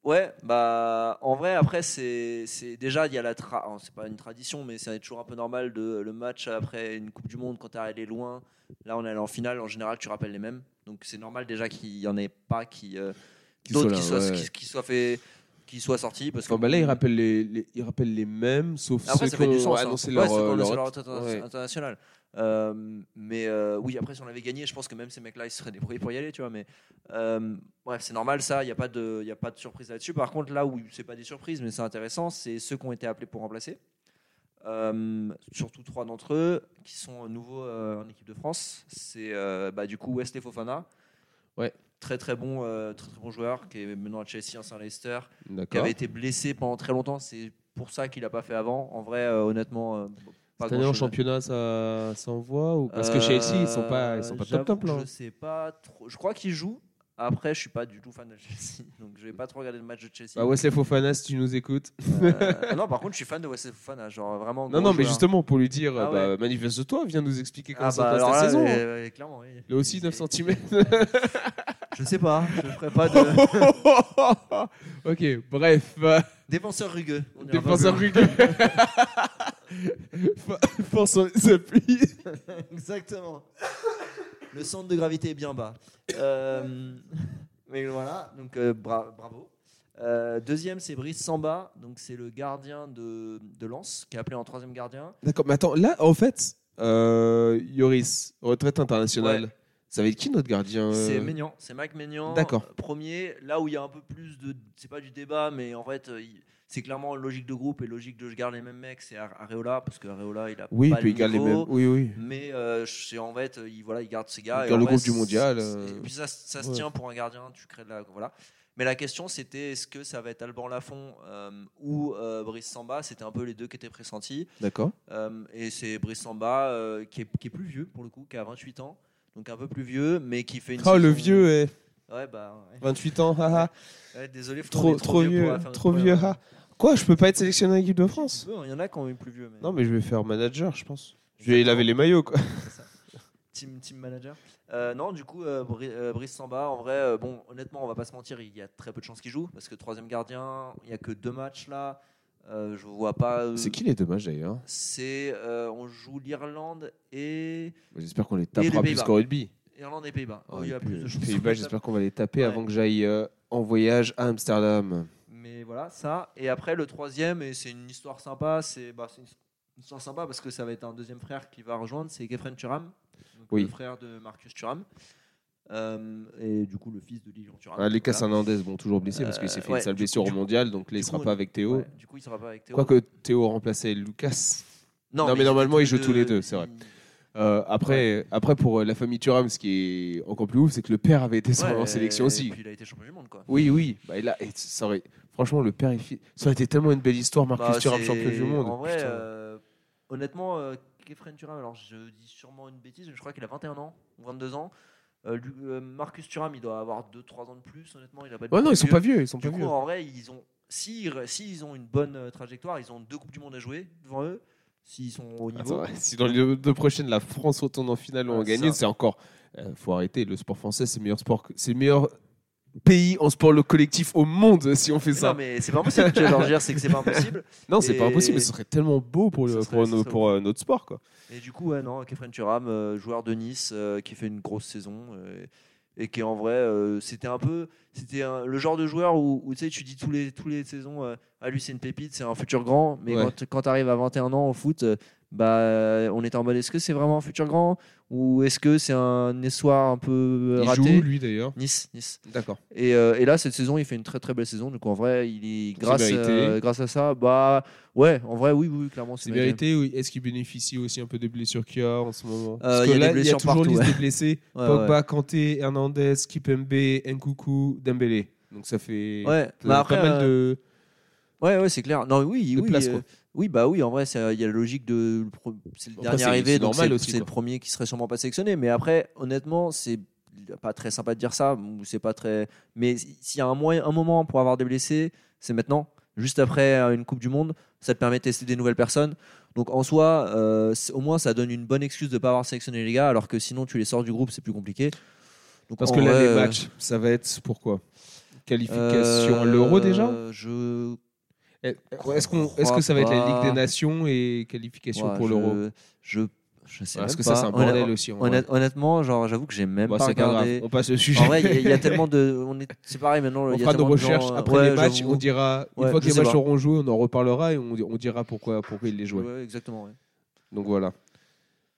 Ouais, bah en vrai après c'est c'est- déjà il y a la tra alors, c'est pas une tradition mais c'est toujours un peu normal de le match après une Coupe du monde quand t'es allé loin. Là on est allé en finale, en général tu rappelles les mêmes. Donc c'est normal déjà qu'il y en ait pas qui euh, Qui d'autres soient qui là, soient ouais. qui, qui soient fait qui soient sortis parce que Enfin, bah là ils rappellent les, les- ils rappellent les mêmes, sauf après, ceux ça qui fait du ont sens. hein. annoncé Ouais, leur, ceux qui ont euh, annoncé leur- leur retraite inter- ouais. internationale. Euh, mais euh, oui, après, si on avait gagné, je pense que même ces mecs-là, ils se seraient débrouillés pour y aller, tu vois. Mais euh, bref, c'est normal, ça. Il n'y a, pas de- il y a pas de surprise là-dessus. Par contre, là où c'est pas des surprises, mais c'est intéressant, c'est ceux qui ont été appelés pour remplacer. Euh, surtout trois d'entre eux qui sont nouveaux euh, en équipe de France. C'est euh, bah, du coup Wesley Fofana. Ouais. Très très bon, euh, très, très bon joueur qui est maintenant à Chelsea, ancien Leicester qui D'accord. avait été blessé pendant très longtemps. C'est pour ça qu'il n'a pas fait avant. En vrai, euh, honnêtement, euh, pas Cette année en grand-chose. championnat, ça s'envoie ou parce que Euh, Chelsea ils sont pas ils sont pas top j'avoue top hein. là. que Je sais pas trop. Je crois qu'il joue. Après, je suis pas du tout fan de Chelsea, donc je vais pas trop regarder le match de Chelsea. Bah Wesley Fofana si tu nous écoutes. Euh, non, par contre, je suis fan de Wesley Fofana, genre vraiment. Non gros non mais joueur. justement pour lui dire Ah bah, manifeste-toi, viens nous expliquer comment Ah ça bah passe alors ta là, saison. hein. euh, clairement, oui. Là aussi Il- 9 cm. Je sais pas, je ferai pas de ok bref bah, défenseur rugueux. on ira pas défenseur plus rugueux. Fa- Force en les appuis. loin. Exactement. Le centre de gravité est bien bas. Euh, mais voilà, donc euh, bra- bravo. Euh, deuxième, c'est Brice Samba, donc c'est le gardien de, de Lens, qui est appelé en troisième gardien. D'accord mais attends là en fait euh, Yoris retraite internationale. Ouais. Ça va être qui notre gardien C'est euh, Maignan, c'est Mike Maignan. D'accord. euh, Premier, là où il y a un peu plus de. C'est pas du débat, mais en fait, euh, il- c'est clairement logique de groupe et logique de je garde les mêmes mecs, c'est Ar- Areola, parce que Areola, il a Oui pas puis le il garde les mêmes. niveau. Oui oui. Mais euh, c'est en fait, euh, il, voilà, il garde ses gars. Il et garde en le vrai, groupe du c'est- mondial, c'est- euh, Et puis ça, ça se ouais. tient pour un gardien, tu crées de la. Voilà. Mais la question, c'était est-ce que ça va être Alban Lafont euh, ou euh, Brice Samba C'était un peu les deux qui étaient pressentis. D'accord. Euh, et c'est Brice Samba euh, qui, est, qui est plus vieux, pour le coup, qui a 28 ans. Donc un peu plus vieux, mais qui fait une. Oh le saison- vieux eh. Ouais, bah. ouais. 28 ans haha. euh, Ouais, désolé, Flo, on Trop, est trop pour vieux, la fin de trop notre vieux. programme. ah. Quoi, je peux pas être sélectionné en équipe de France Tu peux, Il y en a qui ont eu plus vieux. Mais... Non, mais je vais faire manager, je pense. Je vais laver les maillots, quoi. Euh, Team, team manager. Euh, non, du coup, euh, Bri- euh, Brice Samba, en vrai, euh, bon, honnêtement, on va pas se mentir, il y a très peu de chances qu'il joue parce que troisième gardien, il y a que deux matchs là. Euh, je vois pas. euh, C'est qui les deux matchs d'ailleurs C'est euh, on joue l'Irlande et J'espère qu'on les les tapera plus Pays-Bas. qu'au rugby. Irlande et Pays-Bas. où il y a Et plus de puis, chances. Oh, Pays-Bas, j'espère qu'on va les taper Ouais. avant que j'aille euh, en voyage à Amsterdam. Mais voilà, ça. Et après, le troisième, et c'est une histoire sympa, c'est bah, c'est une une histoire sympa parce que ça va être un deuxième frère qui va rejoindre, c'est Gefren Turam, donc Oui. le frère de Marcus Turam. Euh, et du coup, le fils de Lilian Thuram. Ah, Lucas Voilà. Hernandez, bon, toujours blessé parce qu'il s'est Euh, fait une ouais, sale du coup, blessure au du coup, mondial, donc là, il du sera coup, pas avec Théo. Ouais, du coup, il sera pas avec Théo. Quoique Théo remplaçait Lucas. Non, mais ils normalement, ils étaient jouent tous les deux, c'est vrai. Euh, après, après, pour euh, la famille Thuram, ce qui est encore plus ouf, c'est que le père avait été Ouais, en sélection et aussi. Puis il a été champion du monde, quoi. Oui, oui. Bah, là, et ça aurait- Franchement, le père et fils- Ça aurait été tellement une belle histoire, Marcus Bah, Thuram, c'est- champion du monde. En vrai, Putain. euh, honnêtement, euh, Kefren Thuram, alors je dis sûrement une bêtise, mais je crois qu'il a 21 ans ou 22 ans. Euh, lui- euh, Marcus Thuram, il doit avoir 2-3 ans de plus, honnêtement. Il a pas Ouais, non, ils sont vieux. pas vieux. Ils sont Du pas coup, vieux. en vrai, ils ont, s'ils si, ils ont une bonne euh, trajectoire, ils ont deux Coupes du Monde à jouer devant eux. s'ils sont au niveau. Attends, si dans les deux prochaines, la France retourne en finale, on Ah, va gagner, ça. c'est encore. Euh, faut arrêter, le sport français, c'est le meilleur sport. que- C'est le meilleur pays en sport le collectif au monde si on fait non, ça. mais c'est pas impossible. Tu vois, genre, je veux dire, c'est que c'est pas impossible. Non, c'est pas Et- impossible, mais ce serait tellement beau pour, le- Ça pour, serait- ça nos- serait pour, euh, notre sport. Quoi. Et du coup, ouais, non, Kefren Turam, euh, joueur de Nice, euh, qui fait une grosse saison euh, et qui en vrai, euh, c'était un peu, c'était un- le genre de joueur où, où, tu sais, tu dis tous les tous les saisons, euh, ah lui c'est une pépite, c'est un futur grand, mais Ouais. quand, quand tu arrives à 21 ans au foot, euh, bah on est en mode, est-ce que c'est vraiment un futur grand ou est-ce que c'est un essoir un peu euh, Il raté joue, lui d'ailleurs. Nice, Nice. D'accord. Et, euh, et là, cette saison, il fait une très très belle saison. Donc en vrai, il est grâce, mérité. euh, grâce à ça, bah ouais, en vrai, oui, oui, clairement, C'est Bah, mérité. vérité ou est-ce qu'il bénéficie aussi un peu des blessures qu'il y a en ce moment Euh, il y a des blessures toujours partout, liste ouais. des blessés. Ouais, Pogba, Kanté, Hernandez, Kipembe, Nkuku, Dembélé. Donc ça fait Ouais, ça fait mais après, pas mal euh, de... Ouais, ouais, c'est clair. Non, oui, De oui, place, euh, quoi. oui, bah oui, en vrai, ça- il y a la logique de le pro- c'est le Après, dernier c'est- arrivé, c'est donc normal c'est aussi, c'est le quoi. premier qui serait sûrement pas sélectionné. Mais après, honnêtement, c'est pas très sympa de dire ça. ou C'est pas très. Mais s'il y a un, moyen, un moment pour avoir des blessés, c'est maintenant. Juste après euh, une Coupe du Monde, ça te permet de tester des nouvelles personnes. Donc en soi, euh, c'est- au moins, ça donne une bonne excuse de pas avoir sélectionné les gars, alors que sinon, tu les sors du groupe, c'est plus compliqué. Donc, Parce en que là, vrai, les euh, matchs, ça va être pourquoi Qualification à l'euro euh, déjà Eh, Je Est-ce qu'on, est-ce que ça va être la Ligue des Nations et qualification Ouais, pour je- l'euro Ah, Je, je sais Parce même que ça, pas. c'est un Honnêt- bordel aussi. en vrai. honnêt- honnêtement, genre, j'avoue que j'ai même Bon, pas c'est pas grave, regardé. on passe le En sujet. vrai, il y a- il y, a tellement de, on est, c'est pareil maintenant. On il y a fera nos tellement de gens, recherches euh, après ouais, les matchs, j'avoue. on dira, Ouais, une fois que je les sais matchs pas. auront joué, on en reparlera et on, on dira pourquoi, pourquoi ils les jouaient. Ouais, exactement. ouais. Donc voilà.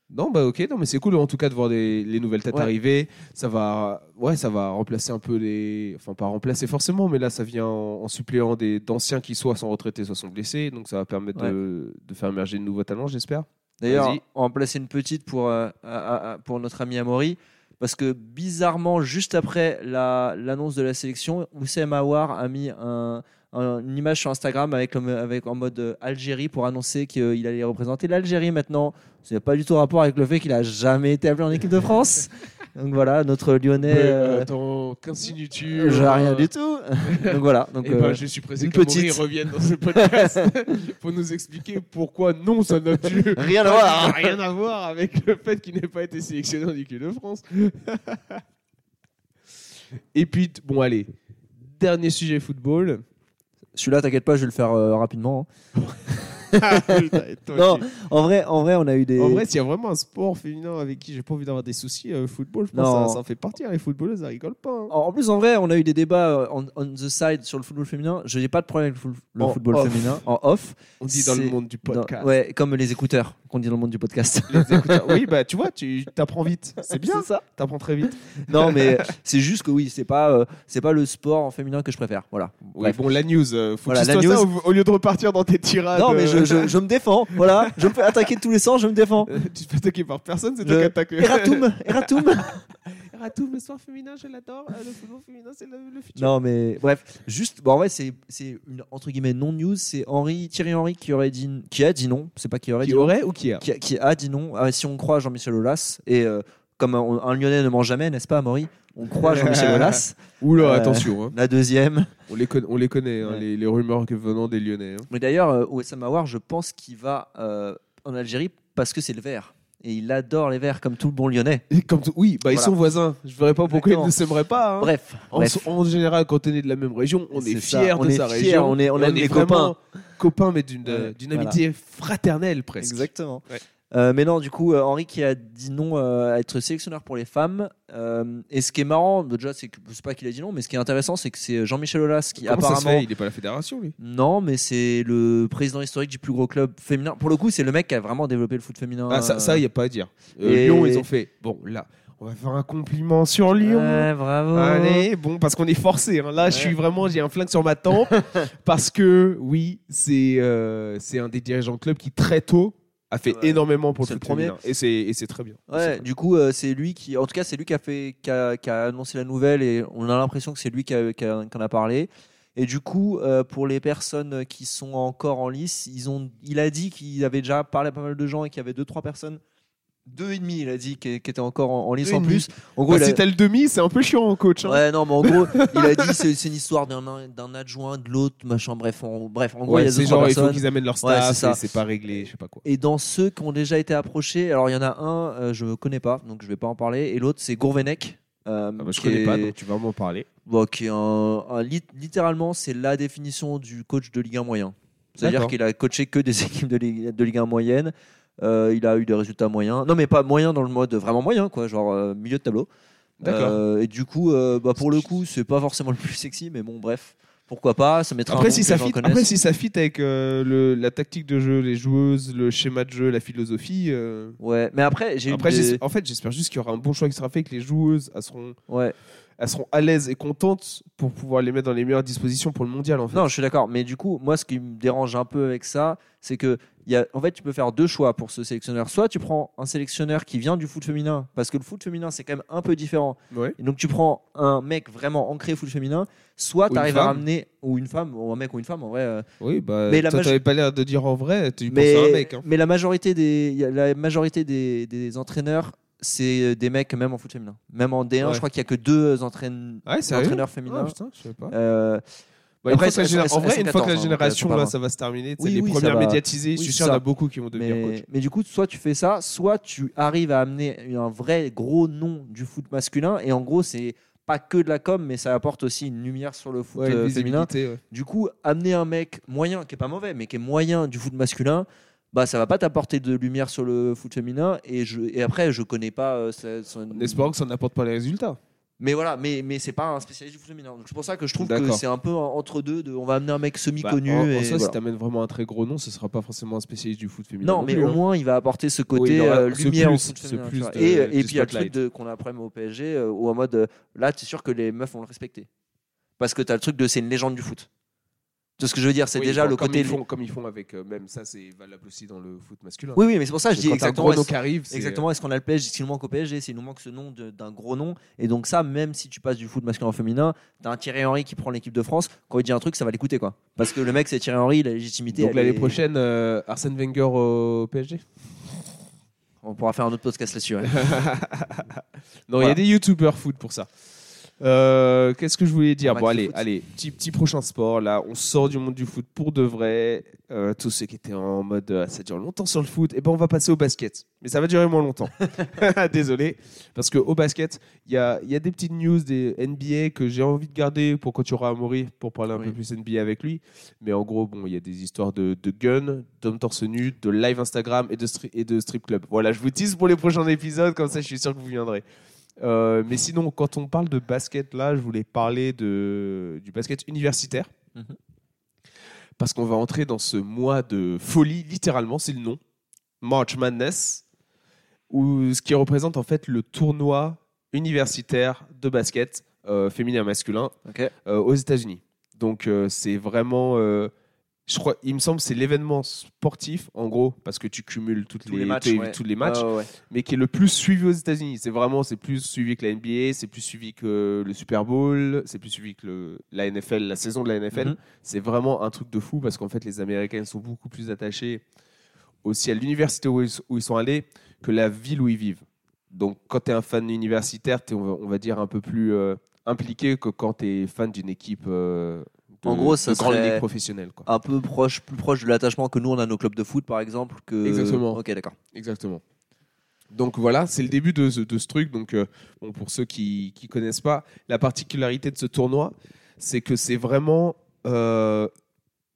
Non, bah ok, non, mais c'est cool en tout cas de voir des- les nouvelles têtes Ouais. arriver. Ça va, ouais, ça va remplacer un peu les. Enfin, pas remplacer forcément, mais là, ça vient en, en suppléant des, d'anciens qui soit sont retraités, soit sont blessés. Donc ça va permettre Ouais. de, de faire émerger de nouveaux talents, j'espère. D'ailleurs, Vas-y. on va en placer une petite pour, euh, à- à- à- pour notre ami Amaury. Parce que bizarrement, juste après la- l'annonce de la sélection, Oussem Aouar a mis un- un- une image sur Instagram avec, le- avec- en mode euh, Algérie pour annoncer qu'il euh, allait représenter l'Algérie maintenant. Ça n'a pas du tout rapport avec le fait qu'il a jamais été appelé en équipe de France. Donc voilà, notre Lyonnais. euh, attends, qu'insinues-tu euh, je- rien du tout. Donc voilà. Donc, Eh ben, euh, je suis pressé une qu'Amaury petite. revienne dans ce podcast pour nous expliquer pourquoi non, ça n'a plus Rien à voir. hein. rien à voir avec le fait qu'il n'ait pas été sélectionné en équipe de France. Et puis, t- bon, allez, dernier sujet football. Celui-là, t'inquiète pas, je vais le faire euh, rapidement. hein. non, Non, en vrai, en vrai, on a eu des. en vrai, s'il y a vraiment un sport féminin avec qui j'ai pas envie d'avoir des soucis, euh, football, je pense Non. que ça, ça en fait partie. hein, Les footballeuses, elles rigolent pas. hein. En en plus, en vrai, on a eu des débats euh, on, on the side sur le football féminin. Je n'ai pas de problème avec le foot- le En football off. féminin en off. On dit dans le c'est- monde du podcast. Dans- ouais, comme les écouteurs qu'on dit dans le monde du podcast. Les écouteurs. oui, bah tu vois, tu t'apprends vite. C'est bien, ça. t'apprends très vite. Non, mais euh, c'est juste que oui, c'est pas, euh, c'est pas le sport en féminin que je préfère. Voilà. Oui, Bref. bon, la news, euh, faut Voilà, que tu la sois ça, news. au, au lieu de repartir dans tes tirades. non, mais je, euh, je- je me défends. Voilà, je me fais attaquer de tous les sens, je me défends. tu te fais attaquer par personne, c'est Je- toi qui attaques. Eratum, Eratum. Ratou, le sport féminin, je l'adore. Euh, Le football féminin, c'est le, le futur. Non, mais bref, juste, bon, en vrai, c'est c'est une entre guillemets non news. C'est Henri, Thierry Henry qui aurait dit, qui a dit non. C'est pas qui aurait dit. non. aurait ou qui a qui, qui a dit non. Ah, si on croit à Jean-Michel Aulas, et euh, comme un, un Lyonnais ne mange jamais, n'est-ce pas, Amaury On croit à Jean-Michel Aulas. Oula, Euh, attention, hein. La deuxième. on, les conna- on les connaît, hein, Ouais. les, les rumeurs que venant des Lyonnais. hein. Mais d'ailleurs, euh, Ouessam Aouar, je pense qu'il va euh, en Algérie parce que c'est le vert. Et il adore les verts, comme tout bon Lyonnais. Et comme tout- oui, bah, ils Voilà. sont voisins. Je verrais pas pourquoi ils Exactement. ne s'aimeraient pas. hein. Bref, En, bref. so- en général, quand on est de la même région, on est, C'est ça, fier on de est sa fier, région. on est- on aime les vraiment copains. Copains, mais d'une Ouais, d'une voilà. amitié fraternelle presque. Exactement. Ouais. Euh, mais non, du coup, euh, Henri qui a dit non euh, à être sélectionneur pour les femmes. Euh, et ce qui est marrant, déjà, c'est que c'est pas qu'il a dit non, mais ce qui est intéressant, c'est que c'est Jean-Michel Aulas qui Comment ça se apparemment fait Il n'est pas à la fédération, lui. Non, mais c'est le président historique du plus gros club féminin. Pour le coup, c'est le mec qui a vraiment développé le foot féminin. Ah, ça, ça, il n'y a pas à dire. Euh, Et- Lyon, ils ont fait. Bon, là, on va faire un compliment sur Lyon. Ouais, bravo. Allez, bon, parce qu'on est forcé. hein. Là, je suis vraiment, j'ai un flingue sur ma tempe. parce que, oui, c'est euh, c'est un des dirigeants de club qui, très tôt, a fait Ouais. énormément pour le C'est le foot premier. féminin. Et c'est et c'est très bien. C'est Ouais, très du coup, euh, c'est lui qui, en tout cas, c'est lui qui a fait, qui a, qui a annoncé la nouvelle et on a l'impression que c'est lui qui, a- qui a- qui en a parlé. Et du coup, euh, pour les personnes qui sont encore en lice, ils ont, il a dit qu'il avait déjà parlé à pas mal de gens et qu'il y avait deux trois personnes Deux et demi, il a dit, qui qui était encore en, en lice Deux et en demi. plus. En gros, Bah, il a- Si t'as le demi, c'est un peu chiant en coach. hein. Ouais, non, mais en gros, il a dit c'est c'est une histoire d'un d'un adjoint, de l'autre, machin, bref, en, bref, en gros, Ouais, il y a deux c'est trois genre, il faut personnes. qu'ils amènent leur Ouais, c'est staff ça. et c'est pas réglé, je sais pas quoi. Et dans ceux qui ont déjà été approchés, alors il y en a un, euh, je ne connais pas, donc je vais pas en parler, et l'autre c'est Gourvenec. euh, Ah bah, je qui connais pas, est- donc tu vas m'en parler. bon, qui est un- un lit- littéralement, c'est la définition du coach de Ligue 1 moyen. C'est-à-dire D'accord. qu'il a coaché que euh, des équipes de Ligue, de Ligue 1 moyenne. Euh, il a eu des résultats moyens. Non, mais pas moyen dans le mode vraiment moyen, quoi, genre euh, milieu de tableau. D'accord. Euh, et du coup, euh, bah, pour le coup, c'est pas forcément le plus sexy, mais bon, bref, pourquoi pas. Ça mettra un Après nom si, que ça les gens fit, connaissent. après, si ça fit avec euh, le- la tactique de jeu, les joueuses, le schéma de jeu, la philosophie. euh, Ouais, mais après, j'ai eu Après, des- j'es- en fait, j'espère juste qu'il y aura un bon choix qui sera fait, que les joueuses elles seront, Ouais. elles seront à l'aise et contentes pour pouvoir les mettre dans les meilleures dispositions pour le mondial. En fait. Non, je suis d'accord. Mais du coup, moi, ce qui me dérange un peu avec ça, c'est que, il y a, en fait, tu peux faire deux choix pour ce sélectionneur. Soit tu prends un sélectionneur qui vient du foot féminin, parce que le foot féminin, c'est quand même un peu différent. Ouais. Et donc, tu prends un mec vraiment ancré foot féminin, soit Ou tu arrives une à femme. ramener, ou une femme, ou un mec ou une femme, en vrai. euh, Oui, bah, Mais la toi, maj- t'avais pas l'air de dire en vrai, tu mais, pensais à un mec. hein. mais la majorité des, y a- la majorité des, des entraîneurs, c'est euh, des mecs, même en foot féminin. Même en D1, Ouais. je crois qu'il n'y a que deux entraîne- Ouais, sérieux entraîneurs Ah, féminins. putain, je savais pas. Euh, Bah, une Après, fois que la elles sont- généra- elles sont- en vrai, elles sont une fois que 14, la hein, donc, génération, c'est pas là, grave. ça va se terminer. C'est Oui, les oui, ça premières va. médiatisées. je Oui, suis c'est sûr, il y en a ça. beaucoup qui vont devenir mais, coach. mais du coup, soit tu fais ça, soit tu arrives à amener une- un vrai gros nom du foot masculin. Et en gros, c'est pas que de la com, mais ça apporte aussi une lumière sur le foot Ouais, euh, une féminin. visibilité. ouais. Du coup, amener un mec moyen, qui est pas mauvais, mais qui est moyen du foot masculin, bah ça va pas t'apporter de lumière sur le foot féminin. Et, je, et après, je connais pas euh, sa- son- En espérant que ça n'apporte pas les résultats. Mais voilà, mais, mais c'est pas un spécialiste du foot féminin. Donc c'est pour ça que je trouve que D'accord. c'est un peu un entre deux. De, on va amener un mec Bah, semi-connu. en, en soi, et si voilà. t'amènes vraiment un très gros nom, ce sera pas forcément un spécialiste du foot féminin. Non, mais plus, au hein. moins il va apporter ce côté il aura euh, ce lumière au plus, foot ce féminin, tu plus vois. de- et et du puis il y a le truc spotlight. de- qu'on a problème au PSG euh, où en mode euh, là tu es sûr que les meufs vont le respecter parce que tu as le truc de c'est une légende du foot. Tu vois ce que je veux dire, c'est Oui, déjà bon, le comme côté. Ils font, comme ils font avec euh, même ça, c'est valable aussi dans le foot masculin. Oui, oui, mais c'est pour ça que je dis Quand t'as un exactement. gros nom est-ce- qui arrive, c'est- Exactement, est-ce qu'on a le PSG S'il nous manque au PSG, s'il nous manque ce nom de- d'un gros nom. Et donc, ça, même si tu passes du foot masculin au féminin, t'as un Thierry Henry qui prend l'équipe de France. Quand il dit un truc, ça va l'écouter, quoi. Parce que le mec, c'est Thierry Henry, la légitimité. Donc elle l'année est- prochaine, euh, Arsène Wenger au PSG. On pourra faire un autre podcast là-dessus. ouais. Non, il y Voilà. a des youtubeurs foot pour ça. Euh, Qu'est-ce que je voulais dire Max Bon, de allez, foot. allez, petit, petit prochain sport. Là, on sort du monde du foot pour de vrai. Euh, tous ceux qui étaient en mode euh, ça dure longtemps sur le foot, et ben on va passer au basket. Mais ça va durer moins longtemps. Désolé, parce que au basket, il y a, il y a des petites news des NBA que j'ai envie de garder pour quand tu auras Amaury pour parler un Oui. peu plus NBA avec lui. Mais en gros, bon, il y a des histoires de, de gun, d'hommes torse nu, de live Instagram et de, stri- et de strip club. Voilà, je vous tease pour les prochains épisodes, comme ça je suis sûr que vous viendrez. Euh, mais sinon, quand on parle de basket, là, je voulais parler de, du basket universitaire. Mhm. Parce qu'on va entrer dans ce mois de folie, littéralement, c'est le nom. March Madness. Où, ce qui représente en fait le tournoi universitaire de basket euh, féminin et masculin Ok. euh, aux États-Unis. Donc euh, c'est vraiment, euh, je crois, il me semble, que c'est l'événement sportif en gros parce que tu cumules toutes Tous les, les matchs, tous- ouais. Ah tous les matchs, Ouais, ouais, ouais. mais qui est le plus suivi aux États-Unis. C'est vraiment, c'est plus suivi que la NBA, c'est plus suivi que le Super Bowl, c'est plus suivi que le- la NFL, la saison de la NFL. Mhm. C'est vraiment un truc de fou parce qu'en fait les Américains sont beaucoup plus attachés aussi à l'université où ils, où ils sont allés que la ville où ils vivent. Donc quand tu es un fan universitaire, tu es, on va, on va dire, un peu plus euh, impliqué que quand tu es fan d'une équipe euh, de, En gros, ça de grande serait- ligue professionnelle. Quoi. un peu proche, plus proche de l'attachement que nous on a à nos clubs de foot par exemple. Que... Exactement. Ok, d'accord. Exactement. Donc voilà, c'est le début de ce, de ce truc. Donc euh, bon, pour ceux qui ne connaissent pas, la particularité de ce tournoi, c'est que c'est vraiment euh,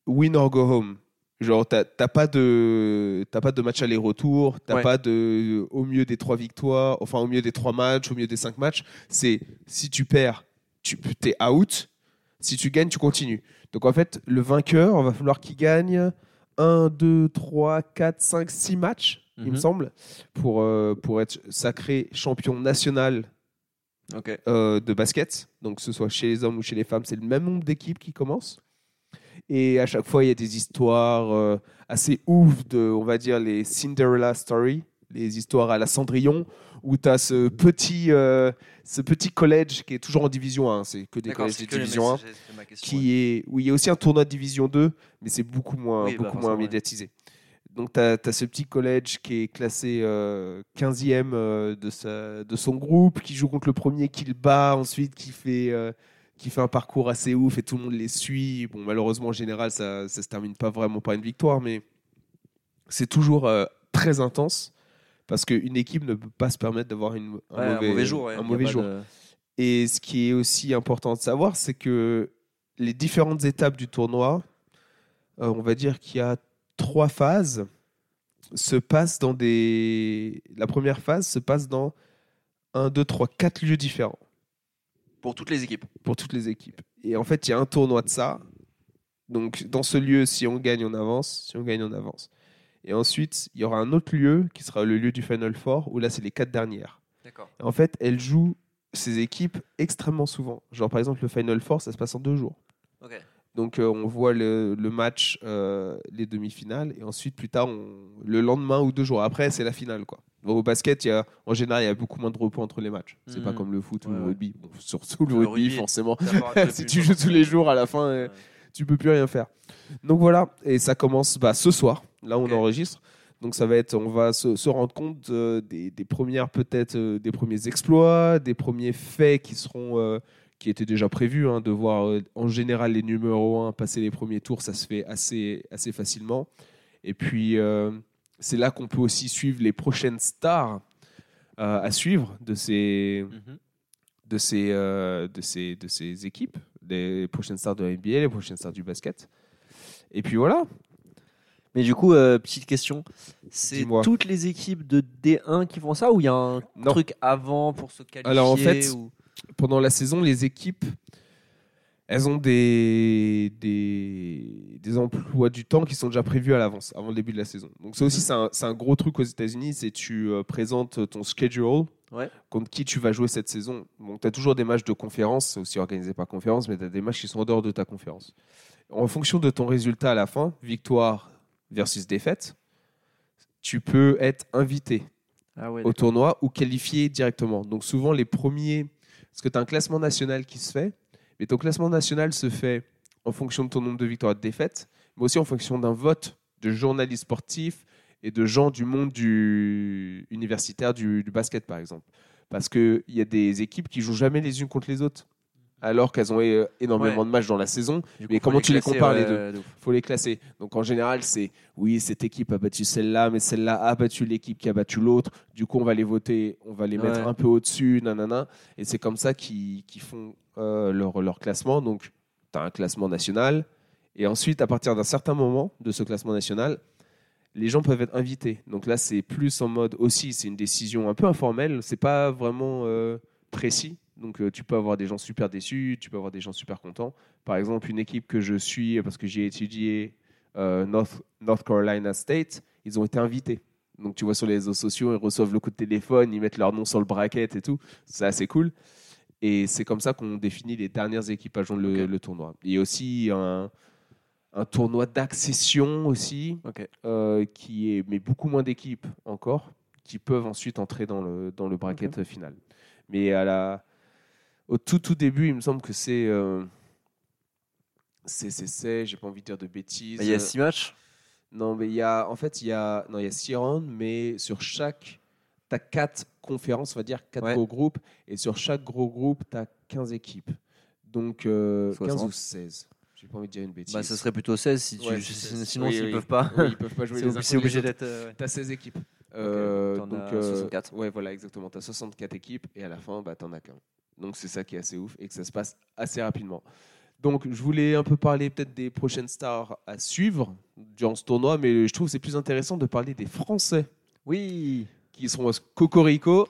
win or go home. Genre, t'as t'as pas de t'as pas de match aller-retour, t'as Ouais. pas de au mieux des trois victoires, enfin au mieux des trois matchs, au mieux des cinq matchs. C'est si tu perds, tu t'es out. Si tu gagnes, tu continues. Donc en fait, le vainqueur, on va falloir qu'il gagne 1, 2, 3, 4, 5, 6 matchs, il me Mhm. semble, pour, euh, pour être sacré champion national Ok. euh, de basket. Donc, que ce soit chez les hommes ou chez les femmes, c'est le même nombre d'équipes qui commencent. Et à chaque fois, il y a des histoires euh, assez ouf de, on va dire, les Cinderella Story, les histoires à la Cendrillon, où tu as ce petit, euh, ce petit collège qui est toujours en division 1, c'est que des collèges de division 1 qui est où il y a aussi un tournoi de division 2 mais c'est beaucoup moins Oui, bah, beaucoup moins forcément, ouais. médiatisé Donc, tu as, ce petit collège qui est classé euh, 15e euh, de, sa- de son groupe, qui joue contre le premier, qui le bat, ensuite qui fait, euh, qui fait un parcours assez ouf et tout le monde les suit. Bon, malheureusement, en général, ça ne se termine pas vraiment par une victoire, mais c'est toujours euh, très intense parce qu'une équipe ne peut pas se permettre d'avoir une- un, Ouais, mauvais, jour. ouais. un Y a mauvais pas jour. de- Et ce qui est aussi important de savoir, c'est que les différentes étapes du tournoi, euh, on va dire qu'il y a trois phases, se passent dans des. La première phase se passe dans 1, 2, 3, 4 lieux différents Pour toutes les équipes. pour toutes les équipes. Et en fait, il y a un tournoi de ça. Donc, dans ce lieu, si on gagne, on avance. Si on gagne, on avance. Et ensuite, il y aura un autre lieu qui sera le lieu du Final Four, où là, c'est les quatre dernières. D'accord. En fait, elle joue ses équipes extrêmement souvent. Genre, par exemple, le Final Four, ça se passe en deux jours. Ok. Donc, euh, on voit le, le match, euh, les demi-finales, et ensuite, plus tard, on- le lendemain ou deux jours après, c'est la finale. Quoi. Bon, au basket, il y a, en général, il y a beaucoup moins de repos entre les matchs. C'est pas Mhm. comme le foot ou Ouais, le ouais. rugby. Bon, surtout le, Le rugby, rugby. forcément. Ça part un peu si plus tu loin. joues tous les jours à la fin, euh, Ouais. tu peux plus rien faire. Donc voilà, et ça commence bah, ce soir, là où Ok. on enregistre. Donc ça va être, on va se, se rendre compte euh, des, des premières peut-être, euh, des premiers exploits, des premiers faits qui seront, euh, qui étaient déjà prévus, hein, de voir euh, en général les numéros 1 passer les premiers tours, ça se fait assez, assez facilement. Et puis euh, c'est là qu'on peut aussi suivre les prochaines stars euh, à suivre de ces, Mhm. de ces, euh, de ces, de ces équipes, les prochaines stars de la NBA, les prochaines stars du basket. Et puis voilà. Mais du coup, euh, petite question, c'est Dis-moi. toutes les équipes de D1 qui font ça ou il y a un Non. truc avant pour se qualifier Alors, en fait, ou- Pendant la saison, les équipes, elles ont des, des, des emplois du temps qui sont déjà prévus à l'avance, avant le début de la saison. Donc ça aussi, c'est un, c'est un gros truc aux États-Unis, c'est tu euh, présentes ton schedule, Ouais. contre qui tu vas jouer cette saison. Donc tu as toujours des matchs de conférence, c'est aussi organisé par conférence, mais tu as des matchs qui sont en dehors de ta conférence. En fonction de ton résultat à la fin, victoire versus défaite, tu peux être invité Ah ouais, au tournoi ou qualifié directement. Donc souvent les premiers, parce que tu as un classement national qui se fait, mais ton classement national se fait en fonction de ton nombre de victoires et de défaites, mais aussi en fonction d'un vote de journalistes sportifs et de gens du monde du universitaire du, du basket par exemple. Parce qu'il y a des équipes qui jouent jamais les unes contre les autres, alors qu'elles ont euh, énormément Ouais. de matchs dans la saison Du mais faut comment tu les classer, compares, les ouais, deux de ouf. faut les classer. Donc en général, c'est oui, cette équipe a battu celle-là, mais celle-là a battu l'équipe qui a battu l'autre. Du coup, on va les voter, on va les Ouais. mettre un peu au-dessus, nanana. Et c'est comme ça qu'ils qu'ils font euh, leur, leur classement. Donc tu as un classement national. Et ensuite, à partir d'un certain moment de ce classement national, les gens peuvent être invités. Donc là, c'est plus en mode aussi, c'est une décision un peu informelle, c'est pas vraiment euh, précis. Donc euh, tu peux avoir des gens super déçus, tu peux avoir des gens super contents. Par exemple, une équipe que je suis euh, parce que j'ai étudié euh, North, North Carolina State, ils ont été invités. Donc tu vois sur les réseaux sociaux, ils reçoivent le coup de téléphone, ils mettent leur nom sur le bracket et tout. C'est assez cool. Et c'est comme ça qu'on définit les dernières équipes à joindre le, Ok. le tournoi. Il y a aussi un, un tournoi d'accession aussi Ok. euh, qui est mais beaucoup moins d'équipes encore qui peuvent ensuite entrer dans le dans le bracket euh, final. Mais à la au tout tout début, il me semble que c'est euh, c'est c'est c'est j'ai pas envie de dire de bêtises. Bah, Il y a 6 matchs. Non, mais il y a en fait il y a non il y a six rounds, mais sur chaque t'as quatre conférences, on va dire quatre Ouais. gros groupes, et sur chaque gros groupe t'as 15 équipes. Donc euh, 15 60. ou 16. J'ai pas envie de dire une bêtise. Bah, ça serait plutôt 16 si tu... Ouais, c'est 16. sinon Oui, s'ils oui. peuvent pas. Oui, ils peuvent pas jouer c'est les uns obligé, contre c'est les obligé autres. d'être. euh, ouais. T'as 16 équipes. Euh, t'en donc, as euh, 64. Ouais, voilà, exactement. T'as 64 équipes et à la fin, bah, t'en as qu'un. Donc, c'est ça qui est assez ouf et que ça se passe assez rapidement. Donc, je voulais un peu parler peut-être des prochaines stars à suivre durant ce tournoi, mais je trouve que c'est plus intéressant de parler des Français Oui. qui seront à Cocorico.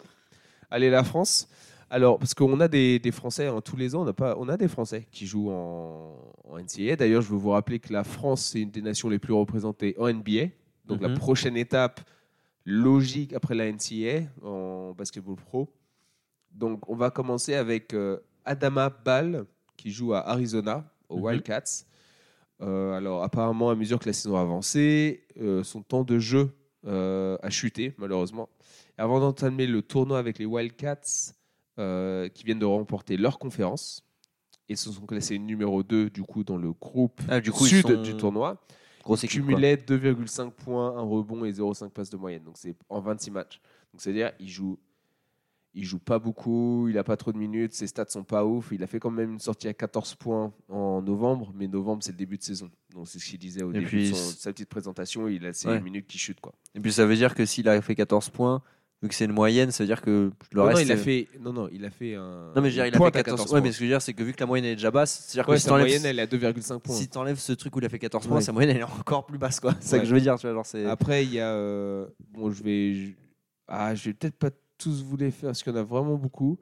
Allez, la France. Alors, parce qu'on a des, des Français, hein, tous les ans, on a, pas, on a des Français qui jouent en, en NCAA. D'ailleurs, je veux vous rappeler que la France, c'est une des nations les plus représentées en NBA. Donc, la Mhm. prochaine étape logique après la NCAA en basketball pro. Donc, on va commencer avec euh, Adama Ball, qui joue à Arizona, aux Mhm. Wildcats. Euh, alors, apparemment, à mesure que la saison a avancé, euh, son temps de jeu euh, a chuté, malheureusement. Et avant d'entamer le tournoi avec les Wildcats, euh, qui viennent de remporter leur conférence, et se sont classés numéro 2 du coup dans le groupe Ah, du coup, ils sud sont- du tournoi. Grosse équipe. quoi. cumulait 2,5 points, un rebond et 0,5 passes de moyenne. Donc c'est en 26 matchs. Donc c'est-à-dire il joue il joue pas beaucoup, il a pas trop de minutes, ses stats sont pas ouf, il a fait quand même une sortie à 14 points en novembre, mais novembre c'est le début de saison. Donc c'est ce qu'il disait au Et début puis, de son- c'est- sa petite présentation, il a ses Ouais. minutes qui chutent quoi. Et puis ça veut dire que s'il a fait 14 points, vu que c'est une moyenne, ça veut dire que le non, non, reste. il a est- fait non non, il a fait un Non, mais je veux dire, une il a fait pointe à 14, points. points. Ouais, mais ce que je veux dire, c'est que vu que la moyenne est déjà basse, c'est-à-dire Ouais, que si sa t'enlèves- moyenne elle est à 2,5 points. si t'enlèves ce truc où il a fait 14 points, Ouais. sa moyenne elle est encore plus basse, quoi. C'est ça Ouais. que je veux dire, tu vois. Genre, c'est. Après, il y a. euh, bon, je vais. je- ah, je vais peut-être pas tous vous les faire parce qu'il y en a vraiment beaucoup.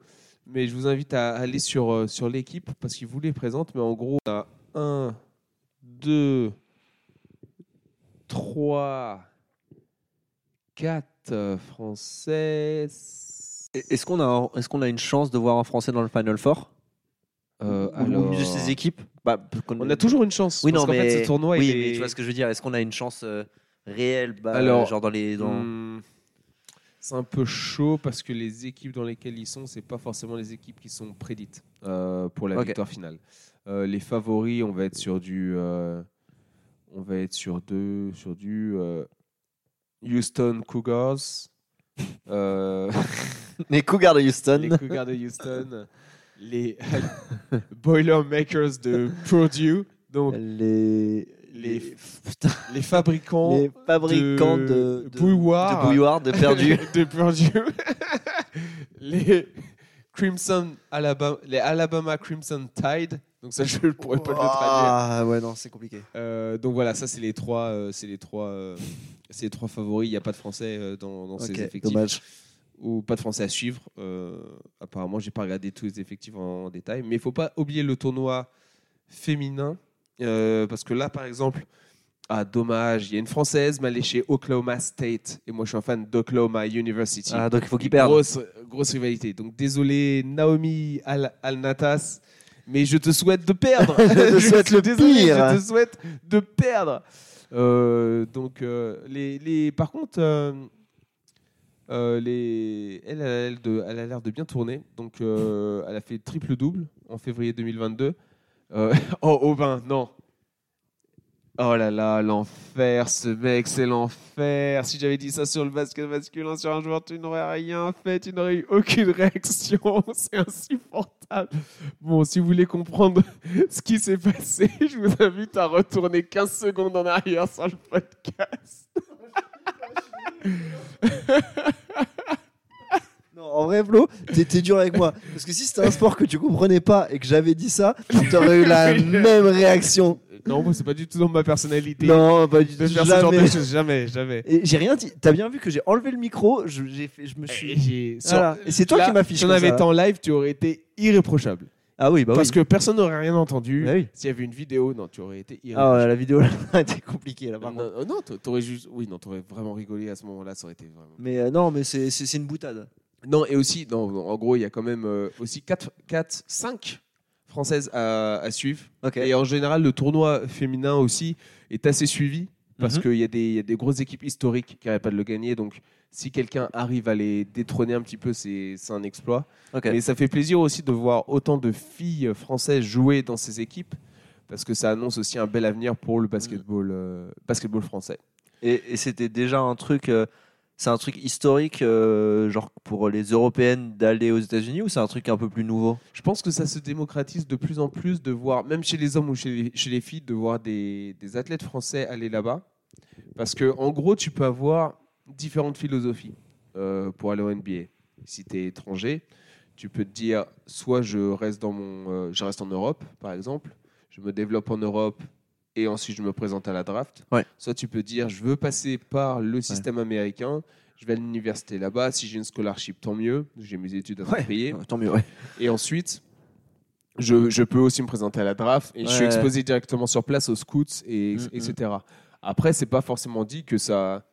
Mais je vous invite à aller sur, euh, sur l'équipe parce qu'ils vous les présentent. Mais en gros, on a 1, 2, 3, 4 euh, Français. Est-ce qu'on a, un- est-ce qu'on a une chance de voir un Français dans le Final Four Euh, Ou- alors, Ou de ces équipes Bah, parce qu'on- on a toujours une chance. Oui, parce non, qu'en mais- fait, ce tournoi, oui, il mais est- tu vois ce que je veux dire. Est-ce qu'on a une chance euh, réelle bah, Alors, Genre dans les. Dans... Hmm. C'est un peu chaud parce que les équipes dans lesquelles ils sont, c'est pas forcément les équipes qui sont prédites euh, pour la Ok. victoire finale. Euh, les favoris, on va être sur du, euh, on va être sur deux, sur du euh, Houston Cougars, euh, Les Cougars de les Houston. Cougars de Houston, les Boilermakers de Purdue, donc Les. Les- Putain, les fabricants les fabricants de. de- bouilloires. de bouilloires de perdus. de Purdue. les Crimson Alabama, les Alabama Crimson Tide. Donc ça, je ne pourrais pas le traduire. Ah, ouais, non, c'est compliqué. Euh, donc voilà, ça c'est les trois, euh, c'est les trois, euh, c'est les trois favoris. Il n'y a pas de français euh, dans, dans ces effectifs dommage. ou pas de français à suivre. Euh, apparemment, j'ai pas regardé tous les effectifs en, en détail, mais il faut pas oublier le tournoi féminin euh, parce que là, par exemple. Ah, dommage, il y a une française, mais elle est chez Oklahoma State. Et moi, je suis un fan d'Oklahoma University. Ah, donc il faut qu'ils perdent. Grosse, grosse rivalité. Donc désolé Naomi Al- Al-Natas, mais je te souhaite de perdre. Je te souhaite le désolé, pire. Je te souhaite de perdre. Euh, donc euh, les, les, par contre, euh, euh, les, elle, elle a l'air de- elle a l'air de bien tourner. Donc euh, elle a fait triple double en février 2022. Euh, oh Aubin, non. Oh là là, l'enfer, ce mec, c'est l'enfer. Si j'avais dit ça sur le basket masculin, sur un joueur, tu n'aurais rien fait, tu n'aurais eu aucune réaction. C'est insupportable. Bon, si vous voulez comprendre ce qui s'est passé, je vous invite à retourner 15 secondes en arrière sur le podcast. Non, en vrai, Flo, t'es t'es dur avec moi. Parce que si c'était un sport que tu comprenais pas et que j'avais dit ça, t'aurais eu la même réaction. Euh, Non, bon, c'est pas du tout dans ma personnalité. Non, pas du tout. de faire ce genre de Jamais. choses, jamais, jamais. Et J'ai rien dit. T'as bien vu que j'ai enlevé le micro. Je, j'ai fait- je me Et Eh. suis. j'ai- Voilà. Et c'est toi Là, qui m'affiches. Si on comme avait ça, été en live, tu aurais été irréprochable. Ah oui, bah Parce oui. que personne n'aurait rien entendu. Bah oui. S'il y avait une vidéo, non, tu aurais été Eh irréprochable. Ah, ouais, la vidéo là, était compliquée là par contre. Non, euh, non, t'a- t'aurais juste, oui, non, t'aurais vraiment rigolé à ce moment-là, ça aurait été vraiment. Mais euh, non, mais c'est- c'est c'est une boutade. Non, et aussi, non, non, en gros, il y a quand même euh, aussi 4, 4 5 françaises à, à suivre. Ok. Et en général, le tournoi féminin aussi est assez suivi parce Mhm. qu'il y, a des- il y a des grosses équipes historiques qui n'arrivent pas de le gagner. Donc, si quelqu'un arrive à les détrôner un petit peu, c'est c'est un exploit. Ok. Mais ça fait plaisir aussi de voir autant de filles françaises jouer dans ces équipes parce que ça annonce aussi un bel avenir pour le basketball, euh, basketball français. Et, et c'était déjà un truc, euh, c'est un truc historique, euh, genre pour les Européennes d'aller aux États-Unis ou c'est un truc un peu plus nouveau Je pense que ça se démocratise de plus en plus de voir, même chez les hommes ou chez les, chez les filles, de voir des, des athlètes français aller là-bas. Parce que en gros, tu peux avoir différentes philosophies euh, pour aller au NBA. Si tu es étranger, tu peux te dire soit je reste, dans mon, euh, je reste en Europe, par exemple, je me développe en Europe et ensuite je me présente à la draft. Ouais. Soit tu peux dire je veux passer par le système américain, je vais à l'université là-bas, si j'ai une scholarship, tant mieux, j'ai mes études à Ouais. payer. Tant mieux, ouais. Et ensuite, je, je peux aussi me présenter à la draft et je suis Ouais. exposé directement sur place aux scouts, et, Mm, etc. Après, c'est pas forcément dit que ça,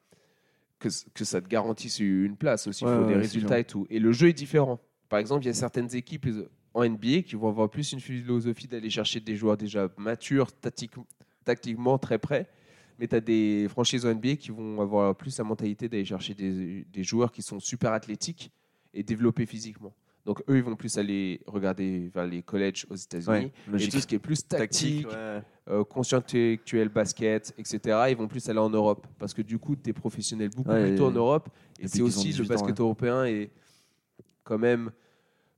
que, c- que ça te garantisse une place aussi. Il Ouais, faut des ouais, résultats et tout. Et le jeu est différent. Par exemple, il y a certaines équipes en NBA qui vont avoir plus une philosophie d'aller chercher des joueurs déjà matures, tactique- tactiquement très prêts. Mais tu as des franchises en NBA qui vont avoir plus la mentalité d'aller chercher des, des joueurs qui sont super athlétiques et développés physiquement. Donc eux, ils vont plus aller regarder vers les collèges aux États-Unis. et logique. tout ce qui est plus tactique, ouais. euh, conscient intellectuel, basket, etc., ils vont plus aller en Europe. Parce que du coup, tu es professionnel beaucoup Ouais, plus tôt et- en Europe. Et depuis c'est qu'ils ont aussi le 18 ans, basket européen est quand même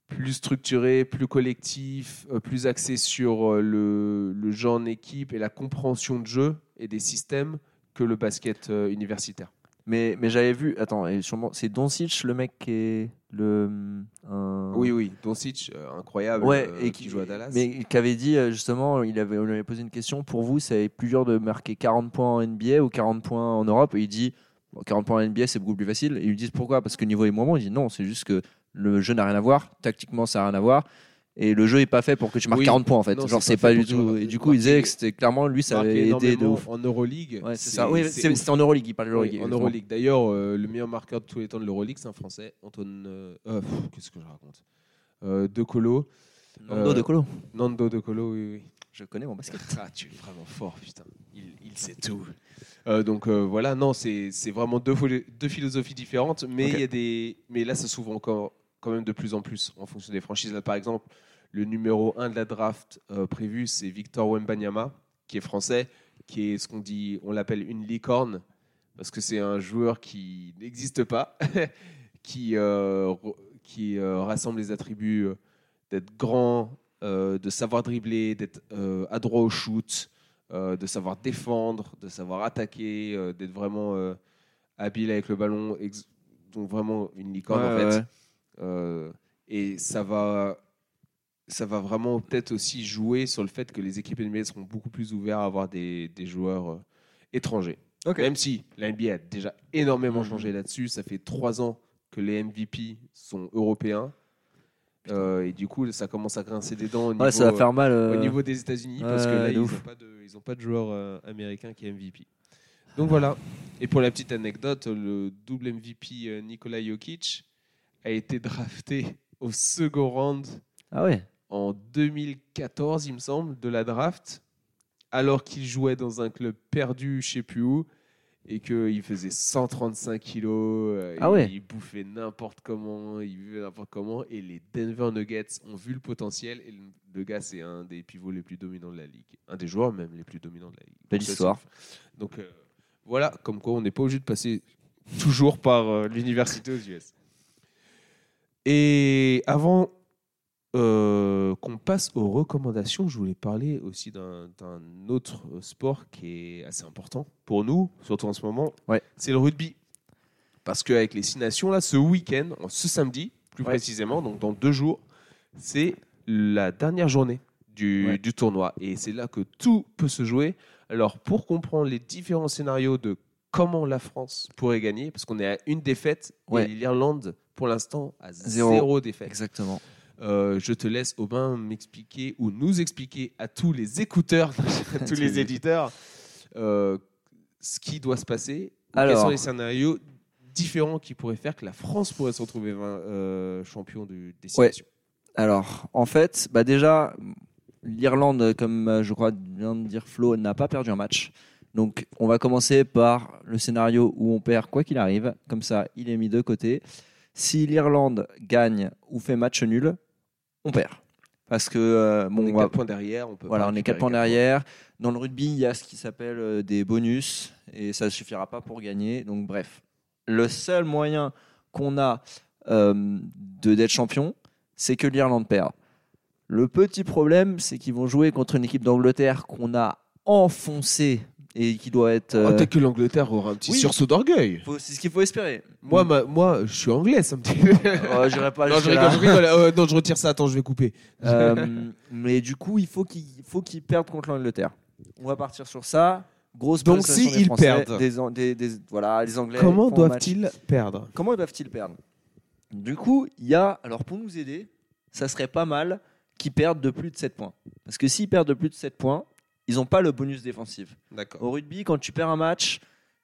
plus structuré, plus collectif, euh, plus axé sur euh, le, le jeu en équipe et la compréhension de jeu et des systèmes que le basket euh, universitaire. Mais, mais j'avais vu, attends, et sûrement, c'est Doncic le mec qui est le. un- Oui, oui, Doncic, euh, incroyable, Ouais, euh, et qui, joue à Dallas. Mais qui avait dit euh, justement, il avait, on lui avait posé une question pour vous, c'est plus dur de marquer 40 points en NBA ou 40 points en Europe Et il dit bon, 40 points en NBA, c'est beaucoup plus facile. Et ils lui disent pourquoi Parce que le niveau est moins bon. Il dit non, c'est juste que le jeu n'a rien à voir, tactiquement, ça n'a rien à voir. Et le jeu est pas fait pour que tu marques Oui. 40 points en fait. Non, Genre, c'est c'est pas pas, fait du pour que tu tout. marques- Et du coup, ils disaient que c'était clairement lui, ça Marqué avait aidé de énormément ouf. en Euroleague. Ouais, c'est ça. Oui, c'est- ouf. c'était en Euroleague, il parlait de Oui, Euroleague. en exactement. Euroleague. D'ailleurs, euh, le meilleur marqueur de tous les temps de l'Euroleague, c'est un Français, Antoine. euh, euh, pff, Qu'est-ce que je raconte Euh, De Colo. Nando Euh, de Colo. Nando De Colo, oui, oui. Je connais mon basket. Ah, tu es vraiment fort, putain. Il, il sait tout. Euh, donc euh, voilà, non, c'est c'est vraiment deux, philo- deux philosophies différentes, mais Ok. il y a des, mais là ça s'ouvre encore quand même de plus en plus en fonction des franchises. Là, par exemple, le numéro 1 de la draft euh, prévue, c'est Victor Wembanyama, qui est français, qui est ce qu'on dit, on l'appelle une licorne, parce que c'est un joueur qui n'existe pas, qui euh, re- qui euh, rassemble les attributs euh, d'être grand, euh, de savoir dribbler, d'être euh, adroit au shoot, euh, de savoir défendre, de savoir attaquer, euh, d'être vraiment euh, habile avec le ballon. ex- donc vraiment une licorne en Ouais, fait. ouais. Euh, et ça va, ça va vraiment peut-être aussi jouer sur le fait que les équipes NBA seront beaucoup plus ouvertes à avoir des, des joueurs euh, étrangers. Ok. Même si la NBA a déjà énormément Mhm. changé là-dessus, ça fait trois ans que les MVP sont européens. Euh, et du coup, ça commence à grincer des dents au niveau, Ouais, ça va faire mal. au euh, niveau des États-Unis parce que ouais, là, de ils n'ont ouf. pas, de- ils ont pas de joueur euh, américain qui est MVP. Donc voilà. Et pour la petite anecdote, le double MVP euh, Nikola Jokic a été drafté au second round Ah ouais. en 2014, il me semble, de la draft, alors qu'il jouait dans un club perdu, je sais plus où, et qu'il faisait 135 kilos, euh, Ah et ouais. il bouffait n'importe comment, il vivait n'importe comment, et les Denver Nuggets ont vu le potentiel, et le, le gars, c'est un des pivots les plus dominants de la ligue, un des joueurs même les plus dominants de la ligue. Belle Donc ça, histoire. c'est- Donc euh, voilà, comme quoi on n'est pas obligé de passer toujours par euh, l'université aux US. Et avant euh, qu'on passe aux recommandations, je voulais parler aussi d'un d'un autre euh, sport qui est assez important pour nous, surtout en ce moment. Ouais. C'est le rugby. Parce qu'avec les Six Nations, là, ce week-end, en- ce samedi, plus précisément, donc dans deux jours, c'est la dernière journée du, Ouais. du tournoi. Et c'est là que tout peut se jouer. Alors, pour comprendre les différents scénarios de comment la France pourrait gagner, parce qu'on est à une défaite Ouais. et l'Irlande, pour l'instant, à Zéro. zéro défaite. Exactement. Euh, je te laisse, Aubin, m'expliquer ou nous expliquer à tous les écouteurs, à tous les éditeurs, euh, ce qui doit se passer. ou quels Alors. sont les scénarios différents qui pourraient faire que la France pourrait se retrouver vain- euh, champion du, des Six Ouais. Nations Alors, en fait, bah déjà, l'Irlande, comme euh, je crois vient de dire Flo, n'a pas perdu un match. Donc, on va commencer par le scénario où on perd quoi qu'il arrive. Comme ça, il est mis de côté. Si l'Irlande gagne ou fait match nul, on perd. Parce que, euh, bon, On est on va- 4 points derrière, on peut voilà, pas on est récupérer 4 points quatre derrière. Dans le rugby, il y a ce qui s'appelle euh, des bonus et ça ne suffira pas pour gagner. Donc, bref, le seul moyen qu'on a euh, de d'être champion, c'est que l'Irlande perd. Le petit problème, c'est qu'ils vont jouer contre une équipe d'Angleterre qu'on a enfoncée et qui doit être. points. Ah, euh, peut-être que l'Angleterre aura un petit Oui. sursaut d'orgueil. faut- c'est ce qu'il faut espérer. Moi, ma- moi, je suis anglais, ça me dit. Euh, j'irai pas non, je jusque-là. rigole, je rigole. Euh, non, je retire ça. Attends, je vais couper. Euh, mais du coup, il faut qu'ils faut qu'ils perdent contre l'Angleterre. On va partir sur ça. Grosse Donc, prestation si des ils Français, perdent. des, An- des- des- voilà, les Anglais. Comment ils font un match. doivent-ils perdre Comment doivent-ils perdre Du coup, il y a alors pour nous aider, ça serait pas mal qu'ils perdent de plus de 7 points. Parce que s'ils perdent de plus de 7 points, ils n'ont pas le bonus défensif. D'accord. Au rugby, quand tu perds un match,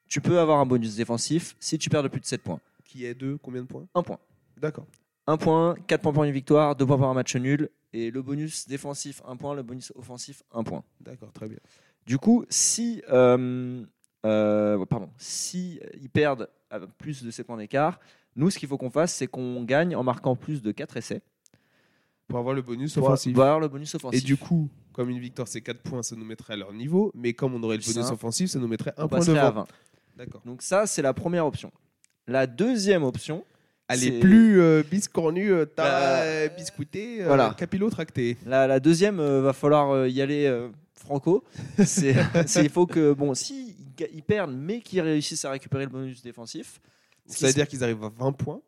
tu peux avoir un bonus défensif si tu perds de plus de 7 points. Qui est 2 Combien de points Un point. D'accord. Un point, 4 points pour une victoire, 2 points pour un match nul, et le bonus défensif, un point, le bonus offensif, un point. D'accord, très bien. Du coup, si, euh, euh, pardon, si ils perdent à plus de 7 points d'écart, nous, ce qu'il faut qu'on fasse, c'est qu'on gagne en marquant plus de 4 essais. pour avoir le bonus Pour offensif. avoir le bonus offensif. Et du coup, comme une victoire c'est 4 points, ça nous mettrait à leur niveau, mais comme on aurait le bonus Ça. offensif, ça nous mettrait un on point passerait à devant. 20. D'accord. Donc ça, c'est la première option. La deuxième option, Elle C'est- est plus euh, biscornue, euh, ta- Bah, euh, biscuitée, euh, voilà. capillotractée. la, la deuxième, euh, va falloir euh, y aller euh, franco. C'est c'est- il faut que bon, si ils ga- ils perdent mais qu'ils réussissent à récupérer le bonus défensif, Ce qui Ça veut dire qu'ils arrivent à 20 points.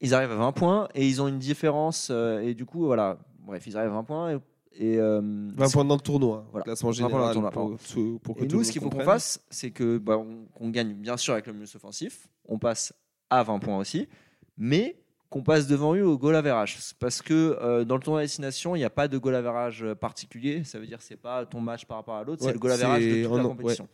ils arrivent à 20 points et ils ont une différence euh, et du coup voilà, bref, ils arrivent à 20 points et, et, euh, 20 points dans le tournoi. Voilà. Voilà. Classement 20 points dans le général. tournoi, pour, sous- pour que Et tout nous, le ce qu'il monde faut qu'on comprenne. fasse, c'est que bah, on- qu'on gagne bien sûr avec le bonus offensif, on passe à 20 points aussi, mais qu'on passe devant eux au goal average. C'est Parce que euh, dans le tournoi destination, il n'y a pas de goal average euh, particulier. Ça veut dire que c'est pas ton match par rapport à l'autre, c'est Ouais, le goal average de c'est toute en- la ouais. compétition.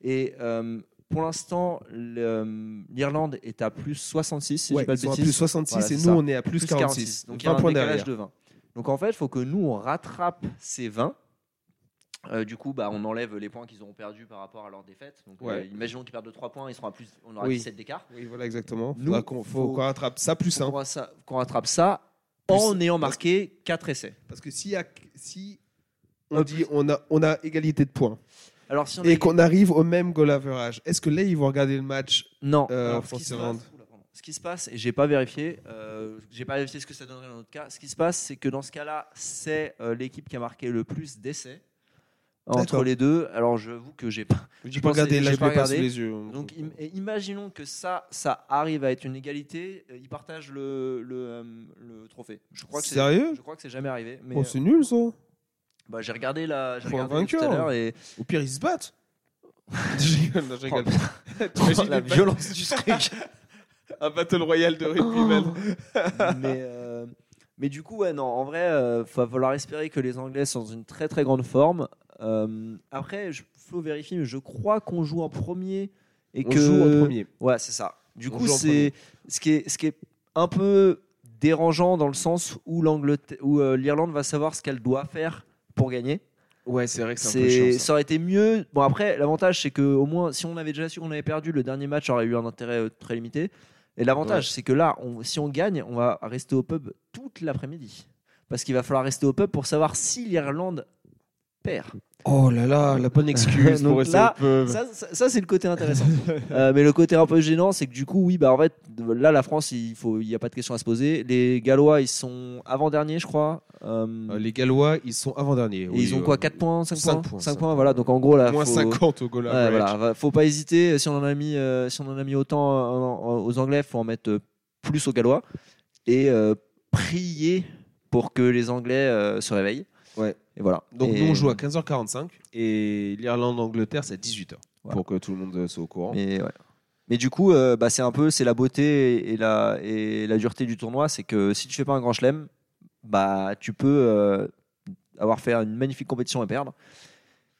Et euh, pour l'instant, le- euh, l'Irlande est à plus 66, si je Ouais, dis pas ils de sont à bêtises. plus 66 Voilà, et c'est nous, ça. on est à plus 46. Donc il y a 20 un points décalage derrière. de 20. Donc en fait, il faut que nous, on rattrape ces 20. Euh, du coup, bah, on enlève les points qu'ils auront perdus par rapport à leur défaite. Donc, Ouais. euh, imaginons qu'ils perdent de 3 points, ils seront à plus, on aura Oui. 17 d'écart. Oui, voilà, exactement. Nous, Faudra qu'on- faut faut- qu'on rattrape ça Faut plus 1. Qu'on rattrape, qu'on rattrape ça Plus- en ayant marqué 4 essais. Parce que s'il y a- si on dit on a, on a égalité de points Alors si on et est- qu'on arrive au même goal average, est-ce que là, ils vont regarder le match non, euh, Alors, en ce qui se France-Irlande. passe- Oula, pardon. ce qui se passe, et j'ai pas vérifié, euh, j'ai pas vérifié ce que ça donnerait dans notre cas. Ce qui se passe, c'est que dans ce cas-là, c'est euh, l'équipe qui a marqué le plus d'essais entre D'accord. les deux. Alors j'avoue que j'ai pas Je pense- regarder, là, j'ai je pas l'ai pas sous regardé. les yeux. Donc im- et imaginons que ça, ça arrive à être une égalité, euh, ils partagent le, le, euh, le trophée. Je crois que c'est- Sérieux Je crois que c'est jamais arrivé. Mais Oh, euh, c'est nul ça. Au bah, j'ai regardé la, j'ai Pour un regardé tout à vainqueur. l'heure et pire, ils se battent. je rigole, non, je rigole. Oh, T'imagines la les ba- violence du truc. un battle royale de rugbyman. mais, euh, mais du coup, ouais, non, en vrai, il va falloir espérer que les Anglais sont dans une très très grande forme. Euh, après, il faut vérifier, mais je crois qu'on joue en premier et On que joue en premier. Ouais, c'est ça. Du On coup, joue en c'est ce qui est ce qui est un peu dérangeant dans le sens où l'Angleterre où euh, l'Irlande va savoir ce qu'elle doit faire pour gagner. Ouais, c'est vrai que C'est ça aurait été mieux. Bon après, l'avantage c'est que au moins si on avait déjà su qu'on avait perdu le dernier match, aurait eu un intérêt euh, très limité. Et l'avantage c'est que là, on- si on gagne, on va rester au pub toute l'après-midi parce qu'il va falloir rester au pub pour savoir si l'Irlande perd. Oh là là, la bonne excuse Donc pour rester là, au pub. Ça, ça- ça, c'est le côté intéressant. Euh, mais le côté un peu gênant, c'est que du coup, oui, bah en fait, là, la France, il faut, il y a pas de question à se poser. Les Gallois, ils sont avant dernier, je crois. Euh, Euh, Les Gallois, ils sont avant-derniers. et oui, ils ont euh, quoi 4 points, 5, cinq points, points, 5 cinq points, voilà. Donc en gros là, Moins faut, 50 au goal ouais, average. voilà, va- faut pas hésiter. Si on en a mis, euh, si on en a mis autant euh, en- en- aux Anglais, faut en mettre euh, plus aux Gallois et euh, prier pour que les Anglais euh, se réveillent. Ouais. Et voilà. Donc Et- nous on joue à 15h45 et l'Irlande-Angleterre c'est à 18h Voilà. pour que tout le monde euh, soit au courant. Mais, ouais. Mais du coup, euh, bah, c'est un peu c'est la beauté et- et la, et la dureté du tournoi, c'est que si tu fais pas un grand chelem, bah, tu peux euh, avoir fait une magnifique compétition et perdre.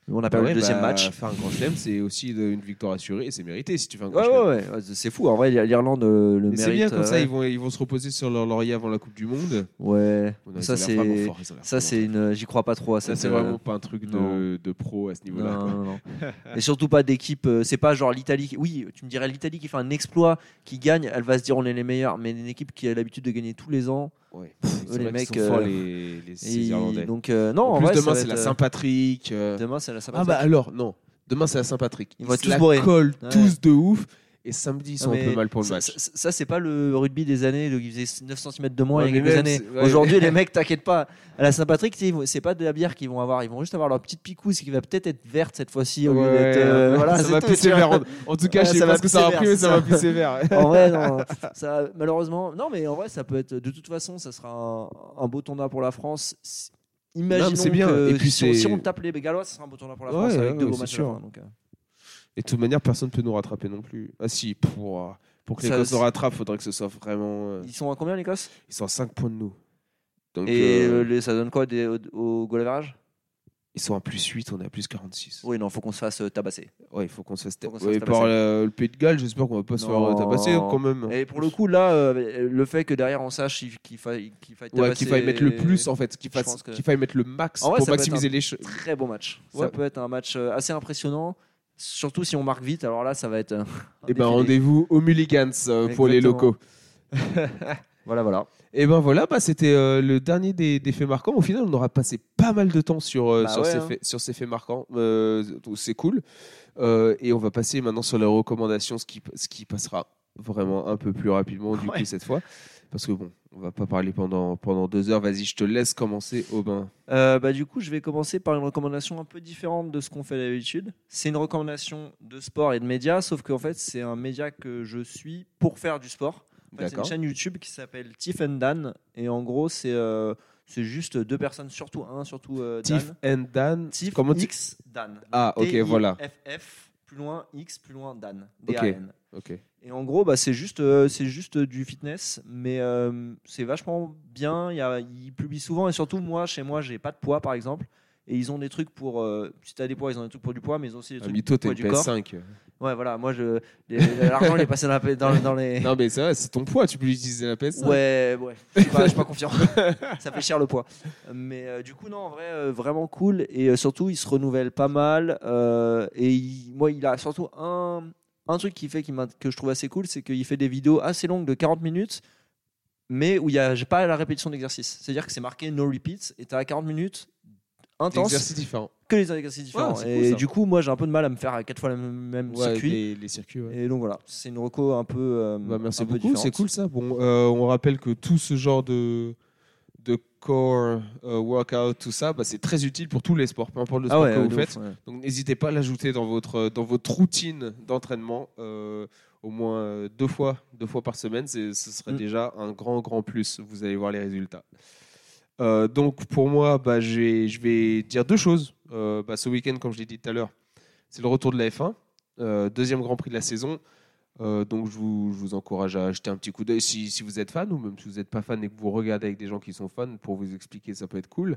Nous, on a Bah perdu ouais, le deuxième bah, match. Faire un grand chelem c'est aussi de- une victoire assurée et c'est mérité si tu fais un grand Ouais, chelem. ouais, ouais, ouais, c'est fou. En vrai, l'Irlande euh, le Mais mérite. c'est bien comme ça euh, ils vont, ils vont se reposer sur leur laurier avant la Coupe du Monde. Ouais. Oh, non, ils ça ont l'air vraiment c'est forts, ils ont l'air ça vraiment c'est une. J'y crois pas trop à forts. Ça, cette. c'est euh, vraiment pas un truc de, non. de pro à ce Non, niveau-là. quoi. non, non. Et surtout pas d'équipe. euh, C'est pas genre l'Italie. qui- Oui, tu me dirais l'Italie qui fait un exploit, qui gagne, elle va se dire on est les meilleurs. Mais une équipe qui a l'habitude de gagner tous les ans. Ouais. C'est eux, vrai les qu'ils sont mecs, forts, euh, les, les- ces Et Irlandais. Donc euh, non, en en plus vrai, ça demain va c'est être, la euh, Saint-Patrick. euh, Demain c'est la Saint Ah bah alors non, demain c'est la Saint-Patrick. Ils vont se tous la bourrés. collent Ouais. tous de ouf et samedi ils Patrick. sont Non, un peu mais mal pour le ça- match. Ça, ça, c'est pas le rugby des années, le, il faisait 9 cm de moins Ouais, il y a mais quelques même, années. c'est- ouais. Aujourd'hui, les mecs, t'inquiète pas. À la Saint-Patrick, t'sais, ils vont- c'est pas de la bière qu'ils vont avoir, ils vont juste avoir leur petite picouse qui va peut-être être verte cette fois-ci. au lieu Ouais, d'être, euh, voilà, ça c'est va tout, pisser tu vois. vert. En, en tout cas, Ouais, je sais ça pas va ce que ça aura pisser pris, mais vert, ça c'est va ça. pisser vert. En vrai, non, ça, malheureusement, non, mais en vrai, ça peut être de toute façon, ça sera un, un beau tournoi pour la France. Si- Imaginons c'est bien. que Et puis, si, on- c'est- si on tape les Gallois, ça sera un beau tournoi pour la Ouais, France avec ouais, deux ouais, beaux c'est matchs. à la sûr. fin, donc, euh. Et de toute manière, personne ne peut nous rattraper non plus. Ah si, pour, euh, pour que Ça, l'Écosse nous c'est- rattrape, faudrait que ce soit vraiment. euh, Ils sont à combien l'Écosse Ils sont à 5 points de nous. Donc, Et euh, euh, les- ça donne quoi des- au, au goal average ils sont à plus 8, on est à plus 46. Oui, non, faut qu'on se fasse euh, tabasser. Ouais, il faut qu'on se fasse Faut qu'on se ouais, fasse par tabasser. euh, le Pays de Galles, j'espère qu'on va pas se faire euh, Non. tabasser quand même. Et pour le coup, là, euh, le fait que derrière on sache il- qu'il faille, qu'il faille Ouais, tabasser. qu'il faille mettre le plus en fait, qu'il Je fasse- pense que- qu'il faille mettre le max En vrai, pour ça peut être maximiser les choses. Très beau match. Ouais. Ça peut être un match euh, assez impressionnant, surtout si on marque vite. Alors là, ça va être. Et un ben défilé. rendez-vous au Mulligans euh, pour les Exactement. locaux. Voilà, voilà. Et ben voilà, bah, c'était euh, le dernier des, des faits marquants. Au final, on aura passé pas mal de temps sur, euh, Bah sur, ouais, ces, hein. faits, sur ces faits marquants. Euh, donc c'est cool. Euh, et on va passer maintenant sur les recommandations, ce qui, ce qui passera vraiment un peu plus rapidement du Ouais. coup cette fois. Parce que bon, on va pas parler pendant, pendant deux heures. Vas-y, je te laisse commencer, Aubin. Euh, bah, du coup, je vais commencer par une recommandation un peu différente de ce qu'on fait d'habitude. C'est une recommandation de sport et de médias, sauf qu'en fait, c'est un média que je suis pour faire du sport. En fait, c'est une D'accord chaîne YouTube qui s'appelle Tiff and Dan. Et en gros, c'est euh, c'est juste deux personnes, surtout un, surtout euh, Dan. Tiff and Dan. Tiff Comment tu- X Dan. Ah, ok, voilà. F, plus loin, X, plus loin, Dan. Ok. D-A-N. Ok. Et en gros, bah, c'est juste, euh, c'est juste du fitness, mais euh, c'est vachement bien. Il, y a, ils publient souvent, et surtout moi, chez moi, j'ai pas de poids, par exemple. Et ils ont des trucs pour. euh, si t'as des poids, ils ont des trucs pour du poids, mais ils ont aussi des Ah, trucs mytho, t'es pour une du corps. PS5. Ouais, voilà. Moi, je les- l'argent, il est passé dans, la- dans- dans les. non, mais c'est vrai, c'est ton poids, tu peux l'utiliser la PS5. Ouais, ouais. Je suis pas, je suis pas confiant. ça fait cher le poids. Mais euh, du coup, non, en vrai, euh, vraiment cool. Et euh, surtout, il se renouvelle pas mal. euh, et il- moi, il a surtout un, un truc qui fait qui m'int- que je trouve assez cool, c'est qu'il fait des vidéos assez longues de 40 minutes, mais où il n'y a j'ai pas la répétition d'exercice. C'est-à-dire que c'est marqué no repeats et tu as 40 minutes Des intenses exercices différents. que les exercices différents. Ouais, c'est cool, et ça. du coup, moi, j'ai un peu de mal à me faire à quatre fois le même Ouais, circuit. les, les circuits, ouais. Et donc voilà, c'est une reco un peu. euh, Bah, merci un peu beaucoup, c'est différente. cool ça. Bon, euh, on rappelle que tout ce genre de, de core euh, workout, tout ça, bah, c'est très utile pour tous les sports, peu importe le Ah sport ouais, que de vous ouf, faites. ouais. Donc n'hésitez pas à l'ajouter dans votre, euh, dans votre routine d'entraînement, euh, au moins euh, deux fois, deux fois par semaine. C'est- Ce serait Mm. déjà un grand, grand plus. Vous allez voir les résultats. Euh, donc pour moi, bah, j'ai- je vais dire deux choses. Euh, bah, ce week-end, comme je l'ai dit tout à l'heure, c'est le retour de la F1, euh, deuxième Grand Prix de la saison. Euh, donc je vous, je vous encourage à jeter un petit coup d'œil si, si vous êtes fan ou même si vous n'êtes pas fan et que vous regardez avec des gens qui sont fans pour vous expliquer, ça peut être cool.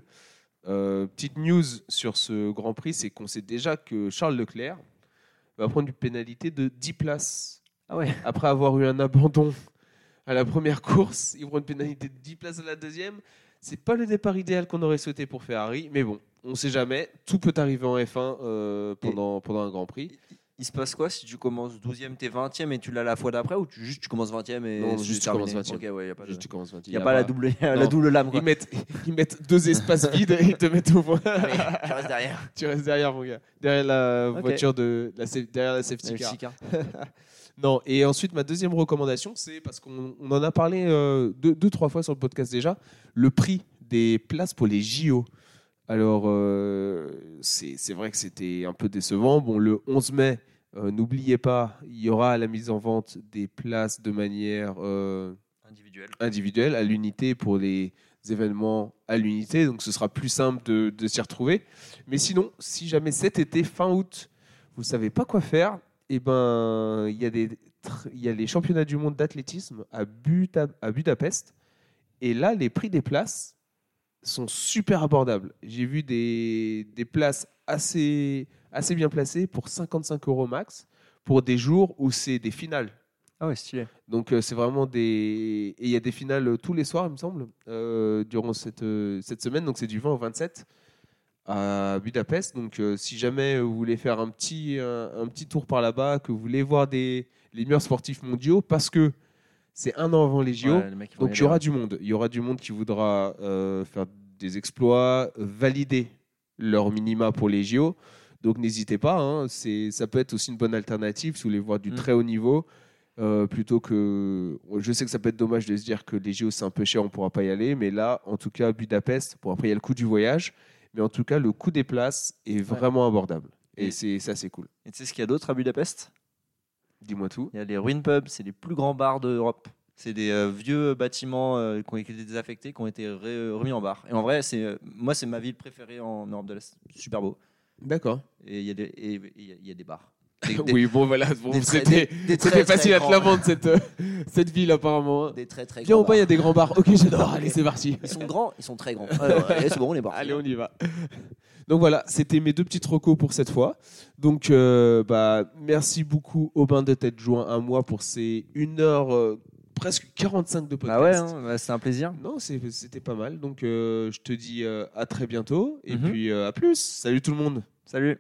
Euh, petite news sur ce Grand Prix, c'est qu'on sait déjà que Charles Leclerc va prendre une pénalité de 10 places. Ah ouais. Après avoir eu un abandon à la première course, il prend une pénalité de 10 places à la deuxième. C'est pas le départ idéal qu'on aurait souhaité pour Ferrari, mais bon, on sait jamais. Tout peut arriver en F1 euh, pendant, pendant un Grand Prix. Il se passe quoi si tu commences 12e, t'es 20e et tu l'as la fois d'après ou tu, juste tu commences 20e et Non, c'est juste tu terminé commences 20e. Ok, ouais, y a pas, de- Juste, tu commences 20, y a pas pas- la, double, la Non. double lame quoi. Ils mettent, ils mettent deux espaces vides et ils te mettent au point. Allez, tu restes derrière. tu restes derrière, mon gars. Derrière la Ok. voiture de. la sa- derrière la safety Allez, car. Chica. Non, et ensuite, ma deuxième recommandation, c'est parce qu'on on en a parlé euh, deux, deux, trois fois sur le podcast déjà, le prix des places pour les JO. Alors, euh, c'est c'est vrai que c'était un peu décevant. Bon, le 11 mai, euh, n'oubliez pas, il y aura la mise en vente des places de manière euh, Individuel. individuelle, à l'unité, pour les événements à l'unité. Donc, ce sera plus simple de, de s'y retrouver. Mais sinon, si jamais cet été, fin août, vous savez pas quoi faire, eh ben, il y a des, tr- il y a les championnats du monde d'athlétisme à, Buta- à Budapest. Et là, les prix des places sont super abordables. J'ai vu des, des places assez, assez bien placées pour 55 euros max pour des jours où c'est des finales. Ah ouais, stylé. Donc euh, c'est vraiment des... Et il y a des finales euh, tous les soirs, il me semble, euh, durant cette, euh, cette semaine. Donc c'est du 20 au 27 à Budapest. Donc euh, si jamais vous voulez faire un petit, un, un petit tour par là-bas, que vous voulez voir des, les meilleurs sportifs mondiaux, parce que c'est un an avant les JO, Ouais, les mecs, ils vont donc y il y aura aller, du monde. Il y aura du monde qui voudra euh, faire des exploits, valider leurs minima pour les JO. Donc n'hésitez pas, hein, c'est, ça peut être aussi une bonne alternative si vous voulez voir du Mm. très haut niveau. euh, plutôt que. Je sais que ça peut être dommage de se dire que les JO c'est un peu cher, on ne pourra pas y aller, mais là, en tout cas, Budapest, bon, après il y a le coût du voyage, mais en tout cas, le coût des places est vraiment abordable. Et, Et- c'est, ça, c'est cool. ouais. Et tu sais ce qu'il y a d'autre à Budapest Dis-moi tout. Il y a les ruines pubs, c'est les plus grands bars d'Europe. C'est des euh, vieux bâtiments euh, qui ont été désaffectés, qui ont été re- remis en bar. Et en vrai, c'est euh, moi, c'est ma ville préférée en Europe de l'Est. Super beau. D'accord. Et il y, a des- et- et il y a- il y a des bars. Des- des- oui, bon, voilà, bon, des très- c'était, des- des c'était très, très facile à te grands- la vendre, cette, euh, cette ville apparemment. hein. Des très très Viens grands au bas, il y bars. a des grands bars. Ok, j'adore. Allez, c'est parti. Ils sont grands, ils sont très grands. Ouais, ouais, ouais, c'est bon, on est bon. Allez, on y va. Donc voilà, c'était mes deux petits recos pour cette fois. Donc, euh, bah, merci beaucoup Aubin de t'être joint à moi pour ces 1 heure euh, presque 45 de podcast. Bah ouais, hein, bah, c'est un plaisir. Non, c'est- c'était pas mal. Donc, euh, je te dis euh, à très bientôt et Mhm. puis euh, à plus. Salut tout le monde. Salut.